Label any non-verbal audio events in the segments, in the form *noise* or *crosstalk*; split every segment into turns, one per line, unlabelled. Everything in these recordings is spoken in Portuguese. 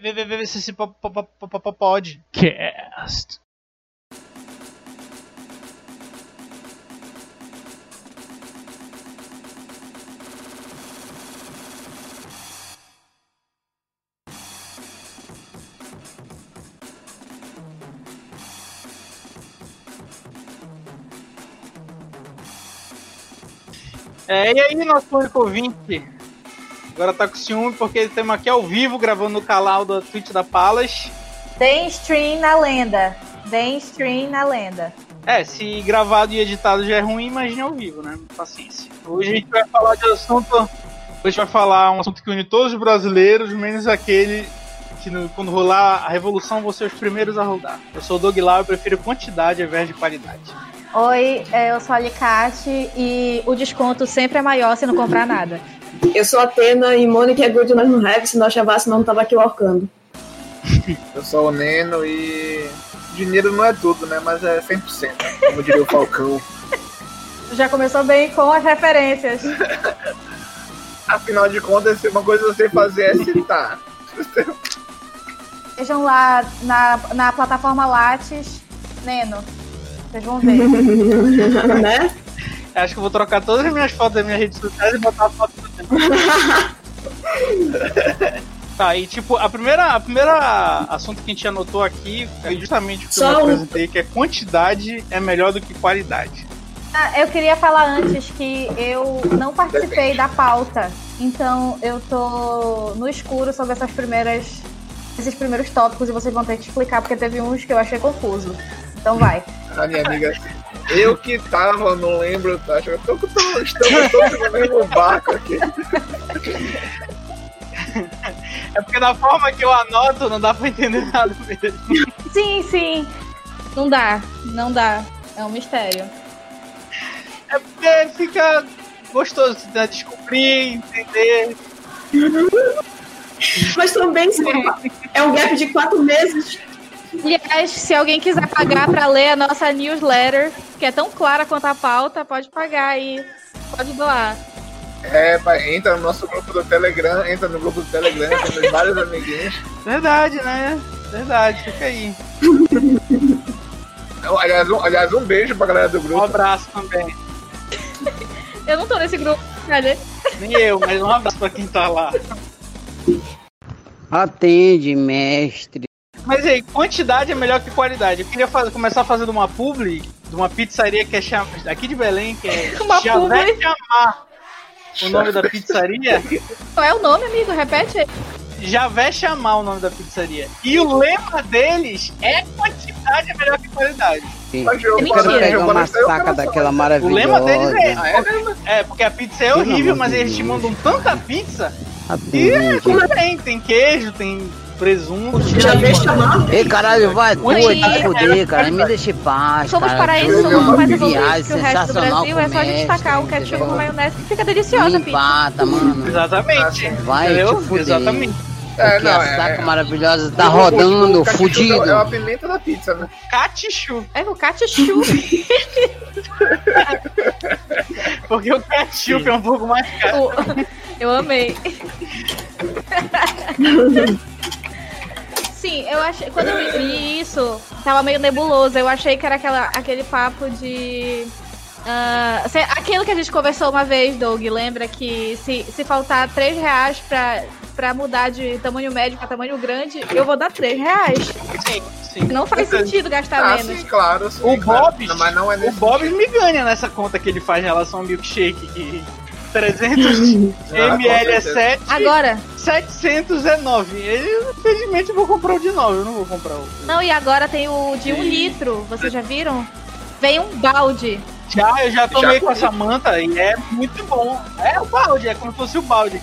VVVVCC Podcast. É, e aí, nosso único ouvinte? Agora tá com ciúme porque estamos aqui ao vivo gravando o canal da Twitch da Palas.
Tem stream na lenda. Tem stream na lenda.
É, se gravado e editado já é ruim, imagina ao vivo, né? Paciência. Hoje a gente vai falar de assunto. Hoje a gente vai falar um assunto que une todos os brasileiros, menos aquele que no- quando rolar a revolução vão ser os primeiros a rodar. Eu sou o Doug Lau e prefiro quantidade ao invés de qualidade.
Oi, é, eu sou a Alicate e o desconto sempre é maior se não comprar nada.
Eu sou a Atena e Mônica é good, nós não have, se nós chavássemos, não tava aqui orcando. *laughs*
Eu sou o Neno e dinheiro não é tudo, né? Mas é 100%, como diria o Falcão.
Já começou bem com as referências.
*laughs* Afinal de contas, se uma coisa que eu sei fazer é citar.
Vejam lá na, na plataforma Lattes, Neno. Vocês vão ver.
né?
Acho que eu vou trocar todas as minhas fotos das minhas redes sociais e botar a foto do tempo. tá, e tipo, a primeira, a primeira assunto que a gente anotou aqui é justamente o que
Só
eu
um.
apresentei, que é quantidade é melhor do que qualidade.
Ah, eu queria falar antes que eu não participei da pauta, então eu tô no escuro sobre essas primeiras, esses primeiros tópicos e vocês vão ter que explicar porque teve uns que eu achei confuso. Então vai.
A minha amiga assim, eu que tava, não lembro, tá? Eu tô, tô, estamos todos no mesmo barco aqui.
É porque da forma que eu anoto, não dá pra entender nada mesmo.
Sim, sim. Não dá, não dá. É um mistério.
É porque fica gostoso né? descobrir, entender.
Mas também, sim, é um gap de quatro meses.
Aliás, se alguém quiser pagar pra ler a nossa newsletter, que é tão clara quanto a pauta, pode pagar aí. Pode doar.
É, pai, entra no nosso grupo do Telegram, entra no grupo do Telegram, temos vários amiguinhos.
Verdade, né? Verdade, fica aí.
Aliás um, aliás, um beijo pra galera do
Um
grupo.
abraço também.
Eu não tô nesse grupo, cadê?
Nem eu, mas um abraço pra quem tá lá.
Atende, mestre.
Mas e aí, quantidade é melhor que qualidade. Eu queria fazer- começar fazendo uma publi de uma pizzaria que é cham... aqui de Belém, que é
Uma
Javé Chamar. O nome da pizzaria?
Qual é o nome, amigo? Repete aí.
Javé Chamar o nome da pizzaria. E o lema deles é quantidade é melhor que qualidade.
Mas eu-
É Mentira.
Quando
quando eu-
pega
quando
uma
eu saio, eu
saca
quero
daquela
O lema deles
maravilhosa.
é esse.
Ah, é?
É, porque a pizza é
né? Pelo
horrível,
amor
mas
de
eles te
Deus.
mandam tanta pizza que é
Atende.
tudo bem. Tem queijo, tem presunto.
Já
tem-
deixa chamar.
Ei, caralho, vai tu
Oi.
te fuder, cara. Me deixa em paz,
Somos
cara.
paraenso,
Tu é
não
uma
mais evoluído que o
viagem
resto do
sensacional
Brasil. É só a gente
com
tacar o
mestre,
ketchup com
entendeu?
maionese que fica deliciosa,
Me
filho.
empata, mano.
Exatamente.
Vai
entendeu?
te fuder.
Exatamente.
É,
Porque
não,
a
é-
saca maravilhosa tá
O- o-
rodando,
o ketchup
fudido.
É um a pimenta da pizza, né?
Catichu.
É o cachuchu.
Porque o ketchup é um pouco mais caro.
*laughs* Eu amei.
*laughs*
Sim, eu achei. Quando eu li isso, tava meio nebuloso. Eu achei que era aquela, aquele papo de. ah, cê- aquilo que a gente conversou uma vez, Doug, lembra que se, se faltar 3 reais pra, pra mudar de tamanho médio pra tamanho grande, eu vou dar 3 reais.
Sim, sim.
Não faz
Entendi.
sentido
Tá
gastar
Ah,
menos.
sim, claro. Sim,
O
claro.
Bob-
Não, Mas não é
O
nesse
Bob me ganha nessa conta que ele faz em relação ao milkshake. Que
*laughs*
300 ml é
certeza.
7,
Agora,
700 é 9. Ele, infelizmente, eu vou comprar o de 9, eu não vou comprar o.
não, e agora tem o de 1 um litro, vocês já viram? Vem um balde.
Já, eu já tomei
Já
com a Samanta e é muito bom. É o balde, é como se fosse o balde.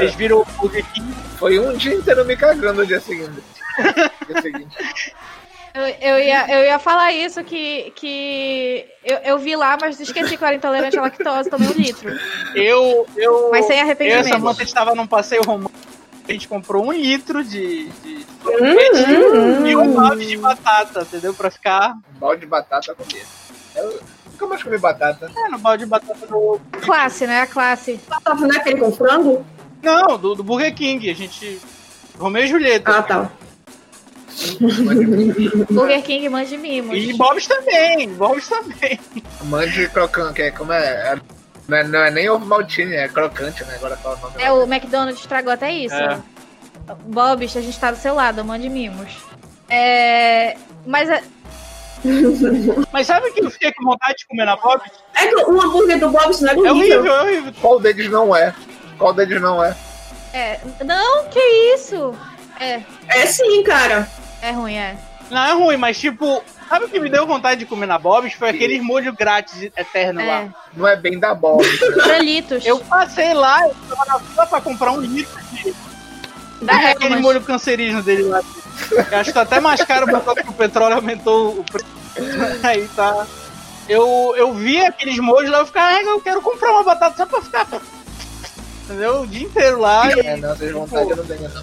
Eles viram o Burger King.
Foi um dia inteiro me cagando no dia seguinte. Dia seguinte.
Eu, eu ia, eu ia falar isso, que, que eu, eu vi lá, mas esqueci que eu era intolerante à lactose, tomei um litro.
Eu, eu,
Mas sem
eu e a
arrependimento.
Samanta estava num passeio romântico. A gente comprou um litro de, de
Hum,
e um balde de batata, entendeu? Pra ficar
um Balde de batata eu comia. Eu nunca mais comi batata.
É, no balde de batata do.
Classe, né? A classe.
tá, Tava, né, aquele com frango?
Não, do, do Burger King. A gente Romeu e Julieta.
Ah, tá.
Burger King mande mimos.
E Bob's também, Bob's também.
Mande crocante, é como é? é- não, é não é nem ovo maltine, é crocante, né? Agora fala o nome.
É, o McDonald's estragou até isso.
É.
Bob, a gente tá do seu lado, mande mimos. É. Mas é-
Mas sabe o que eu fiquei com vontade de comer na Bob's?
É que o hambúrguer do Bob's não é
É horrível,
horrível.
é horrível.
Qual deles não é? Qual deles não é?
é. Não, que isso? É,
É, sim, cara.
é ruim, é.
Não é ruim, mas tipo, sabe o que me deu vontade de comer na Bob's? Foi aquele molho grátis eterno
É.
lá.
Não é bem da bola.
Trelitos.
Eu passei lá, eu tava na fila pra comprar um litro de
Da
É
Hellmann's.
aquele molho cancerígeno dele lá. Eu acho que tá até mais caro por causa que o petróleo aumentou o preço. *laughs* Aí tá. Eu, eu vi aqueles molhos lá, eu ficava, ah, eu quero comprar uma batata só pra ficar. Entendeu? O dia inteiro lá. e-
É, não, vocês vontade eu não tenho essa.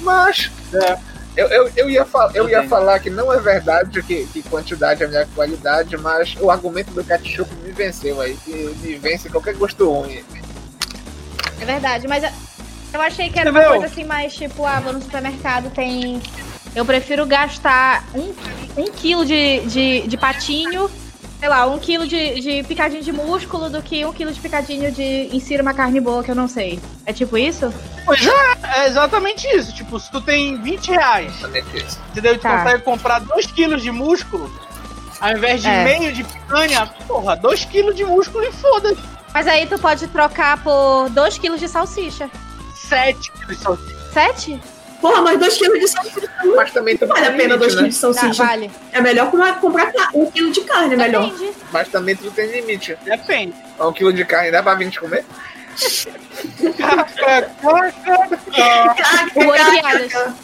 Mas,
É.
eu, eu, eu ia, fal eu
Eu
ia
tenho.
falar que não é verdade que, que quantidade é melhor que qualidade, mas o argumento do ketchup me venceu aí, que me vence qualquer gosto ruim. né,
É verdade, mas eu- eu achei que era uma
Entendeu?
coisa assim, mais tipo, ah, vou no supermercado, tem. Eu prefiro gastar um, um quilo de, de, de patinho, sei lá, um quilo de, de picadinho de músculo do que um quilo de picadinho de insira uma carne boa, que eu não sei. É tipo isso?
Pois é, é exatamente isso. Tipo, se tu tem 20 reais,
Exatamente é isso.
entendeu? Tu
Tá.
consegue comprar 2 quilos de músculo, ao invés de
É.
meio de picanha, porra, 2 quilos de músculo e foda-se.
Mas aí tu pode trocar por 2 quilos de salsicha.
7 quilos só.
Sete?
Porra, mas 2 kg de salsicha é não
Mas também tem
vale a pena 2 kg
limite,
de
né?
Dá,
salsicha.
Ah, vale.
É melhor comprar- comprar 1 kg de carne, é melhor.
Depende.
Mas também tudo tem limite.
Depende. *laughs*
Um quilo de carne dá pra 20 comer?
Molho
Caraca, Ah, caraca,
piadas.
caraca.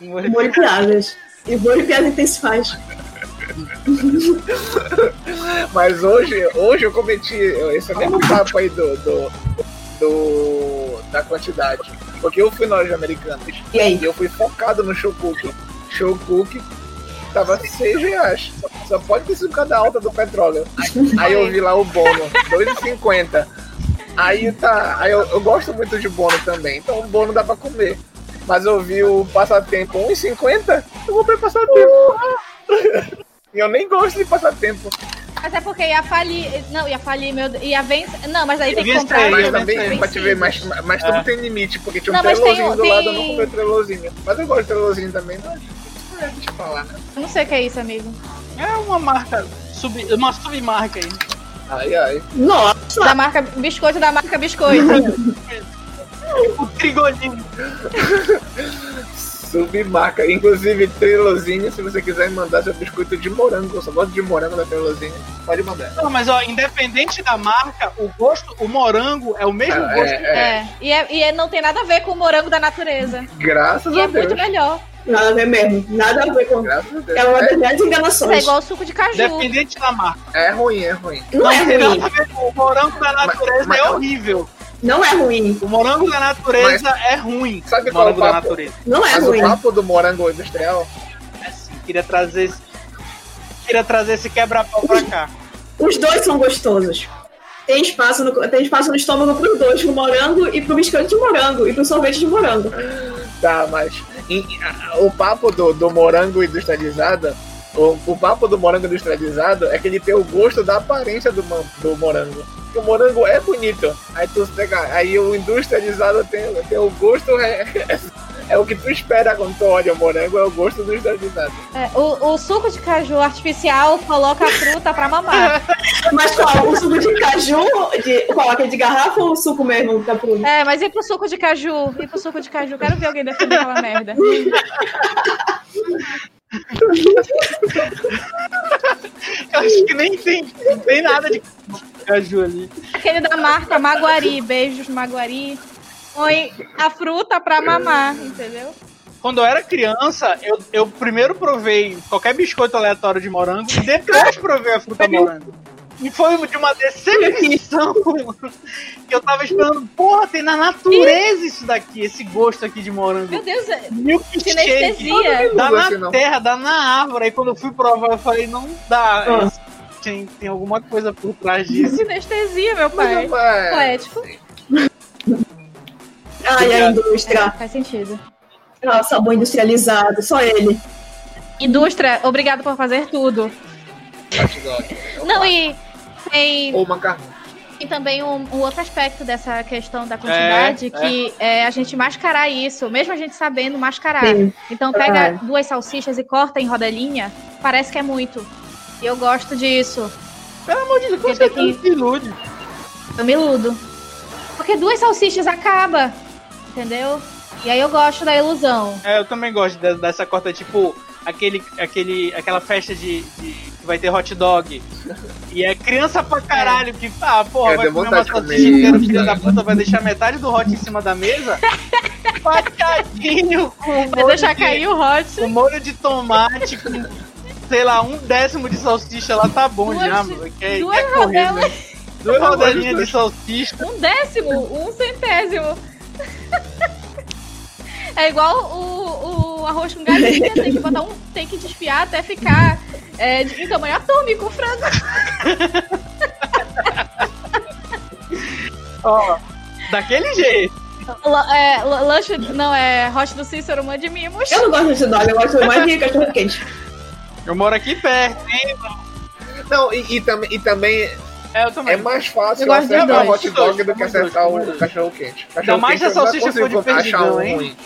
Molho piadas. E molho piada intensifies.
Mas hoje, hoje eu cometi esse mesmo papo aí do, do, do- da quantidade. Porque eu fui na loja americana
E aí?
e eu fui focado no show cookie. Show cookie tava 6 reais. Só, só pode ter sido por causa da alta do petróleo. Aí eu vi lá o bono, 2,50. Aí tá. Aí eu, eu gosto muito de bono também, então o bono dá pra comer. Mas eu vi o passatempo 1,50, eu comprei passatempo.
Uh!
*laughs* E eu nem gosto de passatempo.
Mas é porque ia falir. Não, ia falir, meu Deus. Ia vencer. Não, mas aí tem que
Ia
comprar.
sair,
Mas
Eu
também,
pensei.
pra te ver, mas, mas
É.
tudo tem limite, porque tinha um
Não, mas tem-
trelozinho do lado, eu não
tem-
comprei o trelozinho. Mas eu gosto de trelozinho também, não é de te falar, né?
Não sei o que é isso, amigo.
É uma marca, sub, uma submarca aí.
Ai, ai.
Nossa!
Da marca biscoito da marca biscoito.
O trigolinho.
Submarca. Inclusive, trelozinho, se você quiser me mandar seu biscoito de morango, eu só gosto de morango da trelozinho, pode mandar.
Não, mas ó, independente da marca, o gosto, o morango é o mesmo
Ah,
gosto.
é, é.
*laughs* é. E, é, e é- não tem nada a ver com o morango da natureza.
Graças
E
a
é
Deus.
muito melhor.
Nada a ver mesmo. Nada a ver com.
Graças a Deus.
É uma
É,
das melhores
Isso é
enganações.
igual o suco de caju.
Independente da marca.
é ruim, é ruim.
Não é
tem nada
ruim.
a ver com o morango da natureza
mas-
é horrível.
Não é ruim.
O morango da natureza é ruim.
Sabe
o
qual é o
morango da
papo?
natureza.
Não é
Mas o
ruim.
papo do morango industrial,
É assim, queria trazer esse. Queria trazer esse quebra-pau pra cá.
Os dois são gostosos. Tem espaço no, tem espaço no estômago pros dois, pro morango e pro biscoito de morango e pro sorvete de morango.
Tá, mas em- a- o papo do, do morango industrializado, o, o papo do morango industrializado é que ele tem o gosto da aparência do, man- do morango. Porque O morango é bonito, aí tu pega, aí o industrializado tem, tem o gosto é, *laughs* é o que tu espera quando tu olha o morango, é o gosto do industrializado.
É, o, o suco de caju artificial coloca a fruta pra *laughs* mamar.
Mas qual? O suco de caju? De, qual? Aquele de garrafa ou o suco mesmo da pruna?
É, mas e pro suco de caju? E pro suco de caju? Quero ver alguém defender aquela merda.
Eu acho que nem tem, não tem nada de caju ali.
Aquele da marca Maguari. Beijos, Maguari. Põe a fruta pra mamar, entendeu?
Quando eu era criança, eu, eu primeiro provei qualquer biscoito aleatório de morango e depois provei a fruta morango. E foi de uma decepção que eu tava esperando. Porra, tem na natureza isso daqui, esse gosto aqui de morango.
Meu Deus, é-
Milkshake.
sinestesia.
Dá
Não gosto,
na
não.
terra, dá na árvore. Aí quando eu fui provar, eu falei, não dá.
Ah.
Tem, tem alguma coisa por trás disso.
Sinestesia, meu
Mas
pai.
é-
Poético.
Ai, a indústria.
É, faz sentido.
Ah, sabão industrializado, só ele.
Indústria, obrigado por fazer tudo. Não, e tem,
Ou macarrão.
tem também um, um outro aspecto dessa questão da quantidade, que é a gente mascarar isso, mesmo a gente sabendo mascarar.
Sim.
Então pega
Verdade.
duas salsichas e corta em rodelinha, parece que é muito. E eu gosto disso.
Pelo amor de Deus, como
Esse
você
aqui.
se ilude?
Eu me iludo. Porque duas salsichas acaba, entendeu? E aí eu gosto da ilusão.
É, eu também gosto de- dessa corta, tipo, aquele, aquele, aquela festa de, de- que vai ter hot dog. E é criança pra caralho que, ah, porra,
É,
vai
deu
comer uma
vontade de
salsicha
comer,
inteira, filha da
cara.
puta, vai deixar metade do hot em cima da
*laughs*
mesa. Facadinho com
Vai
molho
deixar
de-
cair o hot.
com molho de tomate, com, sei lá, um décimo de salsicha lá tá bom
Duas-
já, mano. Que,
Duas
que é correr, né?
rodelas,
Duas rodelinhas de salsicha.
um décimo, um centésimo. É igual o, o arroz com
*laughs*
galinha, tem que botar um, tem que desfiar até ficar é, de tamanho atômico, frango.
Ó, daquele jeito.
L- é, l- lanche, não, é rocha do Cícero, mande mimos.
Eu não gosto de hot dog, eu gosto mais de cachorro quente.
Eu moro aqui perto.
Não, e, e também- e também
É, eu também.
é mais fácil
Eu gosto de
acertar o
dois.
hot dog do
Dois,
que acertar
dois,
o
dois.
cachorro quente.
Ainda mais se a salsicha for de perdigão, hein?
um ruim.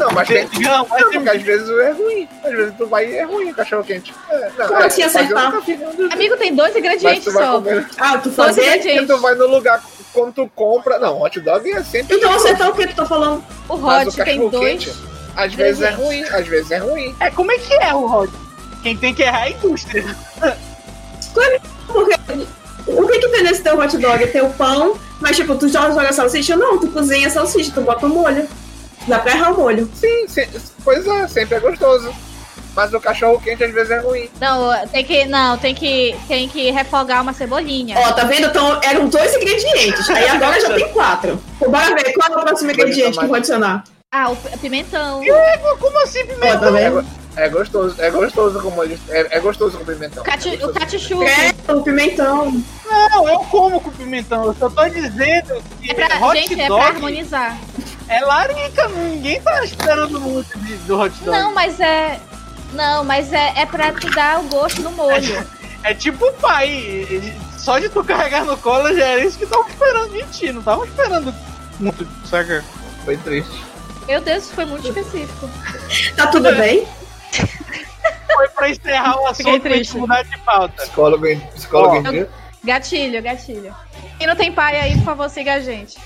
Não, mas tem.
Perdigão, vai
Não,
ser
porque às vezes é ruim. Às vezes tu vai e é ruim o cachorro quente. É, não,
Como
é,
assim
mas eu
acertar?
nunca fiz nenhum dos dois.
Amigo, tem dois
Mas
ingredientes
tu vai
É só.
comer.
Ah, tu
Dois
fazer?
Porque
ingredientes.
tu vai no lugar quando tu compra. Não, hot dog é sempre.
Então
ruim.
acertar o que tu tá falando?
O
Mas
hot
o
tem
um cachorro
dois.
quente, às vezes é ruim,
ingredientes.
às vezes é ruim.
É, como é que erra o Rod? Quem tem que errar é a indústria.
Porque o que que tem nesse teu hot dog? É teu pão, mas tipo, tu já joga salsicha? Não, tu cozinha salsicha, tu bota o molho. Dá pra errar o molho.
Sim, se- pois é, sempre é gostoso. Mas o cachorro quente às vezes é ruim.
Não, tem que. Não, tem que, tem que refogar uma cebolinha.
Ó, tá vendo? Então eram dois ingredientes. Aí agora já tem quatro. Então, bora ver qual é o próximo ingrediente que eu vou adicionar.
Ah, o p- pimentão.
Como assim,
Ó, tá
É,
vendo?
go- é gostoso, é gostoso com molho. É, é gostoso com pimentão.
O cati-
É
o
gostoso.
cachuchu.
É, o pimentão.
Não, eu como com pimentão. Eu só tô dizendo que
É pra,
hot
gente, é pra
dog
harmonizar.
é, larica. Ninguém tá esperando muito de- do hot dog.
Não, mas é. Não, mas é, é pra te dar o gosto no molho.
É tipo o pai. ele- Só de tu carregar no colo já era isso que tava esperando de ti. Não tava esperando muito, saca?
Foi triste.
*laughs* Meu Deus, isso foi muito específico.
Tá tudo bem?
Foi pra encerrar o assunto
Fiquei
pra gente
triste.
mudar de pauta.
Psicólogo, em- psicólogo
Ó.
em dia.
Gatilho, gatilho. Quem não tem pai aí, por favor, siga a gente.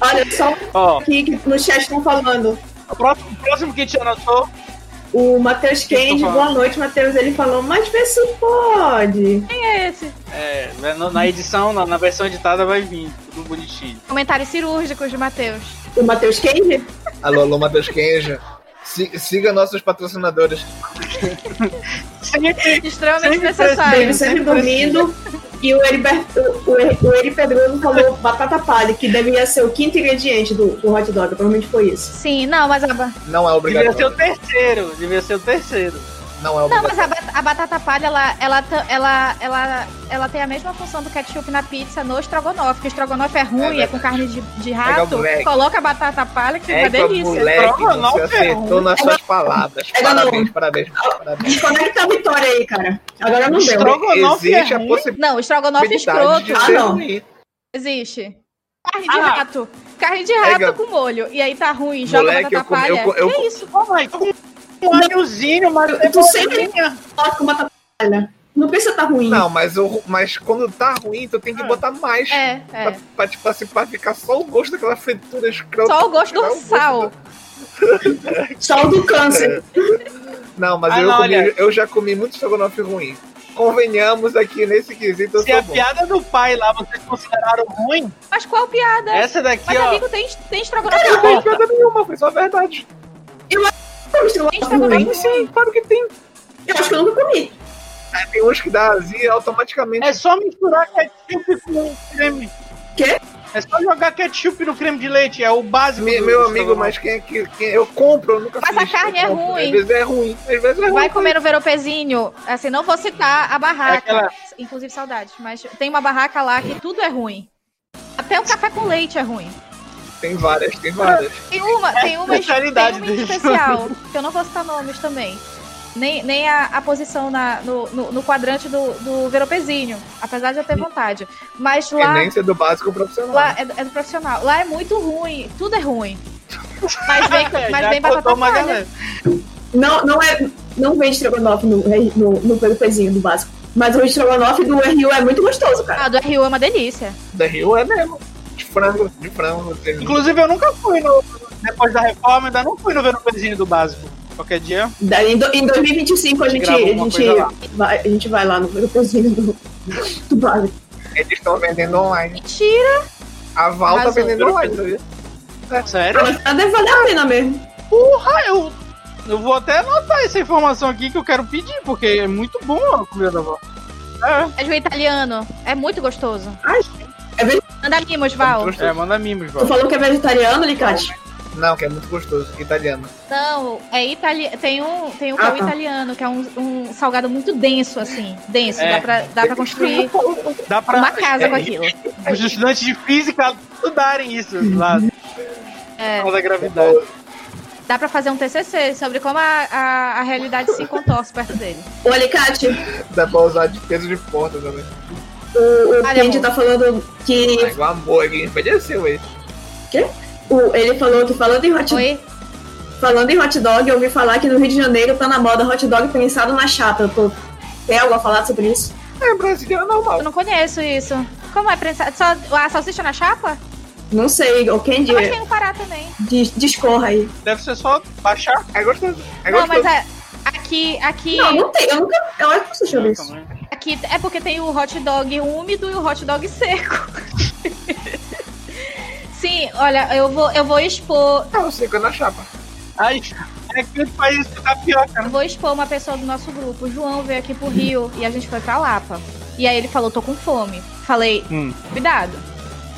Olha só um
Ó,
aqui que no chat estão falando.
o próximo, o próximo que te anotou.
O Matheus Kennedy,
falando?
boa noite, Matheus. Ele falou, mas vê se pode.
Quem é esse?
É, na- na edição, na, na versão editada vai vir, tudo bonitinho.
Comentários cirúrgicos de *laughs* Matheus.
O Matheus Kennedy?
Alô, alô, Matheus Kenja. Si- siga nossos patrocinadores.
Sempre
Extremamente
Sempre
Ele
necessário.
presente.
sempre dormindo. E o Heriberto, o, o- o Eri Pedroso falou batata palha, que deveria ser o quinto ingrediente do, do hot dog. Provavelmente foi isso.
Sim, não, mas a, ba-
Não é
devia ser o
obrigatório.
terceiro, devia ser o terceiro.
Não é
não, mas
obrigatório.
a, ba- a batata palha, ela, ela, ta- ela, ela, ela tem a mesma função do ketchup na pizza no estrogonofe. Porque o estrogonofe é ruim, é,
verdade.
com carne de, de
Pega o
rato.
moleque.
Coloca a batata palha que fica
É que
delícia.
moleque,
Prova não,
você acertou nas suas palavras.
É da
Parabéns, parabéns, parabéns.
Desconecta é tá a vitória aí, cara. Agora não deu.
Estrogo- Estrogonofe
Existe
é
a
ruim.
possibilidade
Não, estrogonofe é escroto.
de
Ah,
ser
não.
ruim.
Existe. Carne de
Ah.
rato. Carne de rato
Pega-
com molho. E aí tá ruim, joga
Moleque,
batata
eu comi- eu
palha.
co- eu
que
co-
isso?
Ô, mãe, tô com um alhozinho, uma
Tu- tu sempre-
cebolinha.
Coloca com batata palha. Não pensa tá ruim.
Não, mas, o, mas quando tá ruim, tu tem que
Ah.
botar mais.
É,
Pra,
é.
pra, tipo assim, pra ficar só o gosto daquela fritura escrota.
Só o gosto do
Não,
sal.
Só o do câncer.
Não, mas
Ah,
eu,
não,
comi-
olha.
eu já comi muito estrogonofe ruim. Convenhamos aqui nesse quesito, eu
Se a
sou bom.
piada do pai lá vocês consideraram ruim,
Mas qual piada?
essa daqui,
Tá. Mas,
ó.
amigo, tem, tem estrogonofe
Não tem
ruim.
piada nenhuma, foi só a verdade.
É.
Tem estrogonofe
um Ruim.
tá ruim.
Sim, claro que tem.
Eu acho que eu nunca comi.
Tem uns que dá azia automaticamente.
É só misturar ketchup com creme.
Quê?
É só jogar ketchup no creme de leite, é né? o básico.
Me-
do-
meu
do
amigo,
sabor.
mas quem é que quem eu compro, eu nunca
Mas a carne
eu
é
compro.
ruim.
Às vezes é ruim, às vezes é ruim.
Vai comer no Veropezinho. Assim, não vou citar a barraca.
É aquela-
Inclusive, um saudades. Mas tem uma barraca lá que tudo é ruim. Até o café com leite é ruim.
Tem várias, tem várias.
Tem uma, tem uma,
É a realidade
tem uma em
dele.
especial, que eu não vou citar nomes também. Nem, nem a, a posição na, no, no, no quadrante do, do Veropezinho, apesar de eu ter vontade. Mas
É,
lá,
Tendência do básico ao profissional.
lá é, do- é do profissional. Lá é muito ruim, tudo é ruim. Mas vem,
*laughs* É,
mas
já
vem
cortou
batata
uma
palha. né?
galera.
Não, não é. Não vem estrogonofe no, no, no pezinho do básico. Mas o estrogonofe do RU é muito gostoso, cara.
Ah, do RU é uma delícia.
Da Rio é mesmo. De frango, de frango. tem-
Inclusive, eu nunca fui no. Depois da reforma, ainda não fui no Veropezinho do básico. Qualquer dia.
Daí, em, do- em 2025 a gente, a
Grava alguma
gente,
coisa lá.
vai, a gente vai lá no pezinho do, do básico.
Eles estão vendendo online.
Mentira!
A Val tá
Arrasou.
vendendo online, sabia?
é Sério?
Ah, Mas deve valer a pena mesmo.
Porra, eu. Eu vou até anotar essa informação aqui que eu quero pedir, porque é muito bom a comida da avó. É,
É de um italiano. É muito gostoso.
Ai, é ve-
Anda mimos, Val.
Gostoso.
é manda mimos,
Tu
Val.
falou que é vegetariano, Licate?
Não, que é muito gostoso, italiano.
Não, é italiano. Tem um, tem um
Ah,
pão
tá.
italiano, que é um, um salgado muito denso, assim. Denso.
É.
Dá, pra, dá pra construir
Dá pra
uma casa
é,
com aquilo.
os estudantes de física estudarem isso lá por
É,
causa da gravidade.
dá pra fazer um TCC sobre como a, a, a realidade se contorce perto dele.
Ô, Alicate,
Dá pra usar de peso de porta também.
o, o
Olha,
Kendi
amor.
tá falando que.
Mas o amor aqui envelheceu ele.
o- ele falou que falando em, hot,
Oi?
falando em hot dog, eu ouvi falar que no Rio de Janeiro tá na moda hot dog pensado na chapa. Eu tô. Tem algo a falar sobre isso?
É brasileiro normal.
Eu não conheço isso. Como é prensado? Só a salsicha na chapa?
Não sei, o Kendi
Mas tem no Pará também.
dis- discorra aí.
Deve ser só baixar.
É gostoso. É
Não, mas
gostoso.
é, aqui, aqui,
Não, não tem. Eu nunca. Eu acho que você chama isso.
né?
aqui é porque tem o hot dog úmido e o hot dog seco. *laughs* Sim, olha, eu vou, eu vou expor
É o seco na chapa.
Ai, é aquele país que tá pior, cara.
Eu Vou expor uma pessoa do nosso grupo. O João veio aqui pro Rio e a gente foi pra Lapa. E aí ele falou, tô com fome. Falei,
Hum.
cuidado.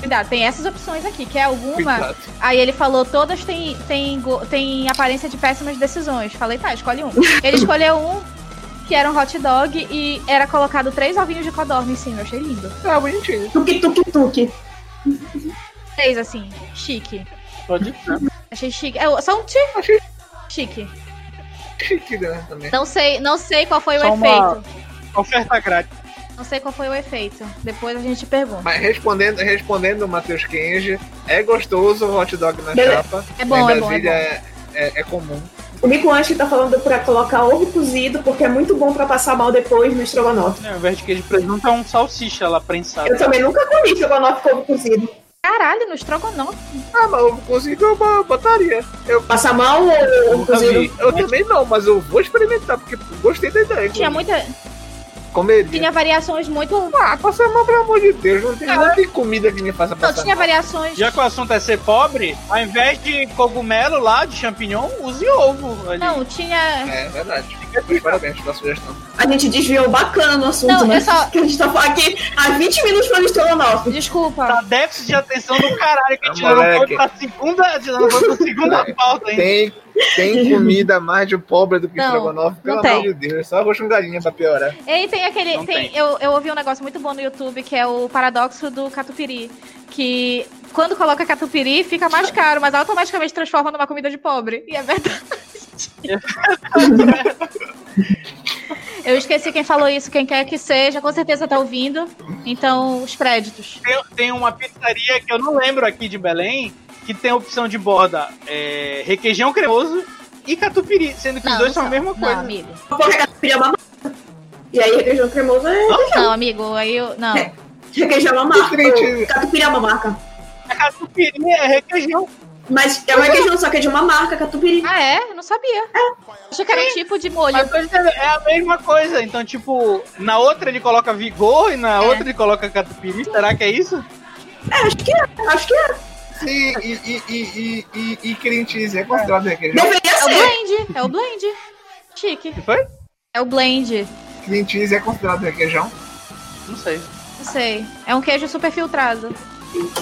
Cuidado, tem essas opções aqui, quer alguma?
Cuidado.
Aí ele falou, todas têm tem, tem aparência de péssimas decisões. Falei, tá, escolhe um. Ele escolheu um que era um hot dog e era colocado três ovinhos de codorna em cima. Eu achei lindo.
Tá bonitinho.
Tuque-tuque-tuque.
Três, assim, chique.
Pode ser.
Achei chique. É, só um ti...
Achei-
Chique.
Chique, né, também.
Não sei, não sei qual foi
Só
o
uma-
efeito.
Oferta grátis.
Não sei qual foi o efeito. Depois a gente pergunta.
Mas respondendo, respondendo o Matheus Kenji, é gostoso o hot dog na
Beleza.
chapa.
É bom,
em
é bom, é
Brasília
bom.
é, é- é comum.
O Mico Anche tá falando pra colocar ovo cozido, porque é muito bom pra passar mal depois no estrogonofe.
Né, Ao invés de queijo de presunto, é um salsicha lá prensado.
Eu também nunca comi estrogonofe com ovo cozido.
Caralho, no estrogonofe.
Ah, mas eu consigo uma botaria.
Passar mal ou ovo
Nunca
cozido?
vi.
Eu também não, mas eu vou experimentar, porque gostei da ideia.
Tinha muita.
Comeria.
Tinha variações muito.
Ah, passar mal, pelo amor de Deus. Não tem, não tem comida que me faça
Não,
passar
tinha variações.
Já que o assunto é ser pobre, ao invés de cogumelo lá, de champignon, use ovo ali.
Não, tinha.
É verdade. Parabéns pela sugestão.
A gente desviou bacana no assunto,
Não,
né?
eu só-
*laughs* Que a gente tá falando aqui há 20 minutos falando de estrogonofe.
Desculpa.
Tá déficit de atenção do caralho, que a gente
Ah,
não foi
moleque.
pra segunda, a gente não foi pra segunda pauta ainda.
Tem,
*laughs*
tem comida mais de um pobre do que
Não,
estrogonofe, pelo
não tem.
amor de Deus. Só arroz com galinha pra piorar.
E tem aquele.
Não
tem-
tem.
Eu, eu ouvi um negócio muito bom no YouTube que é o paradoxo do catupiry. Que quando coloca catupiry fica mais caro, mas automaticamente transforma numa comida de pobre. E é verdade. *laughs* Eu esqueci quem falou isso, quem quer que seja, com certeza tá ouvindo. Então, os créditos.
Tem, tem uma pizzaria que eu não lembro aqui de Belém, que tem a opção de borda é, requeijão cremoso e catupiry, sendo que os dois são a mesma
Não,
coisa.
amigo.
Porra, catupiry é uma marca. E aí, requeijão cremoso é
Não, amigo, aí eu. Não.
requeijão é uma marca.
Diferente.
Catupiry é uma marca.
Catupiry é requeijão.
Mas é um requeijão, só que é de uma marca, catupiry.
Ah, é? Eu não sabia. Achei que era um tipo de molho.
Mas pois é, é a mesma coisa. Então, tipo, na outra ele coloca vigor e na
É.
outra ele coloca catupiry. Será que é isso?
É, acho que é, acho que é.
Sim, e, e, e, e, e, e cream cheese é considerado requeijão.
Deveria
É o
ser.
blend. É o blend. Chique.
Que foi?
É o blend.
Cream cheese é considerado requeijão.
Não sei.
Não sei. É um queijo super filtrado.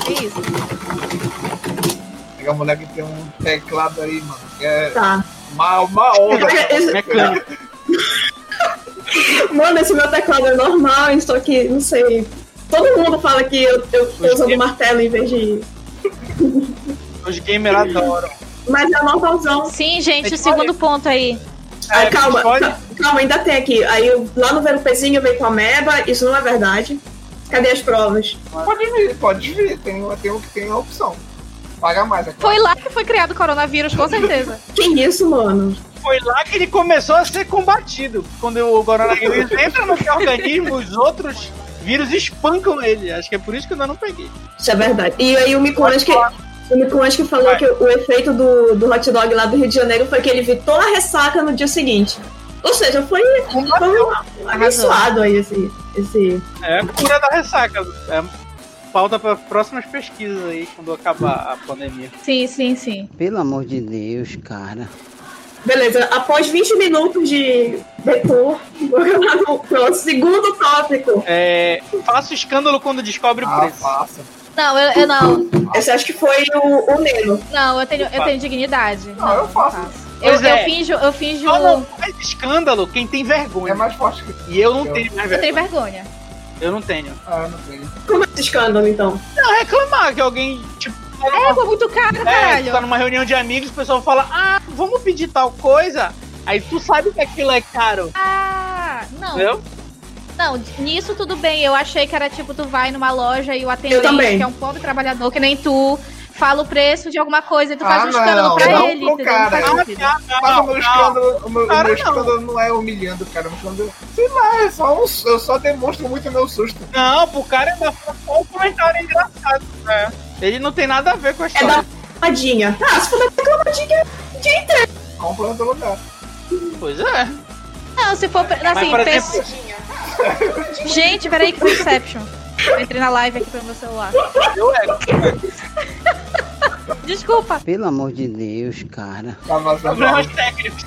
É isso.
Pegar a mulher que tem um teclado aí, mano. que É
Tá.
uma, uma onda.
Esse-
Mecânico.
Mano, esse meu teclado é normal, só que, não sei. Todo mundo fala que eu, eu, eu uso martelo em vez de.
*laughs* Os gamers adoram.
Mas é normalzão.
Sim, gente, o segundo ponto aí.
Ah,
É,
calma,
pode-
ca- calma, ainda tem aqui. Aí eu- lá no VLPzinho veio com a Meba, isso não é verdade. Cadê as provas?
*laughs* Pode vir, pode vir. Tem, tem, um que tem uma opção. Paga mais é aqui.
Foi lá que foi criado o coronavírus, com certeza.
Que isso, mano?
Foi lá que ele começou a ser combatido. Quando o coronavírus entra *laughs* no seu organismo, os outros vírus espancam ele. Acho que é por isso que eu ainda não peguei.
Isso é verdade. E aí o Mikulanski.
falar.
O Mikulanski falou
Vai.
que o efeito do, do hot dog lá do Rio de Janeiro foi que ele evitou a ressaca no dia seguinte. Ou seja, foi, foi abençoado aí esse. esse...
É a cura da ressaca. É pauta para próximas pesquisas aí, quando acabar a pandemia.
Sim, sim, sim.
Pelo amor de Deus, cara.
Beleza, após 20 minutos de *laughs* detour, vou lá no pro segundo tópico.
É, faço escândalo quando descobre o
Ah,
preço.
faça.
Não, eu, eu não.
Esse acho que foi o, o Neno.
Não, eu tenho, eu tenho dignidade. Não,
eu faço.
Eu,
Pois é.
eu finjo, eu finjo.
Só não faz escândalo quem tem
É
vergonha.
mais forte que.
E eu não
Eu-
tenho mais
Eu
vergonha.
tenho vergonha.
Eu não tenho.
Ah, não sei.
Como é esse escândalo, então?
Não, reclamar que alguém, tipo, tá
É,
numa,
foi muito caro,
é, tu
caralho.
tá numa reunião de amigos, o pessoal fala, ah, vamos pedir tal coisa. Aí tu sabe que aquilo é caro.
Ah, não.
Entendeu?
Não, nisso tudo bem. Eu achei que era tipo, tu vai numa loja e o
Eu
atendente,
também.
que é um pobre trabalhador, que nem tu, fala o preço de alguma coisa e tu
Ah,
faz um escândalo
não,
pra
não
ele.
pro
entendeu?
cara.
Não faz sentido.
Ah,
Mas o meu um escândalo, o meu, o
Cara,
meu
não.
escândalo não é humilhando, cara. O meu escândalo. Sei lá, é só um, eu só demonstro muito o meu susto.
Não, pro cara é da- só um comentário engraçado, né? Ele não tem nada a ver com a
É da
história.
tadinha. Ah, se for da tadinha,
Compra em outro lugar.
Pois é.
Não, se for. pra- Assim,
por
pensa- Gente, peraí que foi Inception. Eu entrei na live aqui pelo meu celular.
Eu é.
*laughs* Desculpa.
Pelo amor de Deus, cara.
Tá, mas
Problemas técnicos.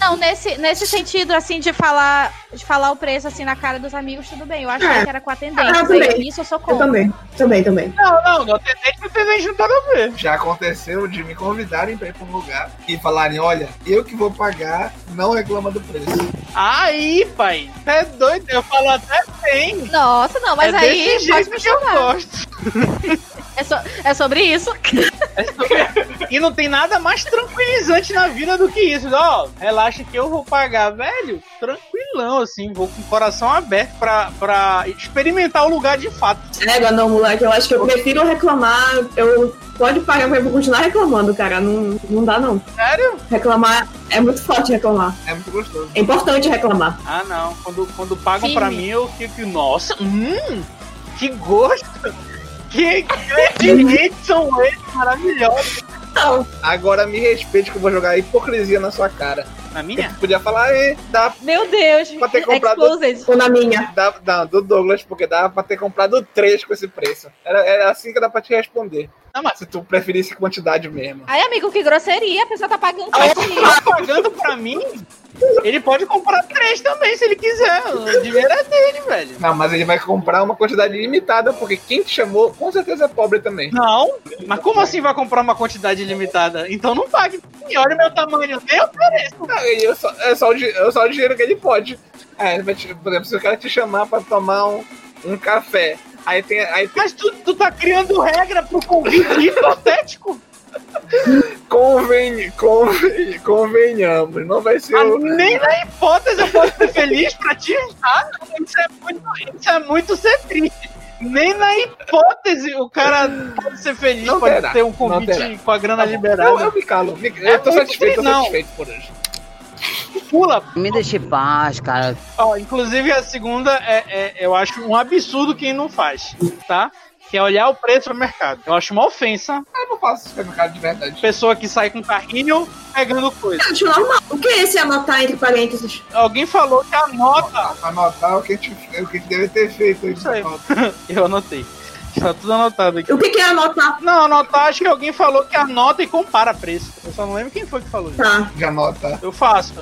Não, nesse, nesse sentido, assim, de falar, de falar o preço assim na cara dos amigos, tudo bem. Eu achei
É.
que era com a tendência.
Ah, eu
Daí,
também.
nisso eu sou
eu
contra.
também. Também, também.
Não, não, não tem gente, não tem gente, não tem nada a ver.
Já aconteceu de me convidarem pra ir pra um lugar e falarem, olha, eu que vou pagar, não reclama do preço.
Aí, pai, você é doido, eu falo até bem.
Nossa, não, mas
é
aí
desse
pode
jeito
me
que eu
chamar.
gosto.
É, so- é sobre isso.
E não tem nada mais tranquilizante na vida do que isso. Ó, relaxa que eu vou pagar, velho. Tranquilão, assim, vou com o coração aberto pra, pra experimentar o lugar de fato.
Égua, não, moleque. Eu acho que eu prefiro reclamar. Eu pode pagar, mas eu vou continuar reclamando, cara. Não, não dá, não.
Sério?
Reclamar é muito forte reclamar.
É muito gostoso.
É importante reclamar.
Ah, não. Quando, quando pagam
Sim.
pra mim, eu fico, nossa, hum, que gosto. Que
*laughs*
ingredientes são esses maravilhosos.
Não,
Agora me respeite que eu vou jogar hipocrisia na sua cara.
Na
Eu
minha?
podia falar, "Ei, dá,
Meu Deus.
Pra ter comprado-
Exposed.
ou na minha.
dá, dá, do Douglas, porque dava pra ter comprado três com esse preço. Era, era assim que dá pra te responder.
Não, mas-
Se tu preferisse quantidade mesmo.
Ai, amigo, que grosseria. A pessoa tá pagando
Mas
pra
se ele
ti.
tá pagando pra mim, ele pode comprar três também, se ele quiser. O dinheiro é dele, velho.
Não, mas ele vai comprar uma quantidade limitada, porque quem te chamou com certeza é pobre também.
Não, mas como assim vai comprar uma quantidade limitada? Então não pague. E olha o meu tamanho, eu ofereço.
Não, e eu só, é, só o, di- é só o dinheiro que ele pode. É, ele vai te- por exemplo, se o cara te chamar pra tomar um, um café, aí tem, aí tem
Mas tu, tu tá criando regra pro convite hipotético?
conven, conven- convenhamos, não vai ser
Ah,
o,
nem na hipótese eu posso ser feliz pra te ajudar. Isso é muito, isso é muito ser triste. Nem na hipótese o cara pode ser feliz,
Não
pode
terá,
ter um
não terá.
convite com a grana
Tá bom.
liberada.
Eu, eu me calo, me-
É
eu tô
muito
satisfeito, tô
triste, não.
satisfeito por hoje.
Pula,
Me deixe em paz, cara.
Ó, inclusive a segunda é, é- eu acho um absurdo quem não faz, tá? Que é olhar o preço do mercado. Eu acho uma ofensa
Eu não faço supermercado de
a
verdade.
pessoa que sai com carrinho pegando coisa.
Eu acho normal. O que é esse anotar entre parênteses?
Alguém falou que anota.
Anotar Ah, o que a gente, o que a gente deve ter feito.
Isso aí. *laughs* Eu anotei. Está tudo anotado aqui.
O que que é anotar?
Não, anotar, acho que alguém falou que anota e compara preço. Eu só não lembro quem foi que falou isso.
Tá.
Já anota.
Eu faço.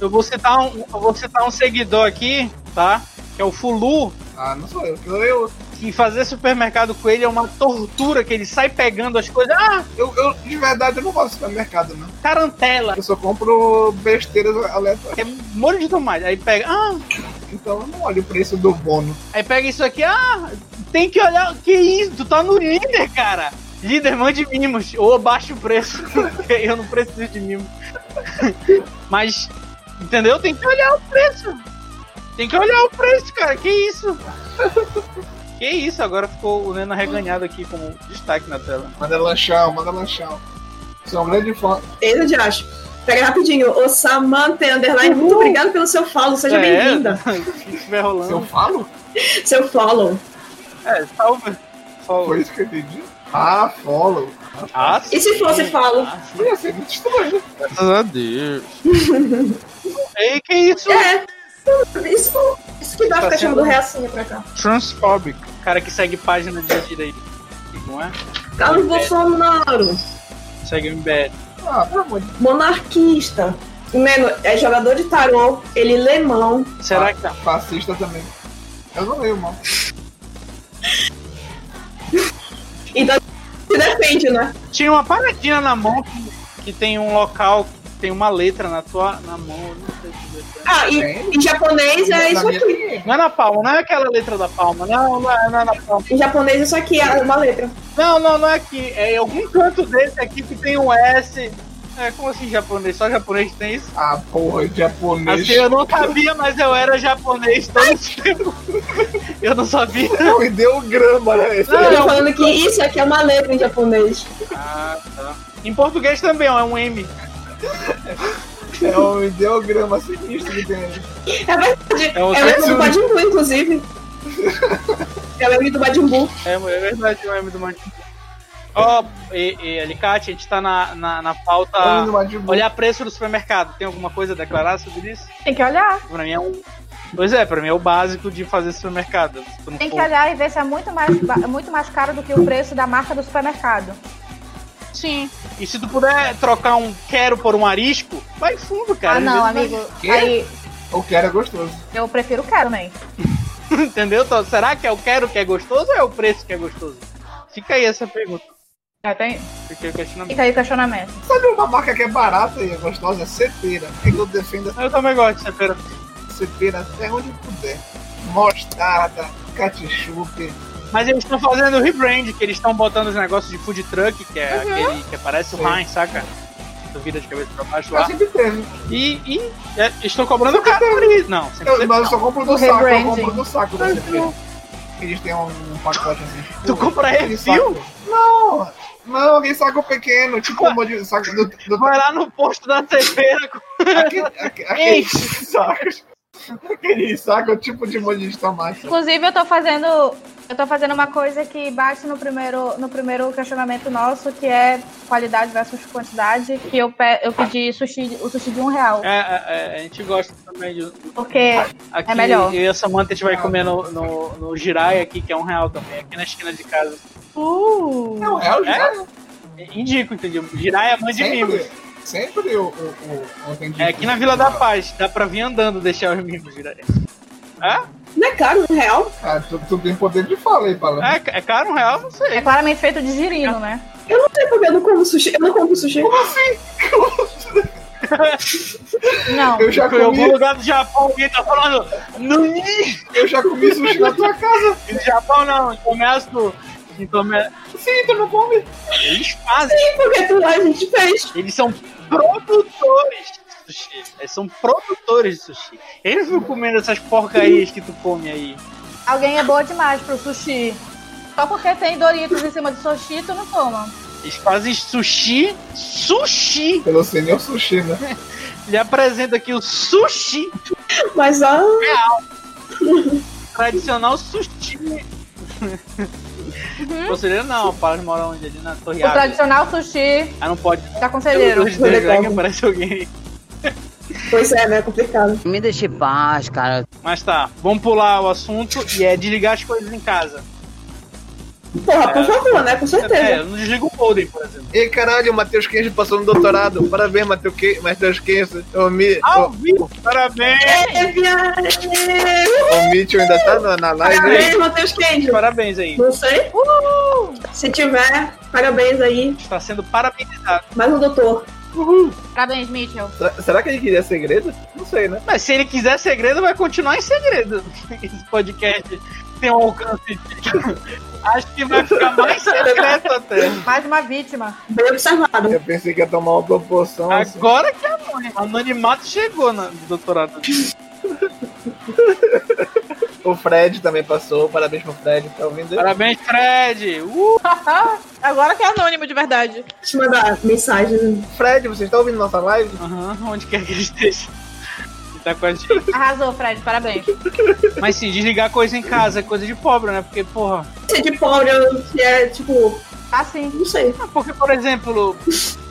Eu vou citar um, eu vou citar um seguidor aqui, tá? Que é o Fulu,
Ah, não sou eu, que eu, eu,
que fazer supermercado com ele é uma tortura, que ele sai pegando as coisas. Ah,
eu, eu, de verdade, eu não faço supermercado, não.
tarantela,
Eu só compro besteiras aleatórias.
que é molho de tomate. Aí pega, ah,
Então eu não olho o preço do bono.
aí pega isso aqui, ah, tem que olhar. Que isso? Tu tá no líder, cara. Líder, mande mimos. Ou abaixa o preço. *laughs* porque Eu não preciso de mimos. *laughs* Mas, entendeu? Tem que olhar o preço. Tem que olhar o preço, cara. Que isso? Que isso? Agora ficou o Nena reganhado aqui como destaque na tela.
Manda lanchão, manda lanchão. Sou um grande fã.
Eita, de acho. Pega rapidinho. O Samantha é Underline, muito obrigado pelo seu follow. Seja
É,
bem-vinda.
*laughs* Se estiver
Se eu
rolando.
falo?
Seu follow.
É, salve.
Foi
Salve.
isso que eu entendi. Ah, follow.
Ah,
E se fosse
sim.
follow?
Ah, sim.
Ia ser muito estranho.
Graças a Deus. Ei, que isso?
É. Isso, isso que dá
Tá
ficar
sendo-
chamando reacinha pra cá.
Transphobic. Cara que segue página de direita. Não é?
Carlos Bolsonaro,
Segue o MBL.
Ah, pelo amor de
monarquista. Mano, é jogador de tarô, ele lê mão.
Será que tá?
Deus. Fascista também. Eu não leio, mano.
Então se defende, né?
tinha uma paradinha na mão que, que tem um local que tem uma letra na tua na mão? eu Não, sei dizer.
Ah, e
Tem?
em japonês é isso
Na minha
aqui.
tem.
não é na palma, não é aquela letra da palma. Não, não é, não é na palma.
Em japonês é isso aqui, é uma letra.
Não, não, não é aqui. É em algum canto desse aqui que tem um S. É, como assim japonês? Só japonês tem isso?
Ah, porra, japonês.
Assim, eu não sabia, mas eu era japonês todo esse tempo. Eu não sabia.
Pô, e deu grama, né? Esse-
Não,
Eu
não.
tô falando que isso aqui é uma letra em japonês.
Ah, tá. Em português também, ó, é um M.
É um ideograma sinistro que tem aí.
É verdade.
É o
É letra do
Satsumi. *laughs*
Badimbu, inclusive. É letra do Badimbu.
É, é verdade, o M do Mandibu. Ó, e, e, Alicate, a gente tá na, na, na pauta.
Olha no Madibu.
Olhar preço do supermercado. Tem alguma coisa a declarar sobre isso?
Tem que olhar.
Pra mim é um. Pois é, pra mim é o básico de fazer supermercado. Se tu não
Tem que
for-
olhar e ver se é muito mais, ba- muito mais caro do que o preço da marca do supermercado.
Sim. E se tu puder trocar um quero por um arisco, vai fundo, cara.
ah,
Às
não,
vezes
amigo.
Quê?
Aí
O que era gostoso.
eu prefiro quero, né?
vai- Entendeu? Então, será que é o quero que é gostoso ou é o preço que é gostoso? Fica aí essa pergunta.
Já tem-
Fica aí o questionamento.
Fica aí o questionamento.
Sabe uma marca que é barata e é gostosa? É Ceteira. É que eu defendo
Eu também gosto dessa pera.
a Ceteira até onde puder. Mostarda, ketchup.
Mas eles estão fazendo o rebrand, que eles estão botando os negócios de food truck, que é aquele que parece
Sim.
o Heinz, saca? Tu vira de cabeça pra baixo
Eu
lá.
sempre teve.
E, e é, estão cobrando caro por isso. Não, sempre
Eu, mas eu só compro do
O
saco. Eu
rebranding.
compro do saco da Ceteira. Eles têm um, um pacote assim.
Tu compra
aquele
refil?
saco- Não! Não, aquele saco pequeno. Tipo um monte de saco do... do-
Vai lá no posto da cerveja. *laughs*
aquele, aque- aquele saco. Aquele saco é o tipo de molho de tomate.
Inclusive, eu tô fazendo. Eu tô fazendo uma coisa que bate no primeiro, no primeiro questionamento nosso, que é qualidade versus quantidade, que eu, pe- eu pedi sushi, o sushi de um real.
É, é, é, a gente gosta também de.
Porque
Aqui,
É melhor.
Eu e a Samanta a gente vai comer no, no, no Jirai aqui, que é um real também, aqui na esquina de casa. Uh!
Não, é o
É? Indico, entendeu? Jirai é mãe de mimos.
Sempre, sempre o, o, o, o atendimento-
É aqui na Vila da Paz, dá pra vir andando deixar os mimos, Jirai. É?
Não é caro, um real?
Ah, tu, tu tem poder de fala aí, Paulo.
É, é caro um real? Não sei.
é claramente feito de girino, né?
Eu não sei porque eu não como sushi. Eu não compro sushi.
Não.
Eu já
Em algum
comi,
lugar do Japão alguém tá falando. Nuni!
eu já comi sushi na tua casa.
No Japão não, em comércio. Em comércio
Sim, tu não come.
eles fazem.
Porque tu lá a gente fez.
Eles são produtores de sushi. Eles são produtores de sushi. Eles ficam comendo essas porcarias que tu come aí.
Alguém é boa demais pro sushi. Só porque tem Doritos em cima de sushi, tu não toma.
Eles fazem sushi. Sushi!
Eu não sei nem o sushi, né?
Ele apresenta aqui o sushi.
Mas ah, ó,
Tradicional sushi. Conselheiro não, o Paulo mora onde? Ali na Torre
Uhum. O
Água.
tradicional sushi
Ah, não pode.
tá
da
Eu,
conselheiro.
eu, eu,
legal.
que aparece alguém.
pois é, né? É complicado.
Me deixa em paz, cara.
Mas tá, vamos pular o assunto e é desligar as coisas em casa.
Porra, por favor, né? Com
É,
certeza.
eu não desligo o modem, por exemplo.
Ei, caralho, o Matheus Kenji passou no doutorado. Parabéns, Matheus Kenji. Matheus Kenji. O, Mi,
Ao vivo! Parabéns!
É, viagem!
o, o Mitchell ainda tá na, na live aí.
Parabéns, Matheus Kendi.
Parabéns aí.
Não sei. Se tiver, parabéns aí.
Está sendo parabenizado.
Mais um doutor.
Parabéns, Mitchell.
Será- Será que ele queria segredo? Não sei, né?
*laughs* Mas se ele quiser segredo, vai continuar em segredo. Esse podcast. tem um alcance. Acho que vai ficar mais secreto até.
Mais uma vítima.
Bem observado.
Eu pensei que ia tomar uma proporção.
Ah.
assim.
Agora que a mãe. A anonimato chegou na no doutorado.
O Fred também passou. Parabéns pro Fred. Tá ouvindo?
Parabéns, Fred! Uh!
Agora que é anônimo de verdade.
Deixa eu mandar mensagem.
Fred, vocês estão ouvindo nossa live?
Aham, onde quer que ele esteja. Ele tá com a gente.
Arrasou, Fred, parabéns.
Mas sim, desligar coisa em casa é coisa de pobre, né? Porque, porra.
Ser de pobre se é tipo.
Assim.
Não sei.
ah, Porque, por exemplo,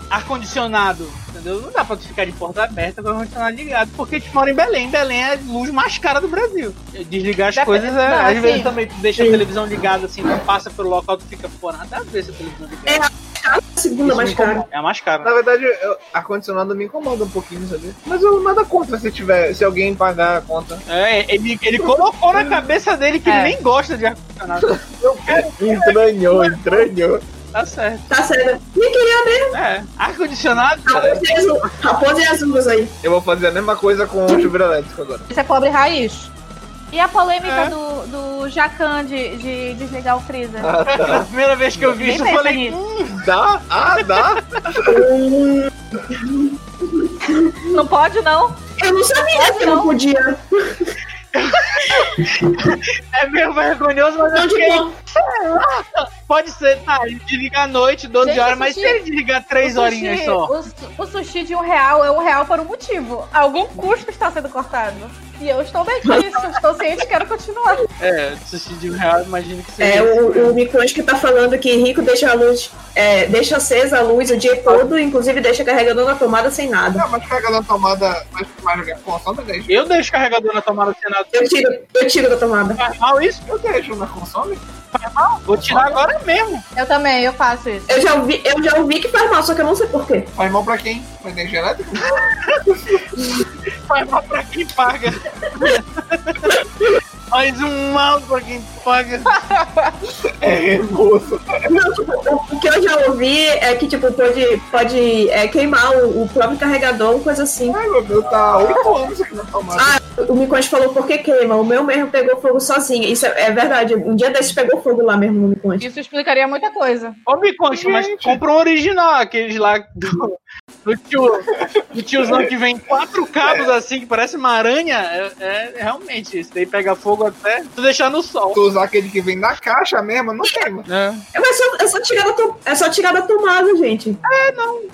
ar-condicionado. Entendeu? Não dá pra tu ficar de porta aberta com o ar-condicionado ligado. Porque a gente mora em Belém. Belém é a luz mais cara do Brasil. Desligar as
Depende-
coisas é.
não,
às
assim-
vezes também tu deixa a televisão ligada assim, não passa pelo local, tu fica, pô, nada a ver se a televisão ligada.
É a segunda
Isso
mais
me
cara.
incomoda. É a mais cara.
Na verdade, eu- ar-condicionado me incomoda um pouquinho, sabe? Mas eu nada contra se tiver, se alguém pagar a conta.
É, ele, ele colocou na cabeça dele que
É.
ele nem gosta de
*laughs*
ar-condicionado.
Eu quero. É, Entranhou, entranhou.
Tá certo.
Tá sério. Me queria mesmo.
É. Ar-condicionado, cara.
Raposa e azul. Raposa e azul aí.
Eu vou fazer a mesma coisa com o chuveiro elétrico agora.
Isso é pobre raiz.
E a polêmica
É.
do, do Jacan de, de desligar o freezer?
Ah, tá.
A primeira vez que eu vi
Nem
isso, eu
pensa
falei. "Hum,
nisso.
Dá? Ah, dá?
Não pode, não.
Eu não sabia que eu não podia.
É meio vergonhoso, mas
Não,
eu fiquei,
tipo,
pode ser, tá? Ele desliga à noite, 12
Gente,
horas, mas se
assisti-
ele desligar 3
O
horinhas
sushi-
só.
O, su- o sushi de um real é um real por um motivo. Algum custo está sendo cortado. E eu estou bem com isso. Estou ciente e quero continuar.
É, sushi de um real, imagino que seja.
é, o, o Microondas que tá falando que rico deixa a luz, é, deixa acesa a luz o dia todo, inclusive deixa carregador na tomada sem nada.
*laughs* Não, mas pega na tomada, mas mas consome né, deixa.
Eu deixo o carregador na tomada do Senado.
Eu tiro, eu tiro da tomada.
Faz mal isso?
Eu deixo, mas consome?
Vou tirar agora mesmo.
Eu também, eu faço isso.
Eu já ouvi, eu já ouvi que faz mal, só que eu não sei porquê.
Faz mal pra quem? Pra energia *laughs* elétrica?
Faz mal pra quem paga. Faz um mal pra quem paga.
É, moço.
Não, tipo, o, o que eu já ouvi é que tipo, pode, pode é, queimar o, o próprio carregador, coisa assim.
Ai, meu Deus, tá há oito anos aqui na tomada.
Ah, O Microondas falou por que queima, o meu mesmo pegou fogo sozinho. Isso é, é verdade, um dia desses pegou fogo lá mesmo no Microondas.
Isso explicaria muita coisa.
Ô, Biconcho, mas compra um original, aqueles lá do, do tio. Do tiozão que vem quatro cabos assim, que parece uma aranha. É, é, realmente, isso daí pega fogo até tu deixar no sol.
Tu usar aquele que vem na caixa mesmo, *laughs* não queima.
É.
É, mas só- é só tirar da to- é só tirar da tomada, gente.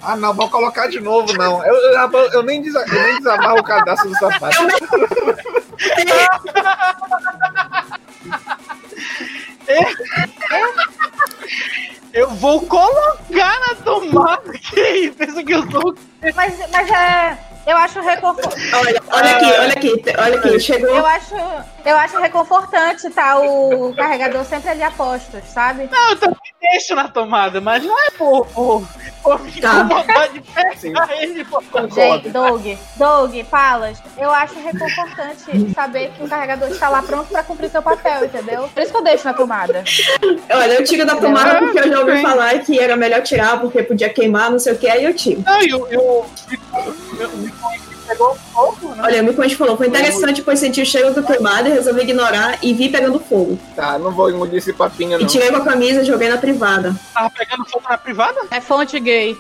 Ah, não, vou colocar de novo, não. Eu, eu, eu nem, desa, eu nem desamarro o cadastro do sapato.
Eu vou colocar na tomada *laughs* que pensa que eu sou.
Mas, mas é. Eu acho reconfortante.
Olha, olha aqui, olha aqui, te- olha aqui,
Eu
chegou.
acho, eu acho reconfortante tá o carregador sempre ali a postos, sabe?
Não, eu também deixo na tomada, mas não é por, por, por me
Tá.
incomodar de pegar
Sim.
ele. pô.
Gente, Doug, Doug, Palas, eu acho reconfortante saber que o carregador está lá pronto pra cumprir seu papel, entendeu? Por isso que eu deixo na tomada.
Olha, eu tiro da
Ah,
tomada porque eu já ouvi
bem.
falar que era melhor tirar porque podia queimar, não sei o que, aí eu tiro.
Não, e o eu, pegou fogo, né?
Olha, o Microondas falou, foi interessante, pois senti o cheiro do queimado e resolvi ignorar e vi pegando fogo.
Tá, não vou engolir esse papinho,
E
não.
tirei com a camisa e joguei na privada.
Tava pegando fogo na privada?
É fonte gay.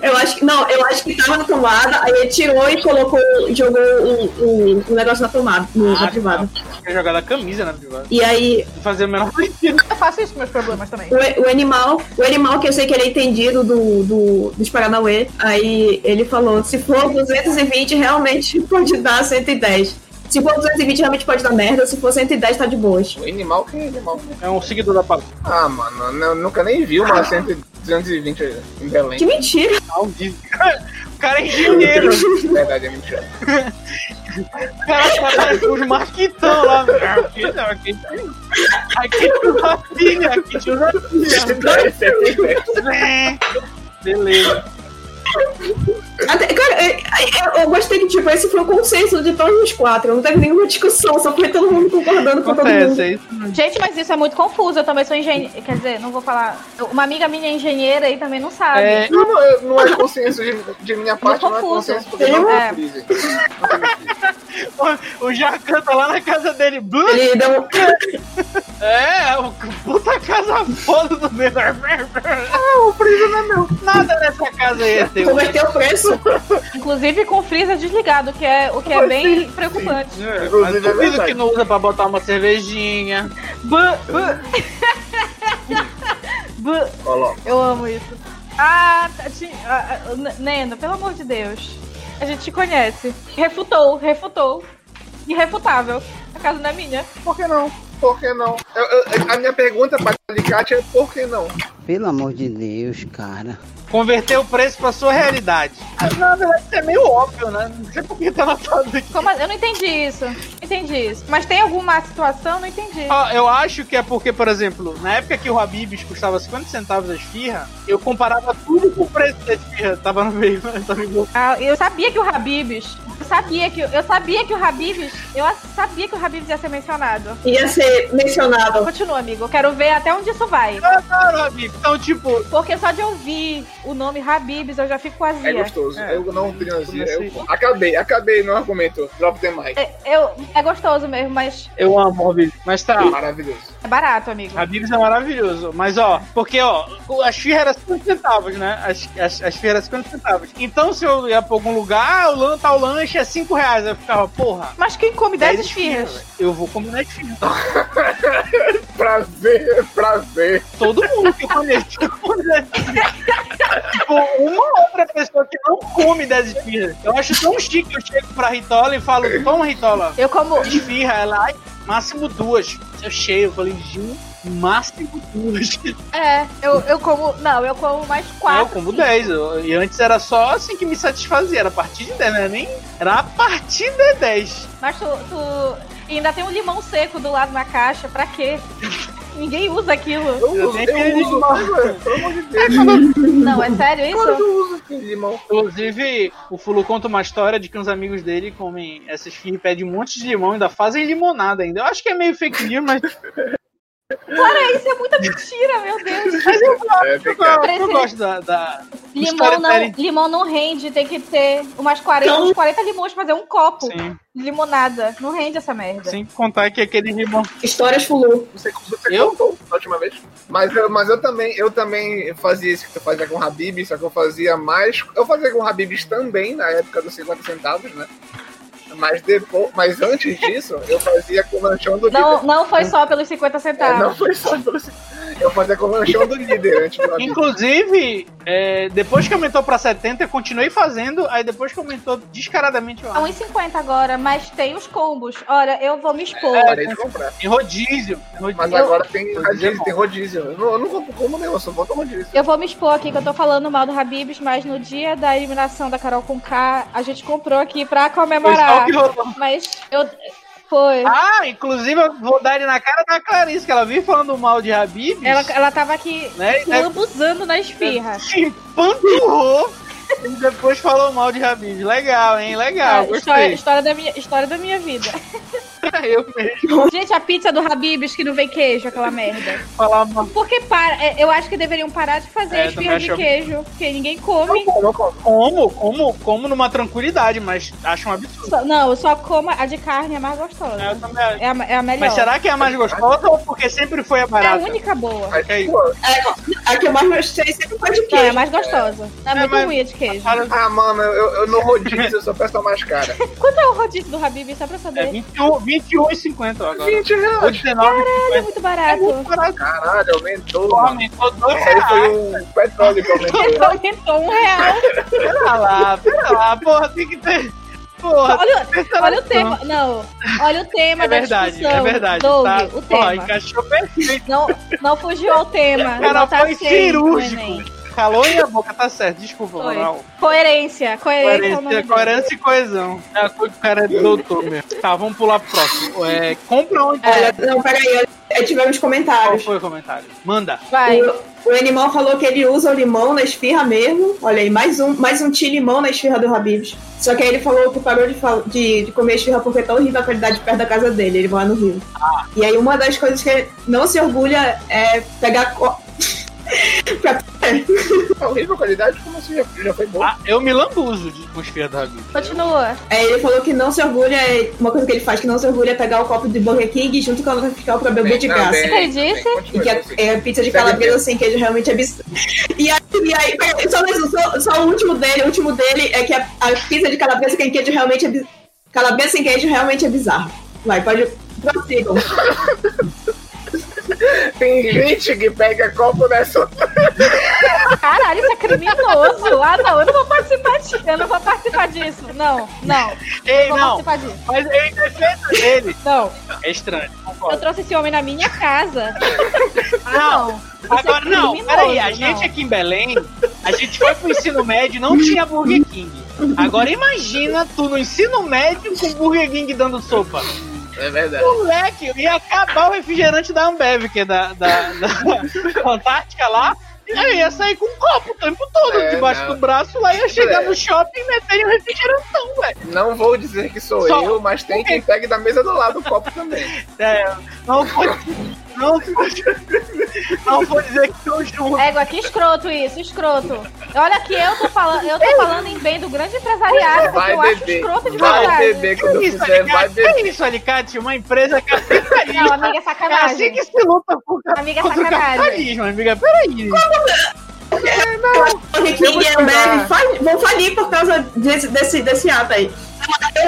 Eu acho que, não, eu acho que tava na tomada, aí ele tirou e colocou, jogou o, o- o negócio na tomada, no-
Ah,
na privada.
Quer jogar da camisa na privada.
E aí,
Não fazia o menor sentido.
Eu faço isso com meus problemas também.
O, o animal, o animal que eu sei que ele é entendido do, do, dos Paranauê, aí ele falou, se for 220, realmente *laughs* pode dar 110. Se for 220, realmente pode dar merda. Se for 110, tá de boas.
O animal que é animal.
É um seguidor da palavra.
Ah, mano, eu nunca nem vi uma 100, 220 em Belém.
Que mentira!
Tá Ao vivo. O cara é engenheiro.
Verdade, é mentira.
O cara trabalha com os marquitão lá. Aqui não, aqui tem. Aqui tem uma filha, aqui tem uma filha. Né?
Tá
Beleza.
Até- cara, é, eu, eu- eu gostei que, tipo, esse foi o consenso de todos os quatro. Não teve nenhuma discussão, só foi todo mundo concordando com todo mundo.
Acontece, é isso.
Gente, mas isso é muito confuso. Eu também sou engenheira. Quer dizer, não vou falar. Uma amiga minha é engenheira e também não sabe.
É,
Não, não, eu- não é consciência de, de minha parte, não é
confuso.
consciência porque não
É.
é.
O, o Jacan tá lá na casa dele. Blu,
Ele deu um.
É, o c- puta casa foda do meu. Ah, o freezer não é meu. Nada nessa casa aí é teu.
Converteu o preço.
Inclusive com o freezer desligado, que é, o que é bem preocupante.
É, mas
Inclusive, é
duvido
verdade.
que não usa pra botar uma cervejinha.
Bu- bu- Bu- *laughs*
Olha
Eu amo isso. Ah, Tati- ah, ah, N- Neno, pelo amor de Deus. A gente te conhece. Refutou, refutou. Irrefutável. A casa não é minha.
Por que não? Por que não? Eu- eu- a minha pergunta pra Alicate é por que não?
Pelo amor de Deus, cara.
Converter o preço pra sua realidade. Na verdade, isso é meio óbvio, né? Não sei por que tá na foto aqui.
Como a- Eu não entendi isso. Não Entendi isso. Mas tem alguma situação? Não entendi.
Ó, Eu acho que é porque, por exemplo, na época que o Habibs custava 50 centavos a esfirra, eu comparava tudo com o preço da esfirra. Tava no meio, *laughs* tava em
Ah, eu sabia que o Habibs. Eu sabia que, eu sabia que o Habibs. Eu a- sabia que o Habibs ia ser mencionado.
Ia ser mencionado.
Continua, amigo. Eu quero ver até onde isso vai.
Claro, Habibs. Então, tipo,
Porque só de ouvir o nome Habibs eu já fico com
É
azia.
gostoso.
É.
Eu não tenho azia.
Comecei.
Eu- Acabei, acabei no argumento. Drop the mic.
É, eu, é gostoso mesmo, mas
eu amo o Habibs. Mas tá,
Maravilhoso.
é barato, amigo.
Habibs é maravilhoso, mas ó, porque ó, o- a esfirra era 50 centavos, né? As, as, as esfirra era 50 centavos. Então, se eu ia pra algum lugar, ah, o lan- tal lanche é 5 reais. Eu ficava, porra,
Mas quem come 10
10
esfirras?
esfirras. Eu vou combinar esfirra.
Prazer, prazer.
Todo mundo que eu conheço come 10 esfirras. Tipo, uma outra pessoa que não come 10 esfirras. Eu acho tão chique que eu chego pra Ritola e falo, toma Ritola,
Eu como.
esfirra, ela, "Ai, máximo duas. Eu cheio, eu falei, Gil, máximo duas.
É, eu, eu como. Não, eu como mais
Eu
4.
como 10. eu- e antes era só assim que me satisfazia. Era a partir de 10, não era nem. Era a partir de 10.
Mas tu, tu- e ainda tem um limão seco do lado na caixa, pra quê? Ninguém usa aquilo.
Eu,
Eu
uso,
tenho aquele
eu uso.
limão.
mas, Pelo amor de Deus.
Não, é sério
Claro que
isso?
eu uso aquele limão.
Inclusive, o Fulu conta uma história de que uns amigos dele comem essas firras e pedem um monte de limão e ainda fazem limonada ainda. Eu acho que é meio fake news, *laughs* mas
Cara, isso é muita mentira, meu Deus.
É,
eu,
tem cara.
gosto- eu gosto da. da-
Limão não,
storytelling.
limão não rende, tem que ter umas 40, uns 40 limões pra fazer um copo
Então- Sim,
de limonada. Não rende essa merda.
sem contar que aquele limão.
Histórias fulu.
Não sei como você
Eu?
contou da última vez. Mas eu, mas eu também, eu também fazia isso que tu fazia com o Habib, só que eu fazia mais. Eu fazia com o Habib também na época dos 50 centavos, né? Mas depois, mas antes disso, eu fazia com o lanchão do
Não, tá.
líder.
não foi só pelos 50
É, não
centavos.
foi só pelo- Eu fazia com o lanchão do líder antes do
Então,
Habib.
Inclusive, é, depois que aumentou pra 70, eu continuei fazendo. Aí depois que aumentou descaradamente, eu
É 1,50 agora, mas tem os combos. Olha, eu vou me expor.
Parei de comprar.
Em rodízio. em rodízio.
Mas
Eu-
agora tem
Rodízio é
rodízio,
bom.
tem rodízio. Eu não, eu não compro como nenhum, eu só vou com rodízio.
Eu vou me expor aqui que eu tô falando mal do Habibs, mas no dia da eliminação da Carol com K, a gente comprou aqui
Foi
pra
só o
comemorar.
que rolou.
Mas eu. Foi.
Ah, inclusive eu vou dar ele na cara da Clarice, que ela vive falando mal de Habib. *laughs*
Ela, ela tava aqui
né, e deve-
lambuzando na esfirra.
se empanturrou e depois falou mal de Habib. Legal, hein? Legal,
Ah, é-
É,
história,
gostei.
história da minha, história da
*laughs*
minha vida.
Eu mesmo
Gente, a pizza do Habibs que não vem queijo, aquela merda.
falar mal.
Porque para, é, eu acho que deveriam parar de fazer
É, eu
esfirra
também
de
acho.
queijo, porque ninguém come.
Como, como?
Como, como, como numa tranquilidade, mas acho um absurdo.
Só- não, eu só como a de carne, é a mais
né? Eu
gostosa.
também acho.
É a, ma- é a melhor.
Mas será que é a mais gostosa ou porque sempre foi a
é a
barata?
única boa.
Mas,
Que aí?
pô,
É, a que eu mais gostei sempre foi de
Não, é a
queijo.
mais gostosa. É, muito
mas-
ruim a de queijo.
Cara,
Ah, mano, eu, eu no rodízio eu só peço a mais cara.
*laughs* Quanto é o rodízio do Habib, só pra
É
saber?
21 21,50 agora.
20
um,
Ou
reais.
19,50.
É muito barato. *laughs*
Caralho,
Caralho, aumentou.
porra,
Mano.
aumentou dois
Isso aí
reais.
foi um petróleo que
É *laughs*
aumentou.
Aumentou um real.
Pera lá, pera lá, porra, tem que ter. Porra,
Olha,
tem que ter
olha o
noção.
tema. Não, olha o tema
É
da
verdade,
discussão.
é verdade.
Doug,
tá?
o
Ó,
tema.
encaixou perfeito.
Não, não fugiu ao tema.
*laughs* O cara
não tá
foi
aceito,
cirúrgico.
Enem.
Calou e a boca, tá certo. Desculpa,
Foi.
moral.
Coerência, coerência. é o nome
Coerência,
dele.
coerência e coesão. É a coisa que o cara é doutor mesmo. Tá, vamos pular pro próximo. É, compra onde.
Olha, não, peraí, olha, é, tivemos
Qual
comentários.
foi o comentário? Manda.
Vai.
O, o animal falou que ele usa o limão na esfirra mesmo. Olha aí, mais um, mais um ti limão na esfirra do Habibs. Só que aí ele falou que parou de, fal- de, de comer esfirra porque é tão horrível a qualidade perto da casa dele. Ele mora no Rio. E aí uma das coisas que ele não se orgulha é pegar. Co... pra
A mesma qualidade como se já, já foi bom.
Ah, eu me lambuzo de, com esfirra da Habib.
Continua.
É, ele falou que não se orgulha, é, uma coisa que ele faz que não se orgulha é pegar o copo de Burger King junto com a nota fiscal pra beber de
Não,
graça.
bem,
Ele disse?
bem, continua,
E que
sim.
é, é pizza de
Segue
calabresa sem queijo realmente é absurdo. E aí, e aí só, mais um, só, só o último dele, o último dele é que a, a pizza de calabresa sem queijo realmente é bi- Calabresa sem queijo realmente é bizarro. Vai, pode. Prossigam.
Tem gente que pega copo nessa.
Caralho, isso é criminoso. Ah, não, eu não vou participar disso. Eu não vou participar disso. Não, não.
Ei,
Não vou
não,
participar disso.
mas em defesa dele.
Não.
É estranho,
Eu
concordo.
trouxe esse homem na minha casa.
Não,
Isso é
Agora, não,
criminoso,
peraí, a
não.
gente é aqui em Belém, a gente foi pro ensino médio e não tinha Burger King. Agora imagina tu no ensino médio com Burger King dando sopa.
É verdade.
Moleque, eu ia acabar o refrigerante da Ambev, que é da, da, da Fantástica lá. E aí ia sair com um copo o tempo todo
É,
debaixo
não.
do braço, lá ia chegar
É.
no shopping e meter um refrigerantão, velho.
Não vou dizer que sou
Só-
eu, mas tem quem pegue da mesa do lado o copo também.
É, não vou, não, vou- não vou dizer que tô junto.
Égua, que escroto isso, escroto. Olha que eu tô falando, eu tô falando em bem do grande empresariado, porque *laughs* eu
Vai
acho
beber.
escroto de
Vai
verdade.
beber
Que
quando
isso,
É
tá
fizer, vai
Alicate?
beber.
Que isso, Alicate? Uma empresa capitalista.
Não, amiga, é
É assim
sacanagem.
que se luta contra,
Amiga, é
contra *laughs* o
sacanagem.
capitalismo, amiga. Peraí.
Burger King
Vamos
e
pagar.
Ambev fal- vão falir por causa desse, desse, desse ato aí.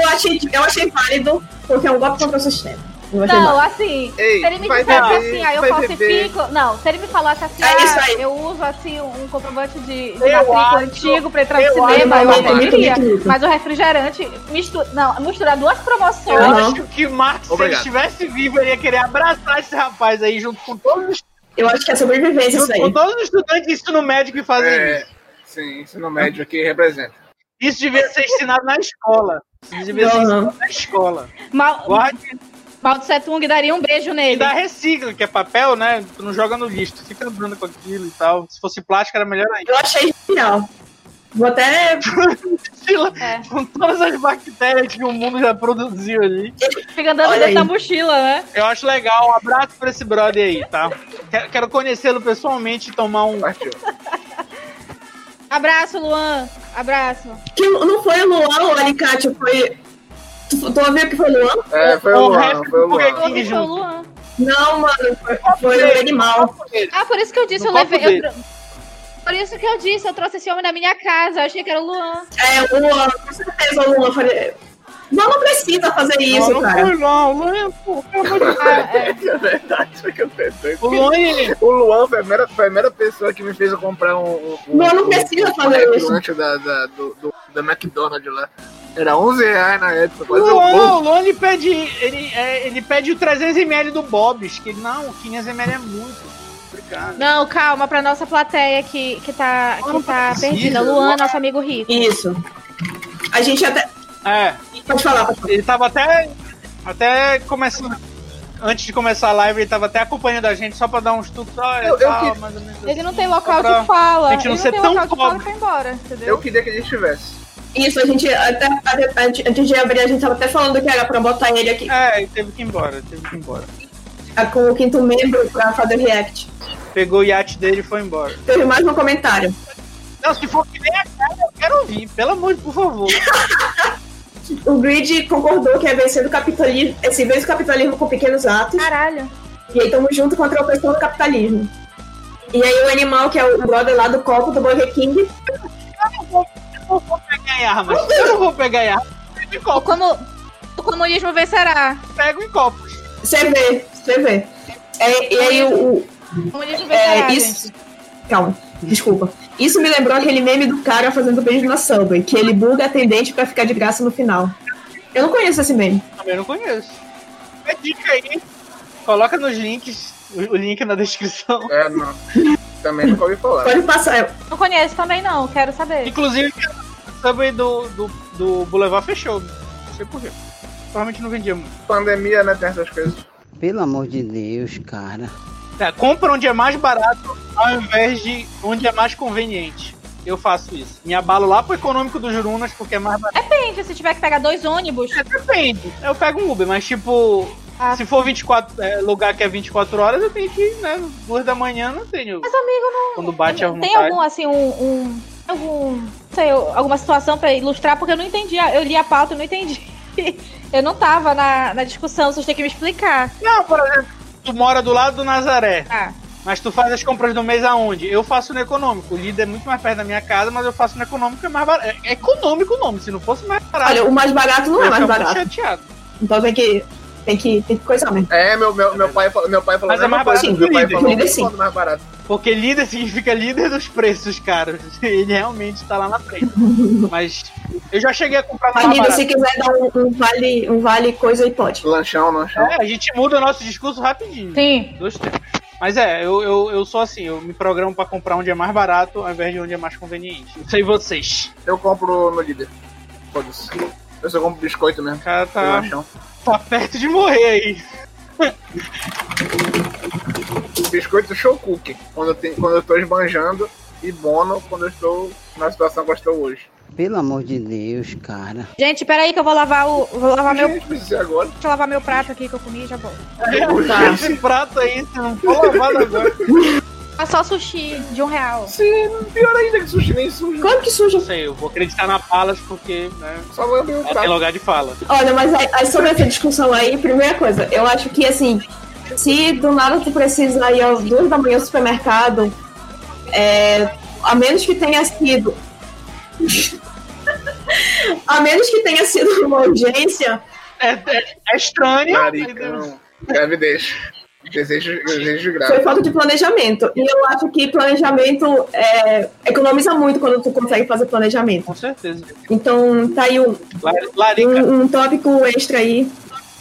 Eu achei, eu achei válido, porque é um golpe contra o sistema. Eu achei válido.
Não, assim,
Ei,
se ele me
vai
dissesse
beber,
assim, ah, eu
vai
falsifico. Não, se ele me falasse assim,
É isso
ah,
aí.
eu uso assim um um comprovante de, de
Eu
matrícula
acho-
antigo pra entrar no
eu
cinema,
acho é
eu
muito,
muito,
atenderia.
muito, muito.
Mas o refrigerante, mistura, não, misturar duas
Eu
promoções.
Aham.
acho que o Marx, se ele
Obrigado.
estivesse vivo, ele ia querer abraçar esse rapaz aí junto com todos os,
Eu acho que é sobrevivência isso
junto com
aí.
todos os estudantes de ensino médio que fazem
É,
isso.
sim, ensino médio aqui representa.
Isso devia ser ensinado na escola. Isso devia
Uhum.
ser
Aham.
ensinado na escola.
Mal,
Guarde
Mao Tse Tung daria um beijo
e
nele.
dá recicla, que é papel, né? Tu não joga no lixo, tu fica andando com aquilo e tal. Se fosse plástico, era melhor ainda.
Eu achei genial. Vou até.
Mochila,
É.
Com todas as bactérias que o mundo já produziu ali.
Fica andando
Olha
dentro
aí.
da mochila, né?
Eu acho legal. Um abraço pra esse brother aí, tá? Quero- Quero conhecê-lo pessoalmente e tomar um *laughs*
Partiu.
Abraço, Luan. Abraço.
Que não foi o Luan ou o Alicate, foi. Tu, tu ouviu que foi o Luan?
É, foi
O
o Luan,
resto
foi o
do
Luan.
Burger King
Todos são
junto.
Luan.
Não, mano, foi, foi o animal.
Ah, por isso que eu disse,
No
eu levei.
copo
eu tro- Por isso que eu disse, eu trouxe esse homem na minha casa. Eu achei que era o Luan.
É, o Luan, com certeza o Luan. Falei, não, não precisa fazer isso,
não, não
cara.
foi não, Luan, pô, pelo amor de Deus.
Ah, é.
É verdade, foi que eu tentei.
O Luan, ele-
O Luan foi a primeira, foi a primeira pessoa que me fez eu comprar um. um
Luan
um,
não precisa
um,
fazer isso.
refrigerante da, da, do, do- da McDonald's lá. Era 11 reais na época, um
o
mas eu
Luan,
vou.
o Luan, ele pede, ele, é, ele pede o 300ml do Bob's, que ele, não, 500ml é muito. Obrigado.
Não, calma, pra nossa plateia que, que tá, que
Não
tá
precisa,
perdida. Luan, nosso amigo rico.
Isso. A gente até.
É,
Pode falar, pode
ele tava até, até começando, antes de começar a live, ele tava até acompanhando a gente só pra dar uns tutos, olha,
Eu- eu
tal,
quis-
mais ou menos
Ele não
assim,
tem
só
local
pra-
de fala.
a gente
Ele
não
não
ser
tem
tão
local de fala e
pobre.
foi embora, entendeu?
Eu queria que ele estivesse.
Isso, a gente até. até- antes- Antes de abrir, a gente tava até falando que era pra botar ele aqui
É, ele teve que ir embora, teve que ir embora.
ah, com o quinto membro pra fazer o react.
Pegou o iate dele e foi embora.
Teve mais um comentário.
Não, se for que nem a cara, eu quero ouvir, pelo amor de por favor.
O Grid concordou que é vencer o capitalismo, é se vence o capitalismo com pequenos atos.
Caralho.
E aí estamos junto contra a opressão do capitalismo. E aí o animal, que é o brother lá do copo do Burger King,
Eu não vou pegar em armas. Eu não vou pegar em armas. Eu pego em
O,
copos.
comu- o comunismo vencerá.
Eu pego em copos.
você vê, você vê. É, e aí o. o-
O comunismo vencerá.
É,
gente.
isso. Calma, desculpa. Isso me lembrou aquele meme do cara fazendo beijo na Subway, que ele buga atendente pra ficar de graça no final. Eu não conheço esse meme.
Também não conheço. É dica aí. Coloca nos links. O o link na descrição.
É, não. Também nunca ouvi falar.
Pode passar.
Não conheço também, não. Quero saber.
Inclusive, a Subway do, do, do Boulevard fechou. Não sei porquê. Provavelmente não vendia muito.
Pandemia, né? Tem essas coisas.
Pelo amor de Deus, cara.
Tá, compra onde é mais barato ao invés de onde é mais conveniente. Eu faço isso. Me abalo lá pro econômico dos Jurunas, porque é mais barato.
Depende, se tiver que pegar dois ônibus.
Depende. Eu pego um Uber, mas tipo,
Ah.
Se for 24, é, lugar que é 24 horas, eu tenho que ir, né? Duas da manhã não tenho.
Mas, amigo, não.
Quando bate a vontade.
Tem algum, assim, um. um- algum. não sei, alguma situação pra ilustrar, porque eu não entendi. a- Eu li a pauta e não entendi. *laughs* Eu não tava na, na discussão, vocês têm que me explicar.
Não, por exemplo, tu mora do lado do Nazaré,
Ah,
mas tu faz as compras do mês aonde? Eu faço no econômico. O líder é muito mais perto da minha casa, mas eu faço no econômico, é mais barato. É econômico o nome, se não fosse mais barato.
Olha, o mais barato não
eu
é
ia
mais
ficar muito
barato.
chateado.
Então tem que, tem que, tem que coisar mesmo.
É, meu, meu, meu pai falou, meu pai falou
Mas
a
é
mesma
mais barato
coisa,
que
meu pai
líder.
falou
Líder,
"Todo
sim.
mundo mais barato.
Porque líder *laughs* significa líder dos preços, cara. *laughs* Ele realmente tá lá na frente. Mas eu já cheguei a comprar na
Mas Nívia, se
Tá barato.
quiser dar um, um vale, um vale coisa aí, pode.
Lanchão, lanchão.
É, a gente muda o nosso discurso rapidinho.
sim.
Dois tempos. Mas é, eu, eu, eu sou assim, eu me programo pra comprar onde é mais barato ao invés de onde é mais conveniente. Não sei vocês.
Eu compro no líder. Foda-se. Eu só compro biscoito mesmo.
O cara
e
tá,
Lanchão.
tá perto de morrer aí.
Biscoito show cookie. Quando eu, tenho, quando eu tô esbanjando. E bono quando eu estou na situação que eu estou hoje.
Pelo amor de Deus, cara.
Gente, peraí que eu vou lavar o. Vou lavar meu.
Gente, precisa ser agora.
Deixa eu lavar meu prato aqui que eu comi e já vou.
Tá.
Esse prato aí, se não for lavado agora.
Ah, só sushi de um real.
Sim, pior ainda que sushi nem sujo.
Claro que suja.
Não sei, eu vou acreditar na Palas porque, né?
Só lambe o
é, Tem
prato.
lugar de fala.
Olha, mas aí, aí sobre essa discussão aí, primeira coisa, eu acho que assim, se do nada tu precisa ir às duas da manhã ao supermercado, é, a menos que tenha sido. *laughs* a menos que tenha sido uma urgência,
É, é, é estranho.
Naricão. Gravidez. Desejo, desejo
foi
grave.
falta de planejamento. E eu acho que planejamento é, economiza muito quando tu consegue fazer planejamento.
Com certeza.
Então tá aí um,
Lar- Larica.
um, um tópico extra aí,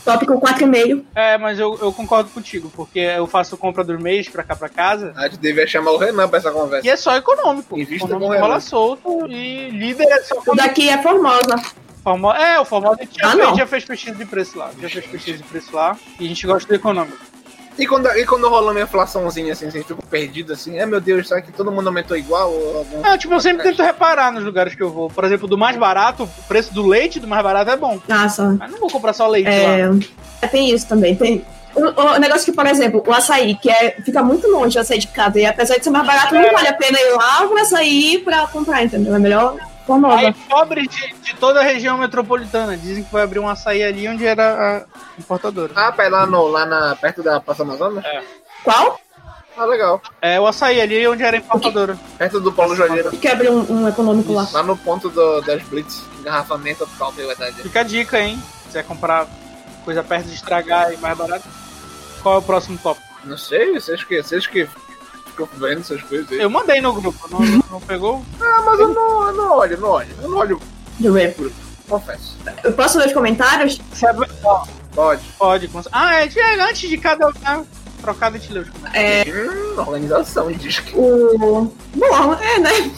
tópico 4,5.
É, mas eu, eu concordo contigo, porque eu faço compra do mês pra cá pra casa.
A gente devia chamar o Renan pra essa conversa.
E é só econômico.
Invista
Econômico
no Renan.
rola solto e líder é só
O
quando
daqui é Formosa.
Formo... É, o Formosa já,
Ah,
fez,
não.
já fez pesquisa de preço lá. Já fez pesquisa de preço lá. E a gente gosta do econômico.
E quando, e quando rola uma inflaçãozinha assim, vocês ficam perdidos assim, ai meu Deus, será que todo mundo aumentou igual? Ou algum...
Não, tipo, eu sempre tento reparar nos lugares que eu vou. Por exemplo, do mais barato, o preço do leite do mais barato é bom.
Nossa,
Mas não vou comprar só leite lá.
É, é, tem isso também. Tem o, o negócio que, por exemplo, o açaí, que é, fica muito longe o açaí de casa, e apesar de ser mais barato, não vale a pena ir lá pro açaí pra comprar, entendeu? É melhor
Aí,
Formosa.
pobre de, de toda a região metropolitana. Dizem que vai abrir um açaí ali onde era a importadora.
Ah, pai, lá, no, lá na, perto da Praça Amazonas?
Qual?
Ah, legal.
É, o açaí ali onde era a importadora.
Perto do Paulo Joalheiro.
Que abriu um, um econômico lá.
Lá no ponto do, das Blitz. Engarrafamento total, de verdade.
Fica a dica, hein? Se quiser comprar coisa perto de estragar e mais barato. Qual é o próximo tópico?
Não sei, vocês que, vocês que ficam vendo essas coisas aí.
Eu mandei no grupo, não, não- não pegou?
Ah, mas eu não, eu não olho, não olho. Eu não olho,
Deixa eu ver.
confesso.
Eu posso ler os comentários?
Sabe-
Pode.
Pode. com- Ah, é, é antes de cada ah, trocada de leite.
Hum, organização, diz que.
O. Bom, é, né?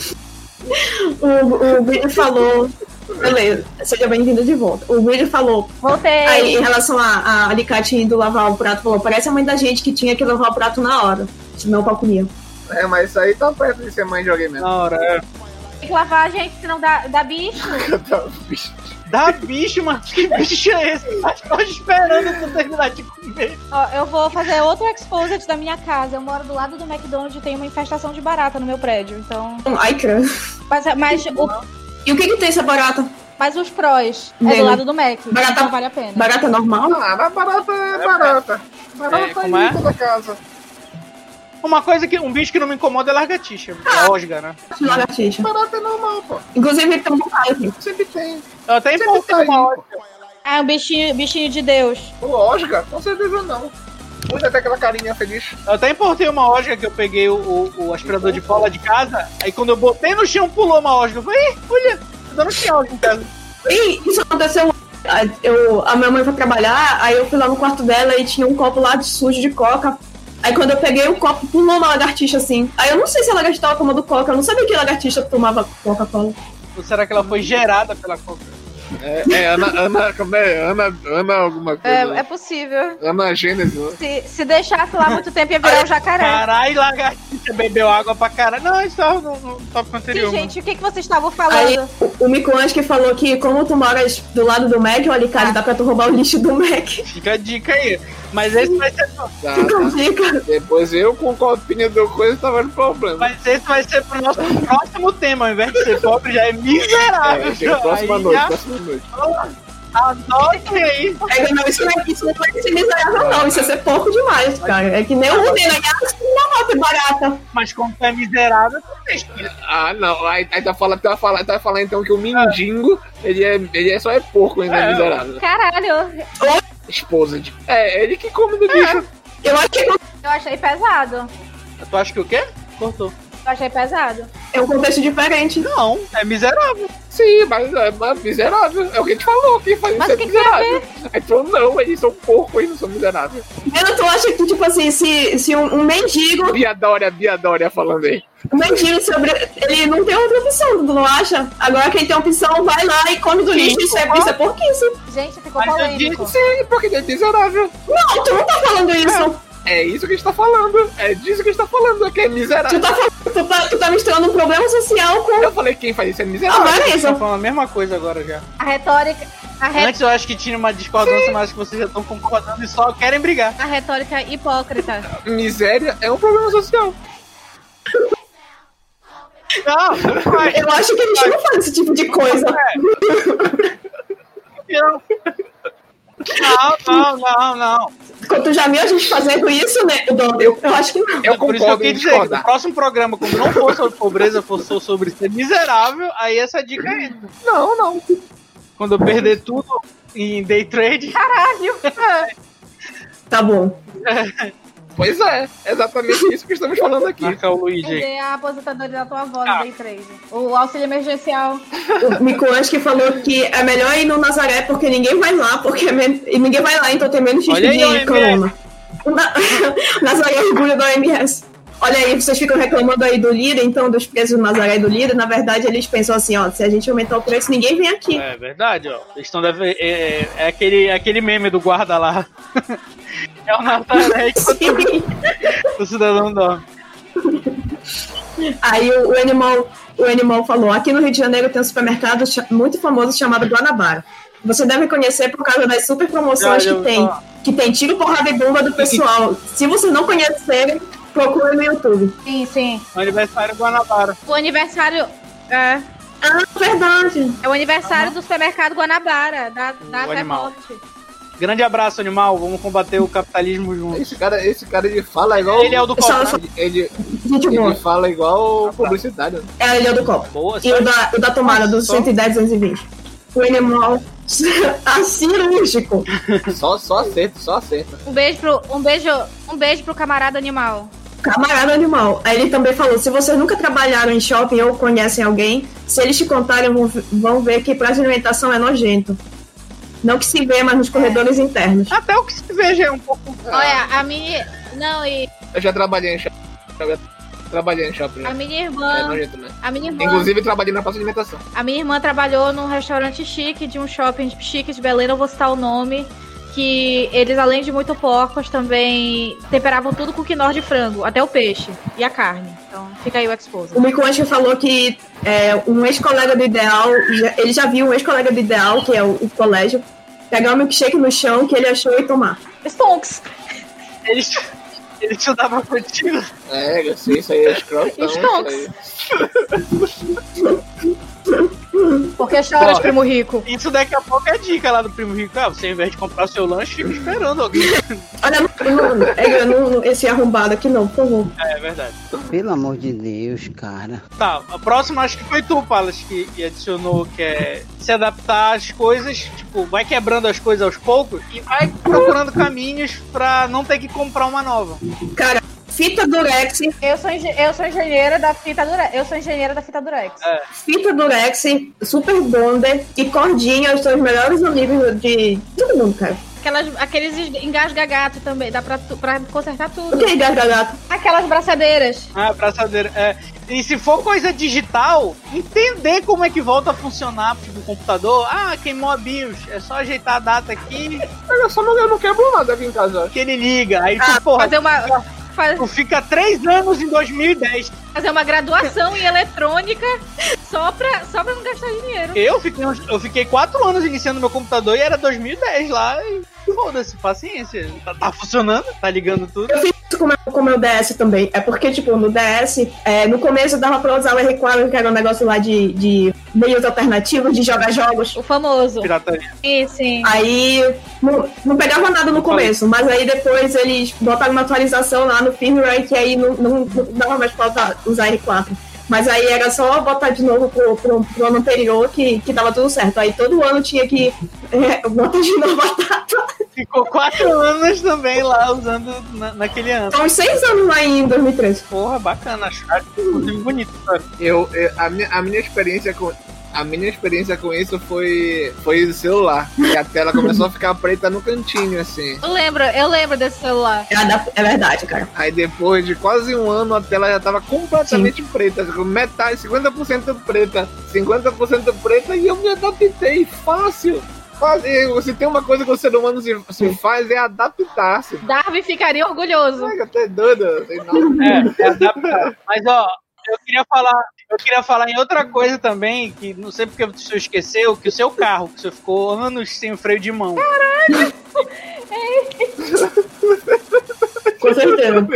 O, o Guido falou. Beleza, seja bem-vindo de volta. O Guido falou,
Voltei.
Aí, em relação a, a Alicate indo lavar o prato, falou, parece a mãe da gente que tinha que lavar o prato na hora, senão o pau comia.
É, mas isso aí tá perto de ser mãe de alguém mesmo.
Na hora. é.
Tem que lavar, gente, senão dá, dá bicho.
Tá, bicho.
Dá bicho, mano. Que bicho é esse? Tá só esperando tu terminar de comer.
Ó, eu vou fazer outro exposit da minha casa. Eu moro do lado do McDonald's e tem uma infestação de barata no meu prédio. Então.
Hum, Ai, crã.
Mas, mas, o-
E o que que tem essa barata?
mas os prós é do
Dele.
lado do Mac.
Barata-
Então vale a pena.
Barata normal?
Ah, mas barata é barata.
É,
Barata
como
é,
é?
em toda casa.
Uma coisa que. Um bicho que não me incomoda é largatixa. É osga, né?
De lagartixa.
Barata é normal, pô.
Inclusive, tem um bocado aqui.
Sempre tem.
Eu até
Sempre
importei
tá aí.
uma
pô.
osga.
Ah, um bichinho, bichinho de Deus.
Lógica, com certeza não. Muda até aquela carinha feliz.
Eu até importei uma osga que eu peguei o, o- o aspirador de pó lá de casa. Aí quando eu botei no chão, pulou uma osga. Eu falei, "Ih, olha, eu não tinha osga em casa.
E isso aconteceu. a- Eu, a minha mãe foi trabalhar, aí eu fui lá no quarto dela e tinha um copo lá de sujo de coca. Aí quando eu peguei o copo, pulou uma lagartixa assim. Aí eu não sei se a lagartixa tava tomando coca, eu não sabia que lagartixa tomava Coca-Cola.
Ou será que ela foi gerada pela coca?
É, é Ana, Ana, como é? Ana, Ana alguma coisa.
É,
né?
é possível.
Ana Gênesis, né?
Se, se deixasse lá muito tempo, ia virar um jacaré.
Caralho, lagartixa bebeu água pra caralho. Não, isso tava no, no tópico
Sim,
anterior. mano.
gente, o que, que vocês estavam
Aí
falando?
o- o Micoange que falou que como tu moras do lado do Mac, o Alicate dá pra tu roubar o lixo do Mac.
Fica a dica aí. Mas esse vai ser,
Tá,
*laughs* Fica
tá.
dica.
Depois eu com o copinho do coisa tava no problema.
mas esse vai ser pro nosso próximo tema. Ao invés de ser pobre, já é
É,
miserável.
gente, próxima
Aí
noite, né?
já-
próxima noite.
Anote aí.
É, não, isso não é isso não é ser miserável, não. Isso é ser pouco demais, cara. É que nem o Nina, uma moto é barata.
Mas como tu é miserável, tu tem escolha.
Ah, não. Aí, aí tá falando, tá falando, tá falando então que o mendigo, ele, é, ele é só é porco, ainda
É.
é miserável.
Caralho,
Esposa de. É, ele que come do bicho.
Eu acho que é um,
eu achei pesado.
Tu acha que o quê? Cortou.
Eu achei pesado.
é um contexto diferente.
Não, é miserável.
Sim, mas é mas miserável. É o que a gente falou, quem faz
Mas
isso é
o que que tem a
miserável. Aí tu falou, não, eles são porco, eles não são miseráveis.
Nina, tu acha que, tipo assim, se, se um, um mendigo,
Biadória, Biadória falando aí.
um mendigo sobre. Ele não tem outra opção, tu não acha? Agora quem tem opção vai lá e come do lixo, isso é, isso é porquice.
Gente, ficou
Mas eu
polêmico.
disse
Sim, porque ele é miserável.
Não, tu não tá falando isso.
É isso que a gente tá falando. É disso que a gente tá falando, é que é
Tu
miserável.
tá, falando- tu, tá, tu tá misturando um problema social
tá-
com
Eu falei que quem faz isso é
a
miserável.
Estão
Vanessa.
tá falando a mesma coisa agora já.
A retórica, a, re-
Antes eu acho que tinha uma discordância, mas acho que vocês já estão concordando e só querem brigar.
A retórica é
*laughs*
hipócrita.
Ah,
Miséria é um problema social.
Não, não faz.
Eu acho que a gente não faz esse tipo de coisa.
Não, *laughs* não, não, não.
Quando tu já viu a gente fazendo isso, né, Dom? Eu, eu acho que não.
Eu
Por isso que eu
concordo em
quis dizer que no
discordar.
próximo programa, como não for sobre pobreza, for só sobre ser miserável, aí essa dica entra.
Não, não.
Quando eu perder tudo em day
*laughs*
trade,
Tá bom.
Pois é, é exatamente isso que estamos falando aqui.
marca né, é o Luigi aí.
Cadê a aposentadoria da tua avó no
Tá.
Day Trade? O auxílio emergencial.
O Mico acho que falou que é melhor ir no Nazaré porque ninguém vai lá, porque é men- e ninguém vai lá, então tem menos risco
Olha aí,
de
OMS.
corona. O Na... *laughs* Nazaré é orgulho da OMS. Olha aí, vocês ficam reclamando aí do Lira, então, dos preços do Nazaré e do Lira. Na verdade, eles pensam assim, ó, se a gente aumentar o preço, ninguém vem aqui.
É verdade, ó. Eles estão deve- é, é aquele, é aquele meme do guarda lá. *laughs* É o Nazaré que
*laughs* Sim.
o cidadão dorme.
Aí o, o animal, o animal falou: aqui no Rio de Janeiro tem um supermercado cha- muito famoso chamado Guanabara. Você deve conhecer por causa das super promoções
Já, já
que
ouvi
tem,
falar.
que tem tiro, porrada e bomba do pessoal. Se você não conhecer, procure no YouTube.
Sim, sim.
No É aniversário do Guanabara.
O aniversário. É,
Ah, verdade.
é o aniversário do supermercado Guanabara, da, da
O animal.
Deporte.
Grande abraço, animal. Vamos combater o capitalismo junto.
Esse cara, esse cara ele fala igual.
Ele é o do
Só-
copo.
só-
Ele,
Gente
ele
boa.
fala igual né? publicitário.
É a Ilha do Copo.
Boa,
E o da, o da tomada do
Só-
110 220. O animal *laughs* a cirúrgico.
Só, só acerta, só acerta.
Um beijo pro. Um beijo. Um beijo pro camarada animal.
Camarada animal. Aí ele também falou: se vocês nunca trabalharam em shopping ou conhecem alguém, se eles te contarem, vão, vão ver que prato de alimentação é nojento. Não que se vê, mas nos corredores internos.
Até o que se veja é um pouco.
Olha, a minha. Não, e
Eu já trabalhei em shopping. já Trabalhei em shopping.
a
Né?
minha
Ah,
É
irmã.
nojento, né?
A minha irmã.
Inclusive, trabalhei na praça de alimentação.
A minha irmã trabalhou num restaurante chique de um shopping chique de Belém, não vou citar o nome. Que eles, além de muito porcos, também temperavam tudo com quinor de frango, até o peixe e a carne. Então fica aí o exposa.
O Mico Anjo falou que é, um ex-colega do Ideal, já- ele já viu um ex-colega do Ideal, que é o, o colégio, pegar um milkshake no chão que ele achou e tomar.
Stonks.
Ele, ele estudava contigo.
É, eu sei, isso aí é escrotão.
Stonks.
isso aí.
Porque chora de
Ó.
primo rico.
Isso daqui a pouco é dica lá do primo rico. Ah, você ao invés de comprar seu lanche, fica esperando alguém. *laughs*
Olha, não- não- é, não- não- esse arrombado aqui não, por favor.
é verdade.
Pelo amor de Deus, cara.
Tá, a próxima acho que foi tu, Palas, que, que adicionou que é se adaptar às coisas, tipo, vai quebrando as coisas aos poucos e vai procurando caminhos pra não ter que comprar uma nova.
Cara, fita durex,
Eu sou, engen- eu sou engenheira da fita durex. Eu sou engenheira da fita durex.
É.
Fita Durex, Super Bonder e Cordinha são os melhores amigos de todo mundo, cara.
Aquelas, aqueles engasga-gato também, dá pra, tu- pra consertar
O
tudo.
que é gargalhado?
Aquelas braçadeiras.
Ah, braçadeira. É. E se for coisa digital, entender como é que volta a funcionar tipo, o computador. Ah, queimou a BIOS. É só ajeitar a data aqui
Olha só, mas eu não quebro nada aqui em casa.
que ele liga. Aí tu,
Ah,
porra,
Fazer uma, faz-
é
tu fica três anos em 2010.
fazer uma graduação em eletrônica só pra, só pra não gastar dinheiro.
Eu fiquei, uns- eu fiquei quatro anos iniciando meu computador e era 2010 lá. E foda-se, paciência. Tá, tá funcionando, tá ligando tudo.
Eu fiz isso com o meu, com o meu DS também. É porque, tipo, no DS, é, no começo dava pra usar o R4, que era um negócio lá de, de meios alternativos de jogar jogos.
O famoso.
Pirataria.
Sim, sim.
Ah. Aí não, não pegava nada no começo, mas aí depois eles botaram uma atualização lá no firmware que aí não, não, não dava mais pra usar- usar R4. Mas aí era só botar de novo pro, pro, pro ano anterior que, que dava tudo certo. Aí todo ano tinha que *laughs* é, botar de novo *laughs* a data.
Ficou quatro anos também lá usando na- naquele ano.
Então, uns seis anos lá em 2013.
Porra, bacana. Acho que inclusive bonito, cara.
Eu, eu- a, minha, a minha experiência com. A minha experiência com isso foi, foi o celular. E a tela começou a ficar preta no cantinho, assim.
Eu lembro, eu lembro desse celular.
É, da- é verdade, cara.
Aí depois de quase um ano a tela já tava completamente preta. com Metade, 50% preta. 50% preta e eu me adaptei fácil. Fácil. Você tem uma coisa que o ser humano se, se faz é adaptar-se.
Darwin ficaria orgulhoso.
Ai, Até doida. sei não.
É, é adaptar. Mas ó, eu queria falar, eu queria falar em outra coisa também, que não sei porque o senhor esqueceu, que o seu carro, que o senhor ficou anos sem o freio de mão.
Com certeza.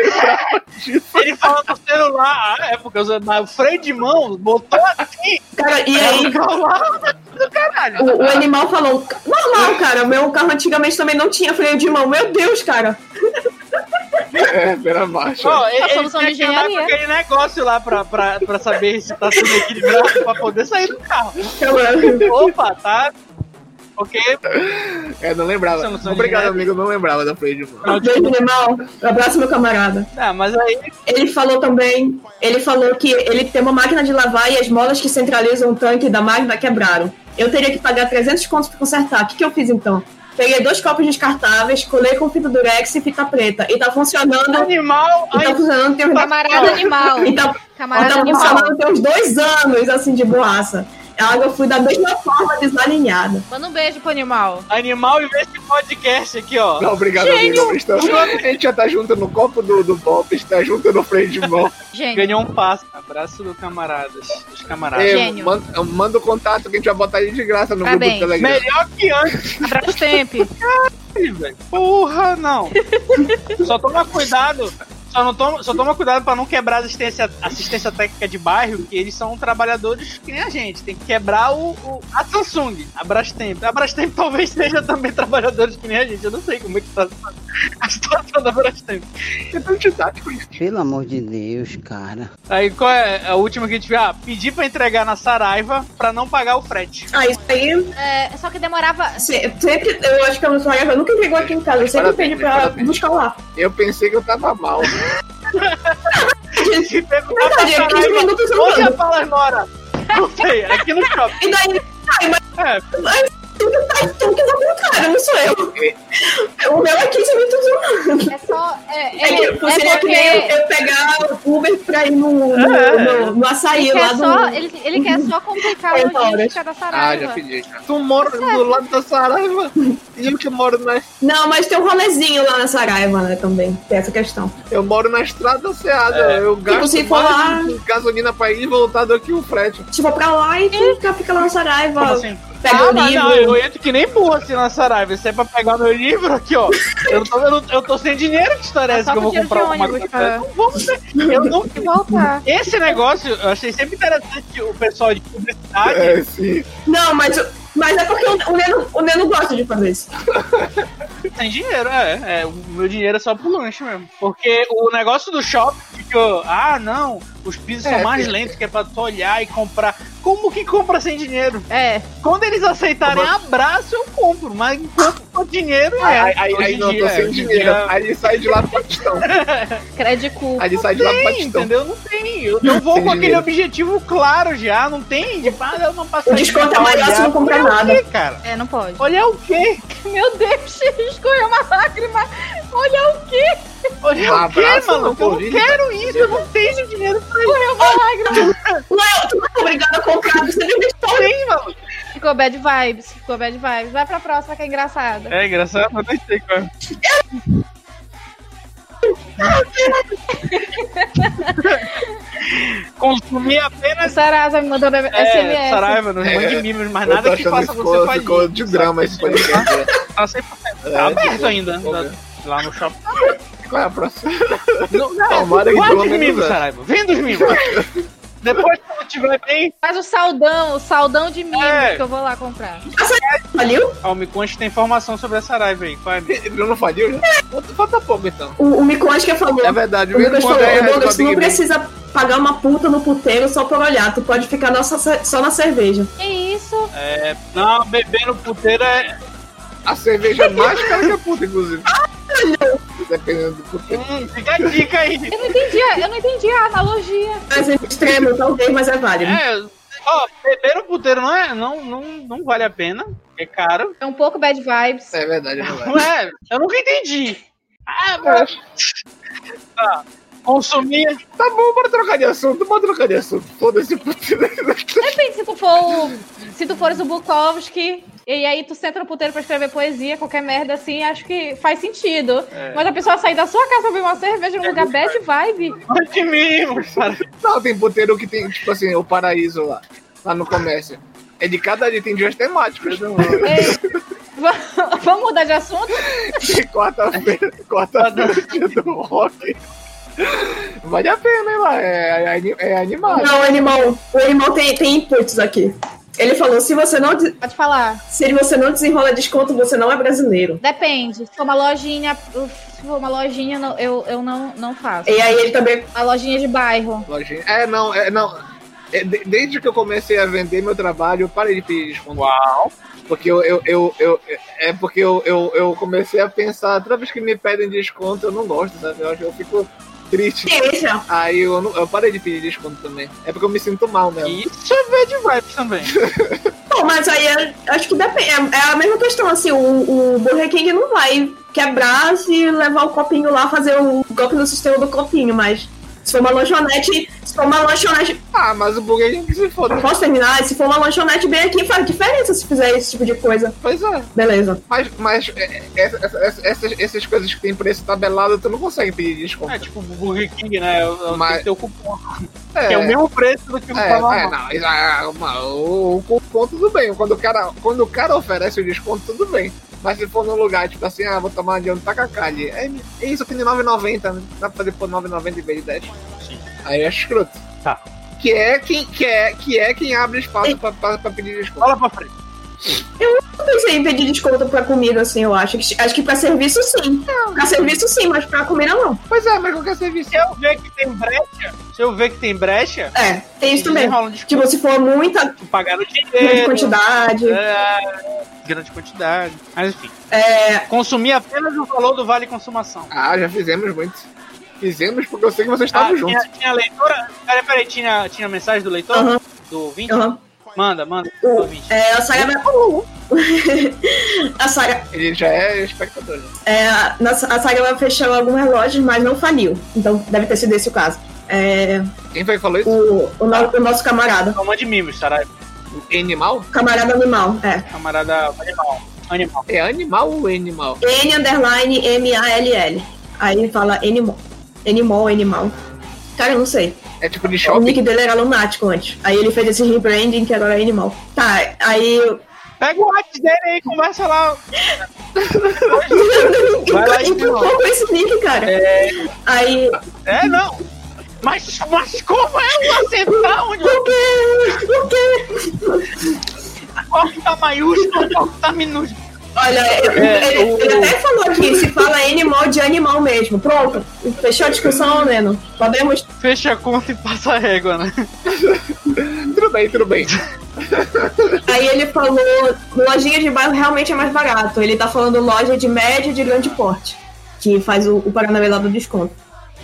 Ele falou no celular, ah, é porque eu, mas o freio de mão botou assim,
*laughs* Cara, e aí
o carro lá do caralho.
o, o animal falou: normal, cara. Meu carro antigamente também não tinha freio de mão. Meu Deus, cara.
É, pera baixo.
Ó, ele, ele
solução
tinha
de
que andar com
engenharia.
aquele negócio lá pra, pra, pra saber se tá sendo equilibrado pra poder sair do carro.
Cara,
Opa, tá? Porque
É, não lembrava.
Solução de
Obrigado,
merda.
amigo. Não lembrava da Freire de mão.
Beijo, animal. Abraço, meu camarada.
Ah, mas aí
Ele falou também, ele falou que ele tem uma máquina de lavar e as molas que centralizam o tanque da máquina quebraram. Eu teria que pagar 300 contos pra consertar. O que, que eu fiz então? Peguei dois copos descartáveis, colei com fita durex e fita preta. E tá funcionando.
animal,
E tá
aí
funcionando tem uns...
Camarada
*laughs*
animal.
E tá, e
Camarada
tá
animal.
funcionando tem uns dois anos, assim, de boaça. A água foi da mesma forma desalinhada.
Manda um beijo pro animal.
animal e vê esse podcast aqui, ó.
Não, obrigado, amigo. Nós estamos- A gente já tá junto no copo do, do Pop, está junto no freio de mão.
Gente,
Ganhou um passo. Abraço do camaradas, dos camaradas.
É,
Gênio.
manda, manda o contato que a gente vai botar ele de graça
Tá
no
Parabéns.
grupo do Telegram.
Melhor que antes,
abraço tempo.
*laughs*
velho. Porra, não. *laughs* só toma cuidado. Só, não toma, só toma cuidado pra não quebrar a assistência, assistência técnica de bairro, que eles são trabalhadores que nem a gente. Tem que quebrar o, o- a Samsung, a Brastemp. A Brastemp *laughs* talvez seja também trabalhadores que nem a gente. Eu não sei como é que tá a situação da Brastemp.
É tão didático isso.
Pelo amor de Deus, cara.
Aí qual é a última que a gente vê? Ah, pedir pra entregar na Saraiva pra não pagar o frete.
Ah, isso aí,
É, só que demorava.
se- sempre, eu acho que é a minha sogra nunca entregou aqui em casa. Eu sempre
Parabéns,
pedi pra
parabéns.
buscar lá.
Eu pensei que eu tava mal.
Se *laughs* perguntar pra
Verdade, é 15
Saraiva,
minutos
Onde
andando.
a Palas mora? Não sei, é aqui no shopping.
*laughs* E daí, ai, mas
É,
tu que tá, tu que tá pelo cara, não sou eu. O meu é 15 minutos andando.
É só. É,
É,
é, é
tipo, seria que nem
porque.
eu, eu pegar o Uber pra ir no, no,
É.
no- no açaí
Ele
lá
quer,
do.
só, ele, ele quer só complicar
Oito
a logística
horas.
da
Ah, já
Saraiva.
pedi. já. Tu mora do lado da Saraiva e eu que moro na,
Não, mas tem um rolezinho lá na Saraiva, né, também. Tem essa questão.
eu moro na estrada Seada. Eu
Tipo,
gasto
se
mais
for lá-
de gasolina pra ir e voltar do que o frete.
Tipo, pra lá e fica, fica lá na Saraiva.
como assim?
Pega
ah,
o
mas
livro.
não, eu entro que nem burro assim na Saraiva. Isso é pra pegar meu livro aqui, ó. Eu tô, eu não- eu tô sem dinheiro, que história é
É
essa
só
que eu vou
com dinheiro
comprar
de
alguma
ônibus,
coisa?
cara.
Não vamos ter- Eu não...
E voltar.
Esse negócio, eu achei sempre interessante o pessoal de publicidade.
É, sim.
Não, mas, eu- mas é porque o, o, Neno, o Neno gosta de fazer isso.
Sem dinheiro, é, é. O meu dinheiro é só pro lanche mesmo. Porque o negócio do shopping ficou. Ah, não, os pisos
É,
são mais
é.
lentos, que é pra tu olhar e comprar. Como que compra sem dinheiro?
É.
Quando eles aceitarem abraço, eu compro, mas enquanto com dinheiro é.
é? Aí, aí,
Hoje
aí
em
não,
dia,
tô sem
hoje em
dinheiro.
dia
Aí ele sai de lá do Paquistão.
Crédito.
Aí ele sai Tá de lá do
Tem,
Paquistão.
entendeu? Não tem. Eu não vou
Tem
com aquele
dinheiro.
objetivo claro já. Não tem. De ah, eu não passei.
O desconto é
mal,
maior se
já.
não comprar
Olhar
nada.
O quê, cara?
É, não pode.
Olhar o quê?
*laughs*
Meu Deus, escorreu uma lágrima. Olha o que?
Olhar o quê,
Um Abraço, tá
mano? Eu não
Corinthians.
quero isso. Eu não tenho dinheiro pra isso.
Escorreu uma lágrima.
Não é, tu não é obrigado a comprar, você tem que
Não tem, mano.
Ficou bad vibes. Ficou bad vibes. Vai pra próxima que é engraçada.
É engraçado, mas nem sei qual é. *laughs* Consumir
O
apenas
Sarasa me mandou SMS.
é, Saraiva, não
É,
mande mimos, mas
Eu tô
nada que
achando
faça
que ficou,
você falir.
ficou de drama esse podcast. né?
Tá sempre
É,
tá aberto
ficou-
ainda,
ficou
tá-
mesmo.
lá no shopping.
Qual é a próxima?
Não,
Tomara que
Guarda
pelo
os
menos é.
mimos,
essa.
Saraiva. Vem dos mimos. Depois que eu tiver bem,
Faz o saldão, o saldão de mimos
É.
que eu vou lá comprar.
Faliu?
ó, me conte tem informação sobre a Saraiva aí. Qual é, amigo?
Ele não faliu já? Falta- Falta pouco então.
O, o Mico acho que falou.
É verdade,
o
o
Mico
mesmo
falou,
quando é
o Douglas,
Red
tu
Bull
não
Big Bang.
precisa pagar uma puta no puteiro só por olhar, tu pode ficar na só- só na cerveja.
Que isso?
É, não, beber no puteiro é.
A cerveja é mais cara que a puta, inclusive. Dependendo do puteiro.
Hum, fica a dica aí.
Eu não entendi, a- eu não entendi a analogia.
Mas é extremo, talvez, mas é válido.
É, ó, beber no puteiro não, é, não, não, não vale a pena, é caro.
É um pouco bad vibes.
É verdade, é verdade.
Não é, eu nunca entendi. Ah, mas... Tá, consumir.
Tá bom, bora trocar de assunto, bora trocar de assunto. Foda-se puteiro.
Depende se tu for o- se tu fores o Bukowski e aí tu senta no puteiro pra escrever poesia, qualquer merda assim, acho que faz sentido.
É.
Mas a pessoa sair da sua casa pra beber uma cerveja num lugar bad vibe.
Mas de mimo, cara.
*laughs* Não, tem puteiro que tem, tipo assim, o paraíso lá. Lá no comércio. É de cada dia, tem dias temáticos. *laughs*
Ei, va- é. *laughs* vamos mudar de assunto?
Tem quarta-feira, quarta-feira, dia do rock. Vale a pena, hein, lá. É, é ani- é animado.
Não, o animal, o animal tem, tem inputs aqui. Ele falou: se você, não, de-
Pode falar.
se você não desenrola desconto, você não é brasileiro.
Depende. Se for uma lojinha, se for uma lojinha, não- eu, eu não, não faço.
E aí ele também.
Uma lojinha de bairro.
Lojinha. É, não, é, não. É, de- desde que eu comecei a vender meu trabalho, eu parei de pedir desconto.
Uau.
Porque eu, eu, eu, eu- é porque eu, eu, eu comecei a pensar, toda vez que me pedem desconto, eu não gosto, sabe? Eu, acho- eu fico triste.
Deixa.
Aí eu, não, eu parei de pedir desconto também. É porque eu me sinto mal mesmo.
Isso é bad vibes também.
Bom, mas aí é- acho que depende. É, é a mesma questão, assim, o, o Burger King não vai quebrar se levar o copinho lá, fazer o golpe no sistema do copinho, mas. Se for uma lanchonete, se for uma lanchonete.
Ah, mas o buguei que se foda.
Posso terminar? Se for uma lanchonete bem aqui, faz diferença se fizer esse tipo de coisa.
Pois é.
Beleza.
Mas, mas é, é, essa- essa- essas, essas coisas que tem preço tabelado, tu não consegue pedir desconto.
É tipo o Burger King, né? Eu, eu
Mas-
tenho que ter o cupom. Que é o mesmo preço do que o
É,
cupom
é,
normal.
não, isso é uma- o, o cupom tudo bem. Quando o, cara, quando o cara oferece o desconto, tudo bem. Mas se for num lugar, tipo assim, ah, vou tomar de um tacacá ali. É, é isso tem de 9,90, né? Dá pra fazer por 9,90 em vez de 10.
Sim.
Aí é escroto.
Tá.
Que é quem, que é, que é quem abre espaço pra, pra, pra pedir desconto.
Fala pra frente.
Eu pensei em pedir desconto pra comida, assim, eu acho. que- Acho que pra serviço, sim. Pra serviço, sim, mas pra comida, não.
Pois é, mas qualquer serviço.
Se eu ver que tem brecha, se eu ver que tem brecha,
É, tem isso também.
desenrola um desconto,
Tipo, se for muita
pagaram
grande
dinheiro.
quantidade.
É, grande quantidade. Mas enfim.
É,
Consumir apenas o valor do vale consumação.
Ah, já fizemos muito. Fizemos porque eu sei que vocês estavam
Ah,
juntos.
Tinha, tinha leitora? Peraí, peraí, tinha, tinha mensagem do leitor?
Aham.
Do ouvinte?
aham.
Manda, manda. do
O-
ouvinte.
é, a saga. *laughs* a saga.
Ele já é espectador. né?
É, na- a saga ela fechou algumas lojas, um mas não faliu. Então deve ter sido esse o caso. É,
Quem foi que falou isso?
o, o, no- o nosso camarada.
Não Então, mande mimos, caralho.
Animal?
Camarada animal, é.
Camarada animal. Animal.
É animal ou animal?
N underline M-A-L-L. Aí ele fala animal. Animal, animal. Cara, eu não sei.
É tipo de
O
shopping?
nick dele era lunático antes. Aí ele fez esse rebranding que agora é animal. Tá, aí.
Pega o WhatsApp dele aí, conversa lá. Vai
*laughs*
lá,
Empurrou com esse nick, cara. Aí.
É, não. Mas, mas como é eu acertar onde
Por quê? Por quê?
corta tá maiúsculo, corta minúsculo?
Olha,
É,
ele,
o-
ele até falou aqui, se fala animal de animal mesmo. Pronto. Fechou a discussão, Leno. né, Podemos.
Fecha a conta e passa a régua, né?
Tudo daí tudo bem.
Aí ele falou, lojinha de bairro realmente é mais barato. Ele tá falando loja de médio e de grande porte, que faz o, o Paranauê lá do desconto.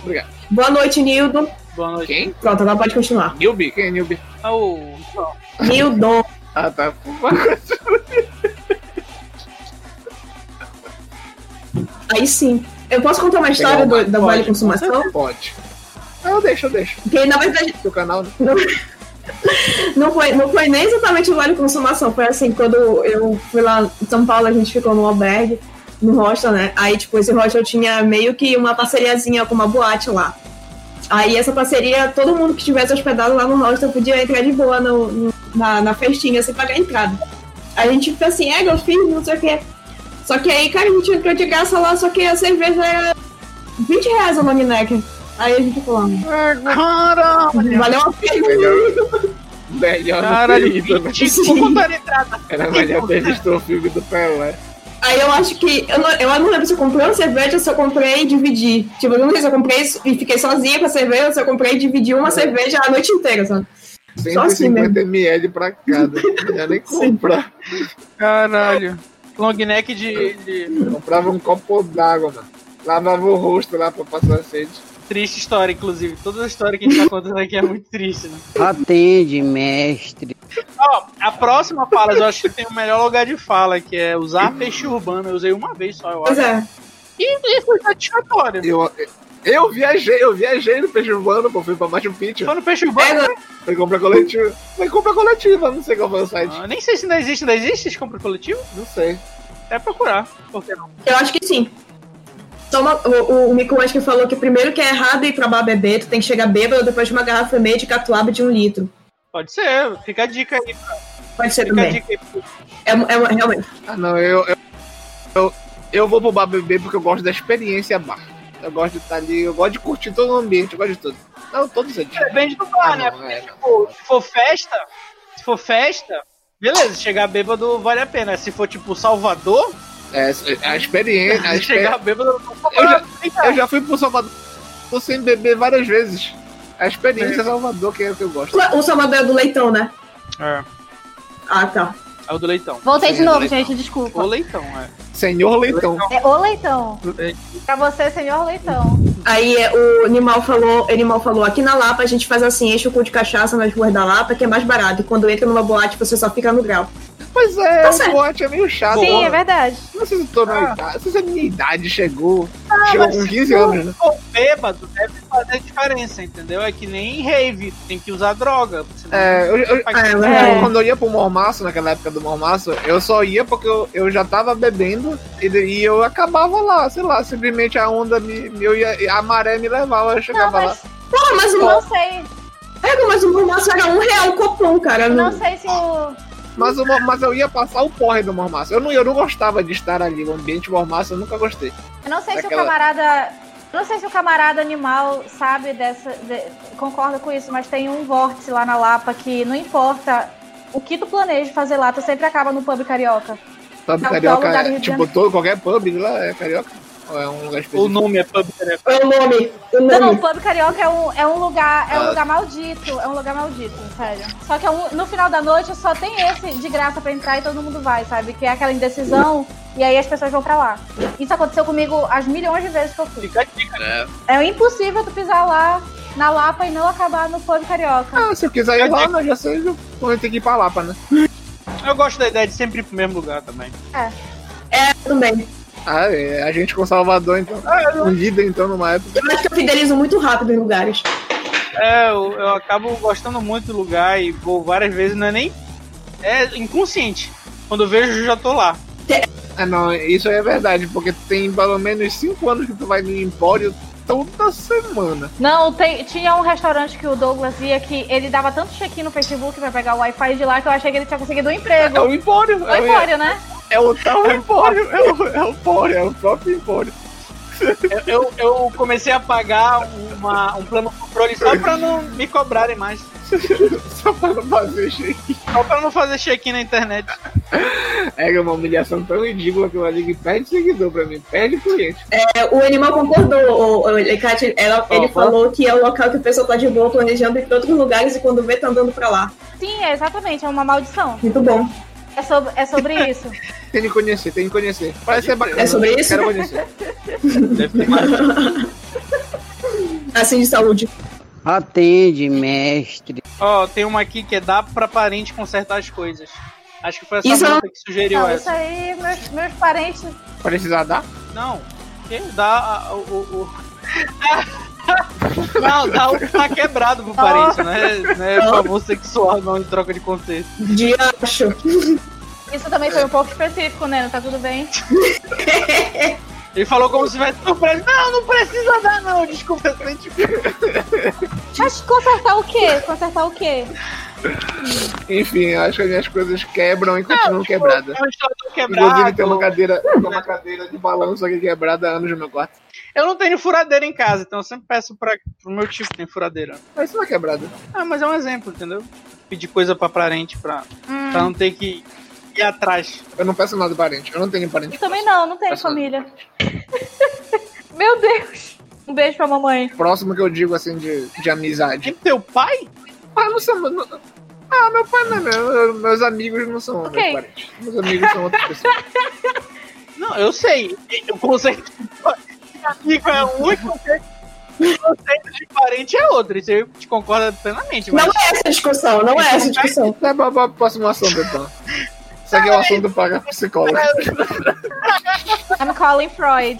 Obrigado.
Boa noite, Nildo.
Boa noite.
Quem?
Pronto, agora pode continuar.
Newbie? Quem é Newbie?
Ah, o-
Nildo.
Ah, tá.
Aí sim. Eu posso contar uma história do- da Vale Consumação?
Pode. Ah, Não, deixa, deixa.
Porque na verdade
Seu canal, né?
não, não foi, não foi nem exatamente o Vale Consumação. Foi assim, quando eu fui lá em São Paulo, a gente ficou no albergue, no hostel, né? Aí, tipo, esse hostel tinha meio que uma parceriazinha com uma boate lá. Aí essa parceria, todo mundo que tivesse hospedado lá no hostel podia entrar de boa no- no- na, na festinha sem pagar a entrada. A gente fica assim, é, eu fiz, não sei o quê. Só que aí, cara, a gente entrou de graça lá, só que a cerveja era 20 reais o long neck. Aí a gente ficou lá,
Caramba!
valeu a pena.
Melhor. Melhor
Caralho,
não ter ido, né?
25 conto era
Era melhor ter visto o filme do Pelé.
Aí eu acho que. Eu não, eu não lembro se eu comprei uma cerveja ou se eu comprei e dividi. Tipo, eu não sei se eu comprei e fiquei sozinha com a cerveja ou se eu comprei e dividi
É.
uma cerveja a noite inteira, sabe? Só assim
150 ml pra cada.
*laughs*
Melhor nem comprar.
Caralho. Long neck de, de-
Comprava um copo d'água, mano. Lavava o rosto lá pra passar sede.
Triste história, inclusive. Toda a história que a gente tá contando aqui é muito triste, né?
Atende, mestre.
Ó, a próxima fala, eu acho que tem o melhor lugar de fala, que é usar peixe urbano. Eu usei uma vez só, eu
Pois
acho.
é.
E, e foi satisfatório.
Eu, eu viajei, eu viajei no peixe urbano, pô. Fui pra Machu Picchu.
Foi no peixe
É,
urbano? né?
não-
Foi compra coletiva. Foi compra coletiva, não sei qual foi o site.
Ah, nem sei se ainda existe, ainda existe esse compra coletivo?
Não sei.
É procurar. Por que não?
eu acho que sim. Toma, o, o, o Mico acho que falou que primeiro que é errado ir pra bar beber, tu tem que chegar bêbado depois de uma garrafa e meia de catuaba de um litro.
Pode ser, fica a dica aí.
Pode ser
Fica a
também.
dica aí.
É, é uma- realmente.
Ah, não, eu. Eu, eu, eu vou pro bar beber porque eu gosto da experiência bar. Eu gosto de estar ali, eu gosto de curtir todo o ambiente, eu gosto de tudo. Não, todos eles.
Depende do bar, né?
não, é, não.
Tipo, se for festa, se for festa, beleza, chegar bêbado vale a pena. Se for tipo
*laughs*
Salvador,
É, a experiência. *laughs* A experiência
chegar bêbado não vale
é. Eu já-
a pena.
Eu já fui pro Salvador sem beber várias vezes. A experiência Salvador que é o que eu gosto.
O Salvador é do leitão, né?
É,
Ah, tá.
é o do leitão.
Voltei de
Sim,
novo,
leitão.
gente,
O
desculpa.
leitão, é.
Senhor Leitão.
É o leitão.
É.
Pra você, senhor leitão.
Aí é, o Animal falou, animal falou, aqui na Lapa a gente faz assim, enche o cu de cachaça nas ruas da Lapa, que é mais barato. E quando entra numa boate, você só fica no grau.
Pois é,
Tá
o
certo.
boate é meio chato.
Sim,
né?
é verdade.
Não sei se eu tô na idade. Não sei se a minha idade chegou. chegou
mas
com 15
se tu
anos, né?
for bêbado, deve fazer diferença, entendeu? É que nem rave, tem que usar droga. senão-
É, eu, eu-
Ah, é
eu-
verdade.
quando eu ia pro Mormaço, naquela época do Mormaço, eu só ia porque eu, eu já tava bebendo e, e eu acabava lá, sei lá, simplesmente a onda me. me- Eu ia, a maré me levava, eu
Não,
chegava lá.
mas
Ah, mas o
não sei.
Pega, mas o mormaço era um real copom, cara.
Não sei se o.
Mas, o, Mor- mas eu ia passar o porre do Mormaço. Eu não, eu não gostava de estar ali. O ambiente Mormaço eu nunca gostei.
Eu não sei se o
Daquela-
camarada. eu Não sei se o camarada animal sabe dessa. de- concorda com isso, mas tem um vórtice lá na Lapa que não importa o que tu planeja fazer lá, tu sempre acaba no pub carioca.
Pub
Não,
carioca
todo lugar do Rio
é,
de
tipo,
Janeiro.
todo, qualquer pub lá é carioca? Ou é um lugar
O
específico?
nome é pub carioca.
É o nome. O
Não, não, o
nome.
pub carioca é um, é um lugar, é um
Ah.
lugar maldito, é um lugar maldito, sério. Só que é um- no final da noite só tem esse de graça pra entrar e todo mundo vai, sabe? Que é aquela indecisão e aí as pessoas vão pra lá. Isso aconteceu comigo as milhões de vezes que eu fui.
Fica a dica.
É impossível tu pisar lá na Lapa e não acabar no pub carioca.
Ah, se eu quiser ir lá, né, já sei, eu vou ter que ir pra Lapa, né?
Eu gosto da ideia de sempre ir pro mesmo lugar também.
É, também.
Ah, é, a gente com Salvador, então.
Ah,
Um líder, então, numa época.
Eu acho que eu fidelizo muito rápido em lugares.
É, eu, eu acabo gostando muito do lugar e vou várias vezes, não é nem. É inconsciente. Quando eu vejo, eu já tô lá.
Ah, não, isso aí é verdade, porque tem pelo menos 5 anos que tu vai no Empório toda semana.
Não, tem- tinha um restaurante que o Douglas ia que ele dava tanto check-in no Facebook pra pegar o Wi-Fi de lá que eu achei que ele tinha conseguido um emprego.
É o Empório,
Foi
é, o-
embora, né?
é o tal Empório, é o, é o Empório, é o próprio Empório. *laughs*
Eu, eu, eu comecei a pagar uma- um plano controle só pra não me cobrarem mais.
Só pra não fazer cheio.
Só pra não fazer check-in na internet.
Era É uma humilhação tão ridícula que eu falei que perde seguidor pra mim, perde cliente.
É, o animal concordou, o, o Alicate, ela- ele
Aham.
falou que é o local que o pessoal tá de boa planejando ir pra outros lugares e quando vê tá andando pra lá.
Sim, é exatamente, é uma maldição.
Muito bom.
É sobre, é sobre isso.
Tem que conhecer, tem que conhecer. Parece ser bacana.
É sobre isso?
Quero conhecer.
Deve ter mais.
Assim de saúde.
Atende, mestre.
Ó, tem uma aqui que é dá pra parente consertar as coisas. Acho que foi essa
Isso
moça que sugeriu
Não, isso
essa.
aí, meus, meus parentes.
Precisa dar?
Não, quem dá a- o. o- *laughs* o- Não, dá o que tá quebrado pro parente, né? Não é famoso sexual, não, em troca de contexto.
De acho.
Isso também foi um pouco específico, né? Tá tudo bem?
Ele falou como se tivesse surpresa. Não, não precisa dar, não. Desculpa, eu senti
Mas consertar o quê? Consertar o quê?
Enfim, acho que as minhas coisas quebram e continuam
Não, tipo,
quebradas.
É um instalador
Inclusive tem uma
quebrado.
cadeira, tem uma cadeira de balanço aqui quebrada há anos no meu quarto.
Eu não tenho furadeira em casa, então eu sempre peço pra, pro meu tio que tem furadeira.
Mas isso não é quebrada.
Ah, mas é um exemplo, entendeu? Pedir coisa pra parente pra,
Hum.
pra não ter que ir atrás.
Eu não peço nada parente, eu não tenho parente.
Eu também não, não tenho
Essa-
família. *laughs* Meu Deus! Um beijo pra mamãe.
Próximo que eu digo assim de, de
É
amizade.
teu pai?
Ah, não são. não- ah, meu pai não é meu. Meus amigos não são
Ok.
meus parentes. Meus amigos são outras pessoas. *laughs*
Não, eu sei. O conceito de amigo é um e o conceito- o conceito de parente é outro. Isso eu te concordo plenamente.
Não
Mas
é essa a discussão, não é essa a discussão.
Tá, bom, bom, próximo assunto então. Isso aqui é o assunto para psicóloga.
I'm calling Freud.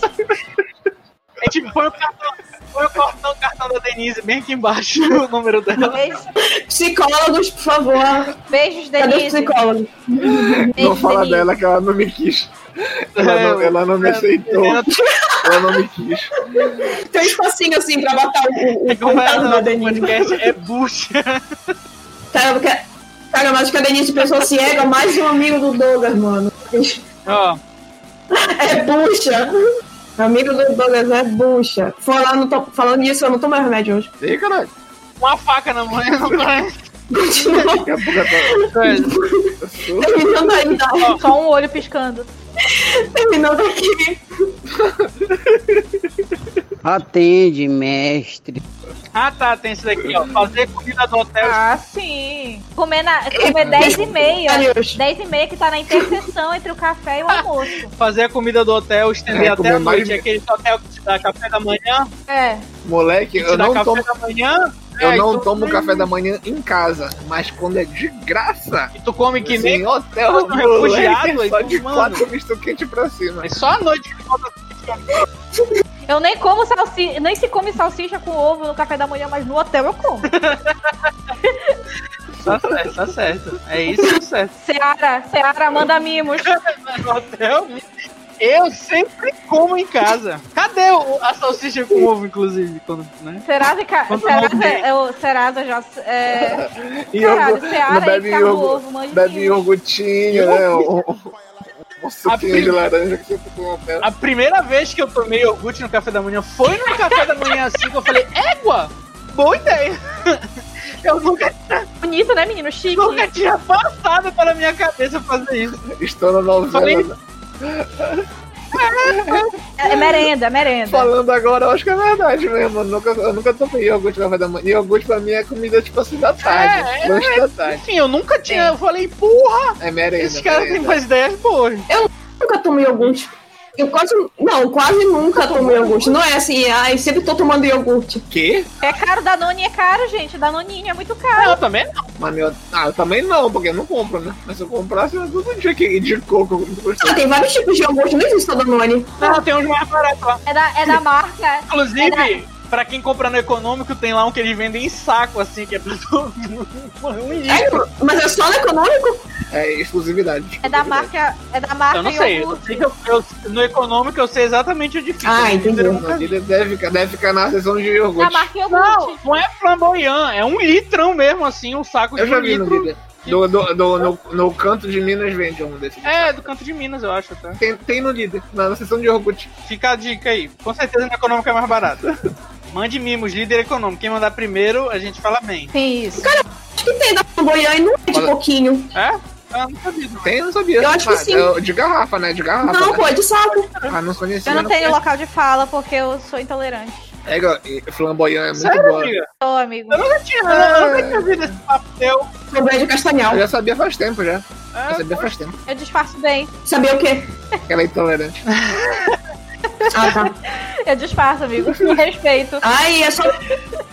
é tipo, põe o cartão, põe o cartão, o cartão da Denise bem aqui embaixo, *laughs* o número dela.
Beijos,
Psicólogos, por favor.
beijos
Cadê os
Denise.
psicólogos?
Não
Beijos,
fala
Denise.
dela que ela não me quis.
É,
Ela tá não, ela não me aceitou. Ela não me quis.
Tem um espacinho assim pra botar o, o,
É
o
como
contato da Denise.
podcast, é bucha.
Cara, porque- cara, mas que a Denise pensou assim, é mais um amigo do Douglas, mano. *laughs*
Ó,
É bucha. Amigo do Douglas é bucha. Falando, tô, falando nisso, eu não tomo remédio hoje. *laughs*
E aí, caralho?
uma faca na mão, não parece.
Continua
Daqui a pouco eu tô-
terminando ainda.
Só um olho piscando.
Terminando aqui.
Atende, mestre.
Ah, tá, tem isso daqui, ó. Fazer comida do hotel.
Ah, sim. Comer, na, comer 10 e meia.
Adeus.
10 e meia que tá na interseção entre o café e o almoço.
Fazer a comida do hotel, estender
É,
até
comer
a noite.
mais-
Aquele hotel que te dá café da manhã,
É.
Moleque,
que te
eu
dá
não
café
tomo,
da manhã.
eu
é, e
não
tu
tomo
come-
café da manhã em casa, mas quando é de graça,
E tu come que nem
em hotel,
um refugiado,
tipo, moleque, só
aí tu
de
manda.
quatro misto quente pra cima.
É só a noite que falta.
Eu nem como salsicha, nem se come salsicha com ovo no café da manhã, mas no hotel eu como.
Tá certo, tá certo. É isso que tá certo.
Seara, Seara manda mimos.
No hotel, eu sempre como em casa. Cadê o- a salsicha com ovo, inclusive? Quando, né?
Serasa, e ca...
Quando
Serasa,
não
é o Serasa já. É...
E
Caralho,
iogurte, não
Seara
bebe
e carro
iogurte,
ovo, manja
bebe
mimos.
iogurtinho, né?
*laughs*
Um, um, um suquinho
Abre-
de laranja que você põe no hotel.
A primeira vez que eu tomei iogurte no café da manhã foi no café da manhã assim que eu falei, égua! Boa ideia! *laughs* Eu nunca,
Bonito, né, menino? Chique.
nunca tinha passado pela minha cabeça fazer isso.
Estou na novela.
Falei-
né?
É, é merenda, é merenda.
Falando agora, eu acho que é verdade mesmo. Eu nunca, eu nunca tomei iogurte no café da manhã. Iogurte pra mim é comida tipo assim da tarde,
É, é,
lanche da tarde.
Enfim, eu nunca tinha. Eu falei, porra,
É merenda.
esses caras têm
merenda.
mais ideias boas.
Nunca tomei iogurte. Eu quase. Não, quase nunca tomei iogurte. Não é assim, ai, sempre tô tomando iogurte.
Quê?
É caro, Danone é caro, gente. Danoninho é muito caro.
Eu também
Mas meu, ah, eu também não, porque eu não compro, né? Mas se eu comprasse, eu todo dia que de coco. eu Muito
Ah,
gostoso.
tem vários tipos de iogurte, não existe só Danone.
não, tem uns mais baratos lá. É.
É da, é da marca.
Inclusive, pra quem compra no econômico, tem lá um que eles vendem em saco, assim, que é pra todo mundo. Um litro.
É, mas é só no econômico?
É exclusividade.
É da marca. É da marca
Eu não sei. Eu
iogurte.
sei que eu- eu- no econômico eu sei exatamente onde fica.
Ah, entendi.
um
Ele deve, ficar- deve ficar na seção de
Da
iogurte.
marca
Não,
iogurte.
não é flamboyant, é um litrão mesmo, assim, um saco
Eu
de
já
um
vi no
litro.
vídeo. Do, do- do- no, no canto de Minas vende um desses.
É, do canto de Minas, eu acho, tá?
Tem, tem no líder, na, na seção de iogurte.
Fica a dica aí. Com certeza no econômico é mais *laughs* barato. Mande mimos, líder econômico. Quem mandar primeiro, a gente fala bem.
Tem isso.
Acho que tem da Flamboyant e não é de
Olha-
pouquinho.
É? Ah, não sabia. não.
Tem, eu não sabia.
Eu acho que
Ah,
sim.
eu- De garrafa, né? De garrafa.
Não,
né?
pô, é de saco.
Ah, não conhecia.
Eu não tenho
conhecia.
local de fala porque eu sou intolerante.
É, igual- e flamboyant é muito
Sério,
boa.
amiga?
Ô, amigo.
Eu nunca tinha, eu nunca tinha ouvido esse papel.
Problema de castanhal.
Eu já sabia faz tempo já.
Ah,
Já sabia faz tempo.
Eu disfarço bem.
Sabia o quê?
que Ela é intolerante.
Ah, tá.
Eu disfarço, amigo. Me respeito.
Ai, é só.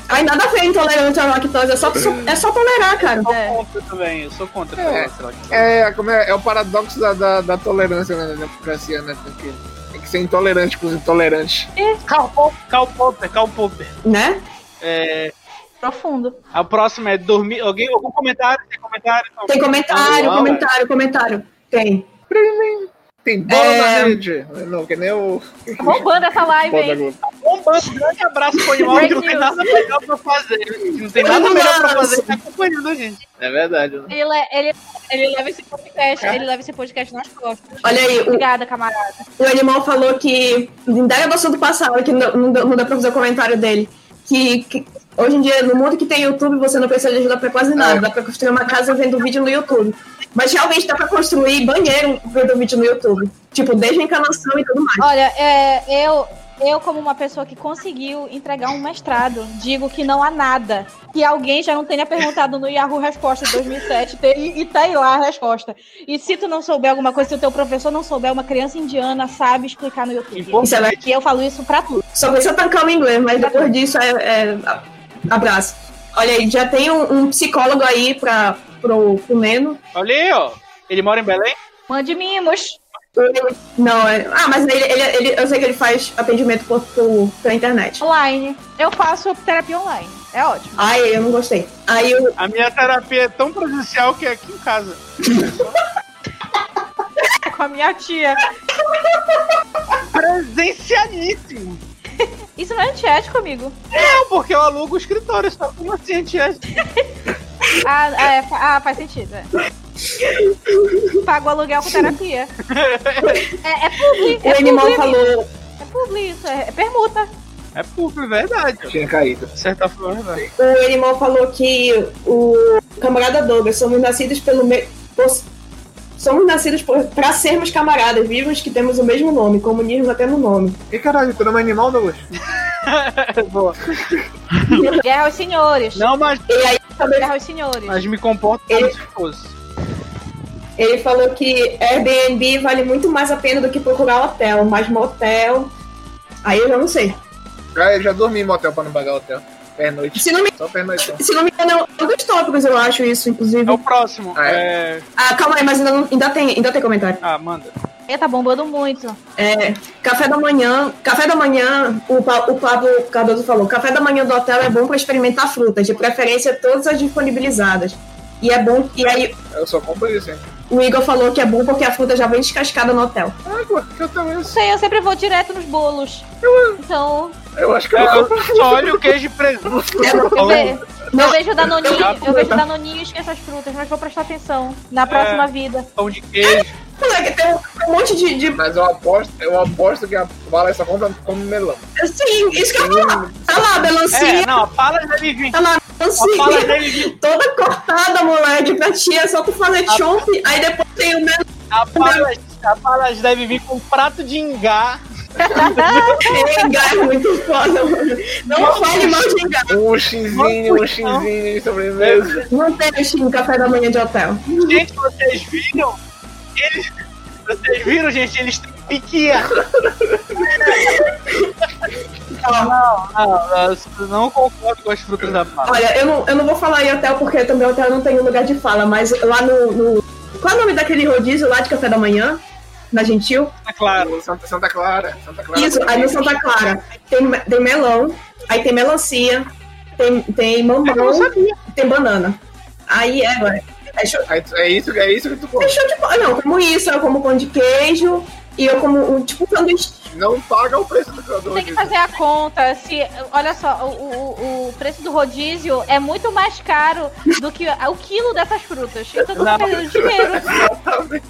Ai, nada a ver intolerante à lactose. É só, é só tolerar, cara.
eu sou contra também, eu sou contra.
É.
sei lá, que-
É, como é, é o paradoxo da, da, da tolerância né, na democracia, né? Tem que, tem que ser intolerante com os intolerantes.
Karl Popper, Karl é? Popper, Karl Popper.
Né?
É,
Profundo.
a próxima é dormir. Alguém, algum comentário? Tem comentário?
Tem comentário,
Não, não,
comentário, comentário. Tem.
Tem bola
É.
na rede. Não, que nem o.
Tá bombando essa live,
Bola da
hein?
Globo.
Bombando, Um grande abraço pro Ion, que não tem
Break
nada melhor pra fazer. Que Não tem nada melhor pra fazer, tá acompanhando a gente. É verdade. né?
Ele, le- ele, ele leva esse podcast, ele leva esse podcast nas costas.
Olha aí, o-
Obrigada, camarada.
O animal falou que. Ainda era do assunto passado, que não, não dá- não dá pra fazer o comentário dele. Que, que hoje em dia, no mundo que tem YouTube, você não precisa de ajuda pra quase nada.
É.
Dá pra construir uma casa vendo vídeo no YouTube. Mas realmente dá pra construir banheiro vendo vídeo no YouTube. Tipo, desde a encanação e tudo mais.
Olha, é, eu, eu, como uma pessoa que conseguiu entregar um mestrado, digo que não há nada que alguém já não tenha perguntado no Yahoo Resposta de 2007 te- e, e tá aí lá a resposta. E se tu não souber alguma coisa, se o teu professor não souber, uma criança indiana sabe explicar no YouTube.
Isso é legal.
E eu falo isso pra tudo.
Só precisa tancar o inglês, mas depois disso é, é- a- abraço. Olha aí, já tem um, um psicólogo aí pra, pro, pro Neno.
Olha aí, ó. Ele mora em Belém?
Mande mimos.
Não, é- ah, mas ele, ele, ele- eu sei que ele faz atendimento por, por- pela internet.
Online. Eu faço terapia online. É ótimo.
Ai, eu não gostei. Aí o.
A minha terapia é tão presencial que é aqui em casa.
É Com a minha tia.
Presencialíssimo.
Isso não é antiético, amigo.
Não, porque eu alugo o escritório, só como assim, gente? É-
Ah, é, fa- ah, faz sentido. É. Pago aluguel com terapia. É, é publi.
O
É
animal
publi,
falou.
é publi isso. É, é permuta.
É público, é verdade. ó.
Tinha caído.
De certa forma, é verdade.
O animal falou que o camarada Douglas somos nascidos pelo. Me... por- Somos nascidos por... pra sermos camaradas, vivos que temos o mesmo nome, comunismo até no nome.
E caralho, tu não é animal, Douglas?
*laughs* É boa.
Guerra aos senhores.
Não, mas,
E aí também
Guerra aos senhores.
mas me comporto como se fosse.
Ele falou que Airbnb vale muito mais a pena do que procurar hotel, mas motel. Aí eu já não sei.
Já, Ah, eu já dormi em motel pra não pagar hotel. Pernoite.
Se não me,
Só pernoite.
se não me engano, é um dos tópicos, eu acho isso, inclusive.
É o próximo.
Ah,
É...
Ah, calma aí, mas ainda, não- ainda, tem, ainda tem comentário.
Ah, manda.
É, tá bombando muito.
É, café da manhã. Café da manhã, o, Pa- o Pablo Cardoso falou: café da manhã do hotel é bom para experimentar frutas, de preferência todas as disponibilizadas. E é bom. E aí
Eu só compro isso, hein?
o Igor falou que é bom porque a fruta já vem descascada no hotel.
Ah, pô, que eu também.
Não sei, eu sempre vou direto nos bolos. Então,
Eu acho que
*laughs*
eu
É,
não.
eu só olho queijo e presunto.
É bom.
eu, ve- eu vejo
Eu
danoninho,
capo,
eu
tá?
vejo danoninho e esqueço as frutas, mas vou prestar atenção na próxima
É.
vida.
Pão de queijo.
Moleque, tem um, um monte de, de.
Mas eu aposto, eu aposto que a Vale só compra como melão.
Sim, assim, isso que eu ia falar. Tá lá, melancia.
É, não, a pala dele vem.
Tá lá,
A pala
melancia.
dele vem.
*laughs* toda cortada, moleque, pra ti, é só tu fazer
Ah.
chomp, aí depois tem o mesmo
A pala, a pala deve vir com um prato de engá.
engar é muito foda, mano. Não fale mal de engar.
Um xizinho, um xizinho de
É,
sobremesa.
Não tem o Steam café da manhã de hotel.
Gente, vocês viram? Eles. Vocês viram, gente? Eles têm piquinha. Não, não, não, não concordo com as frutas da pala.
Olha, eu não, eu não vou falar em hotel, porque também hotel não tem lugar de fala, mas lá no, no- Qual é o nome daquele rodízio lá de café da manhã? Na Gentil?
Tá
*laughs*
claro.
Santa, Santa Clara. Santa Clara.
Isso, aí no Santa Clara. Tem, tem melão, aí tem melancia, tem, tem
Eu não
mamão,
sabia.
tem banana. Aí é, velho. É show,
Aí tu- é isso, é isso que tu
é
compra.
show de bola. Não, eu como isso, eu como pão de queijo, e eu como um tipo um sanduíche
Não paga o preço do produto.
Tem que fazer a conta. Se, olha só, o, o, o preço do rodízio é muito mais caro do que o quilo dessas frutas. Então tu tá
Não.
perdendo dinheiro.
Exatamente.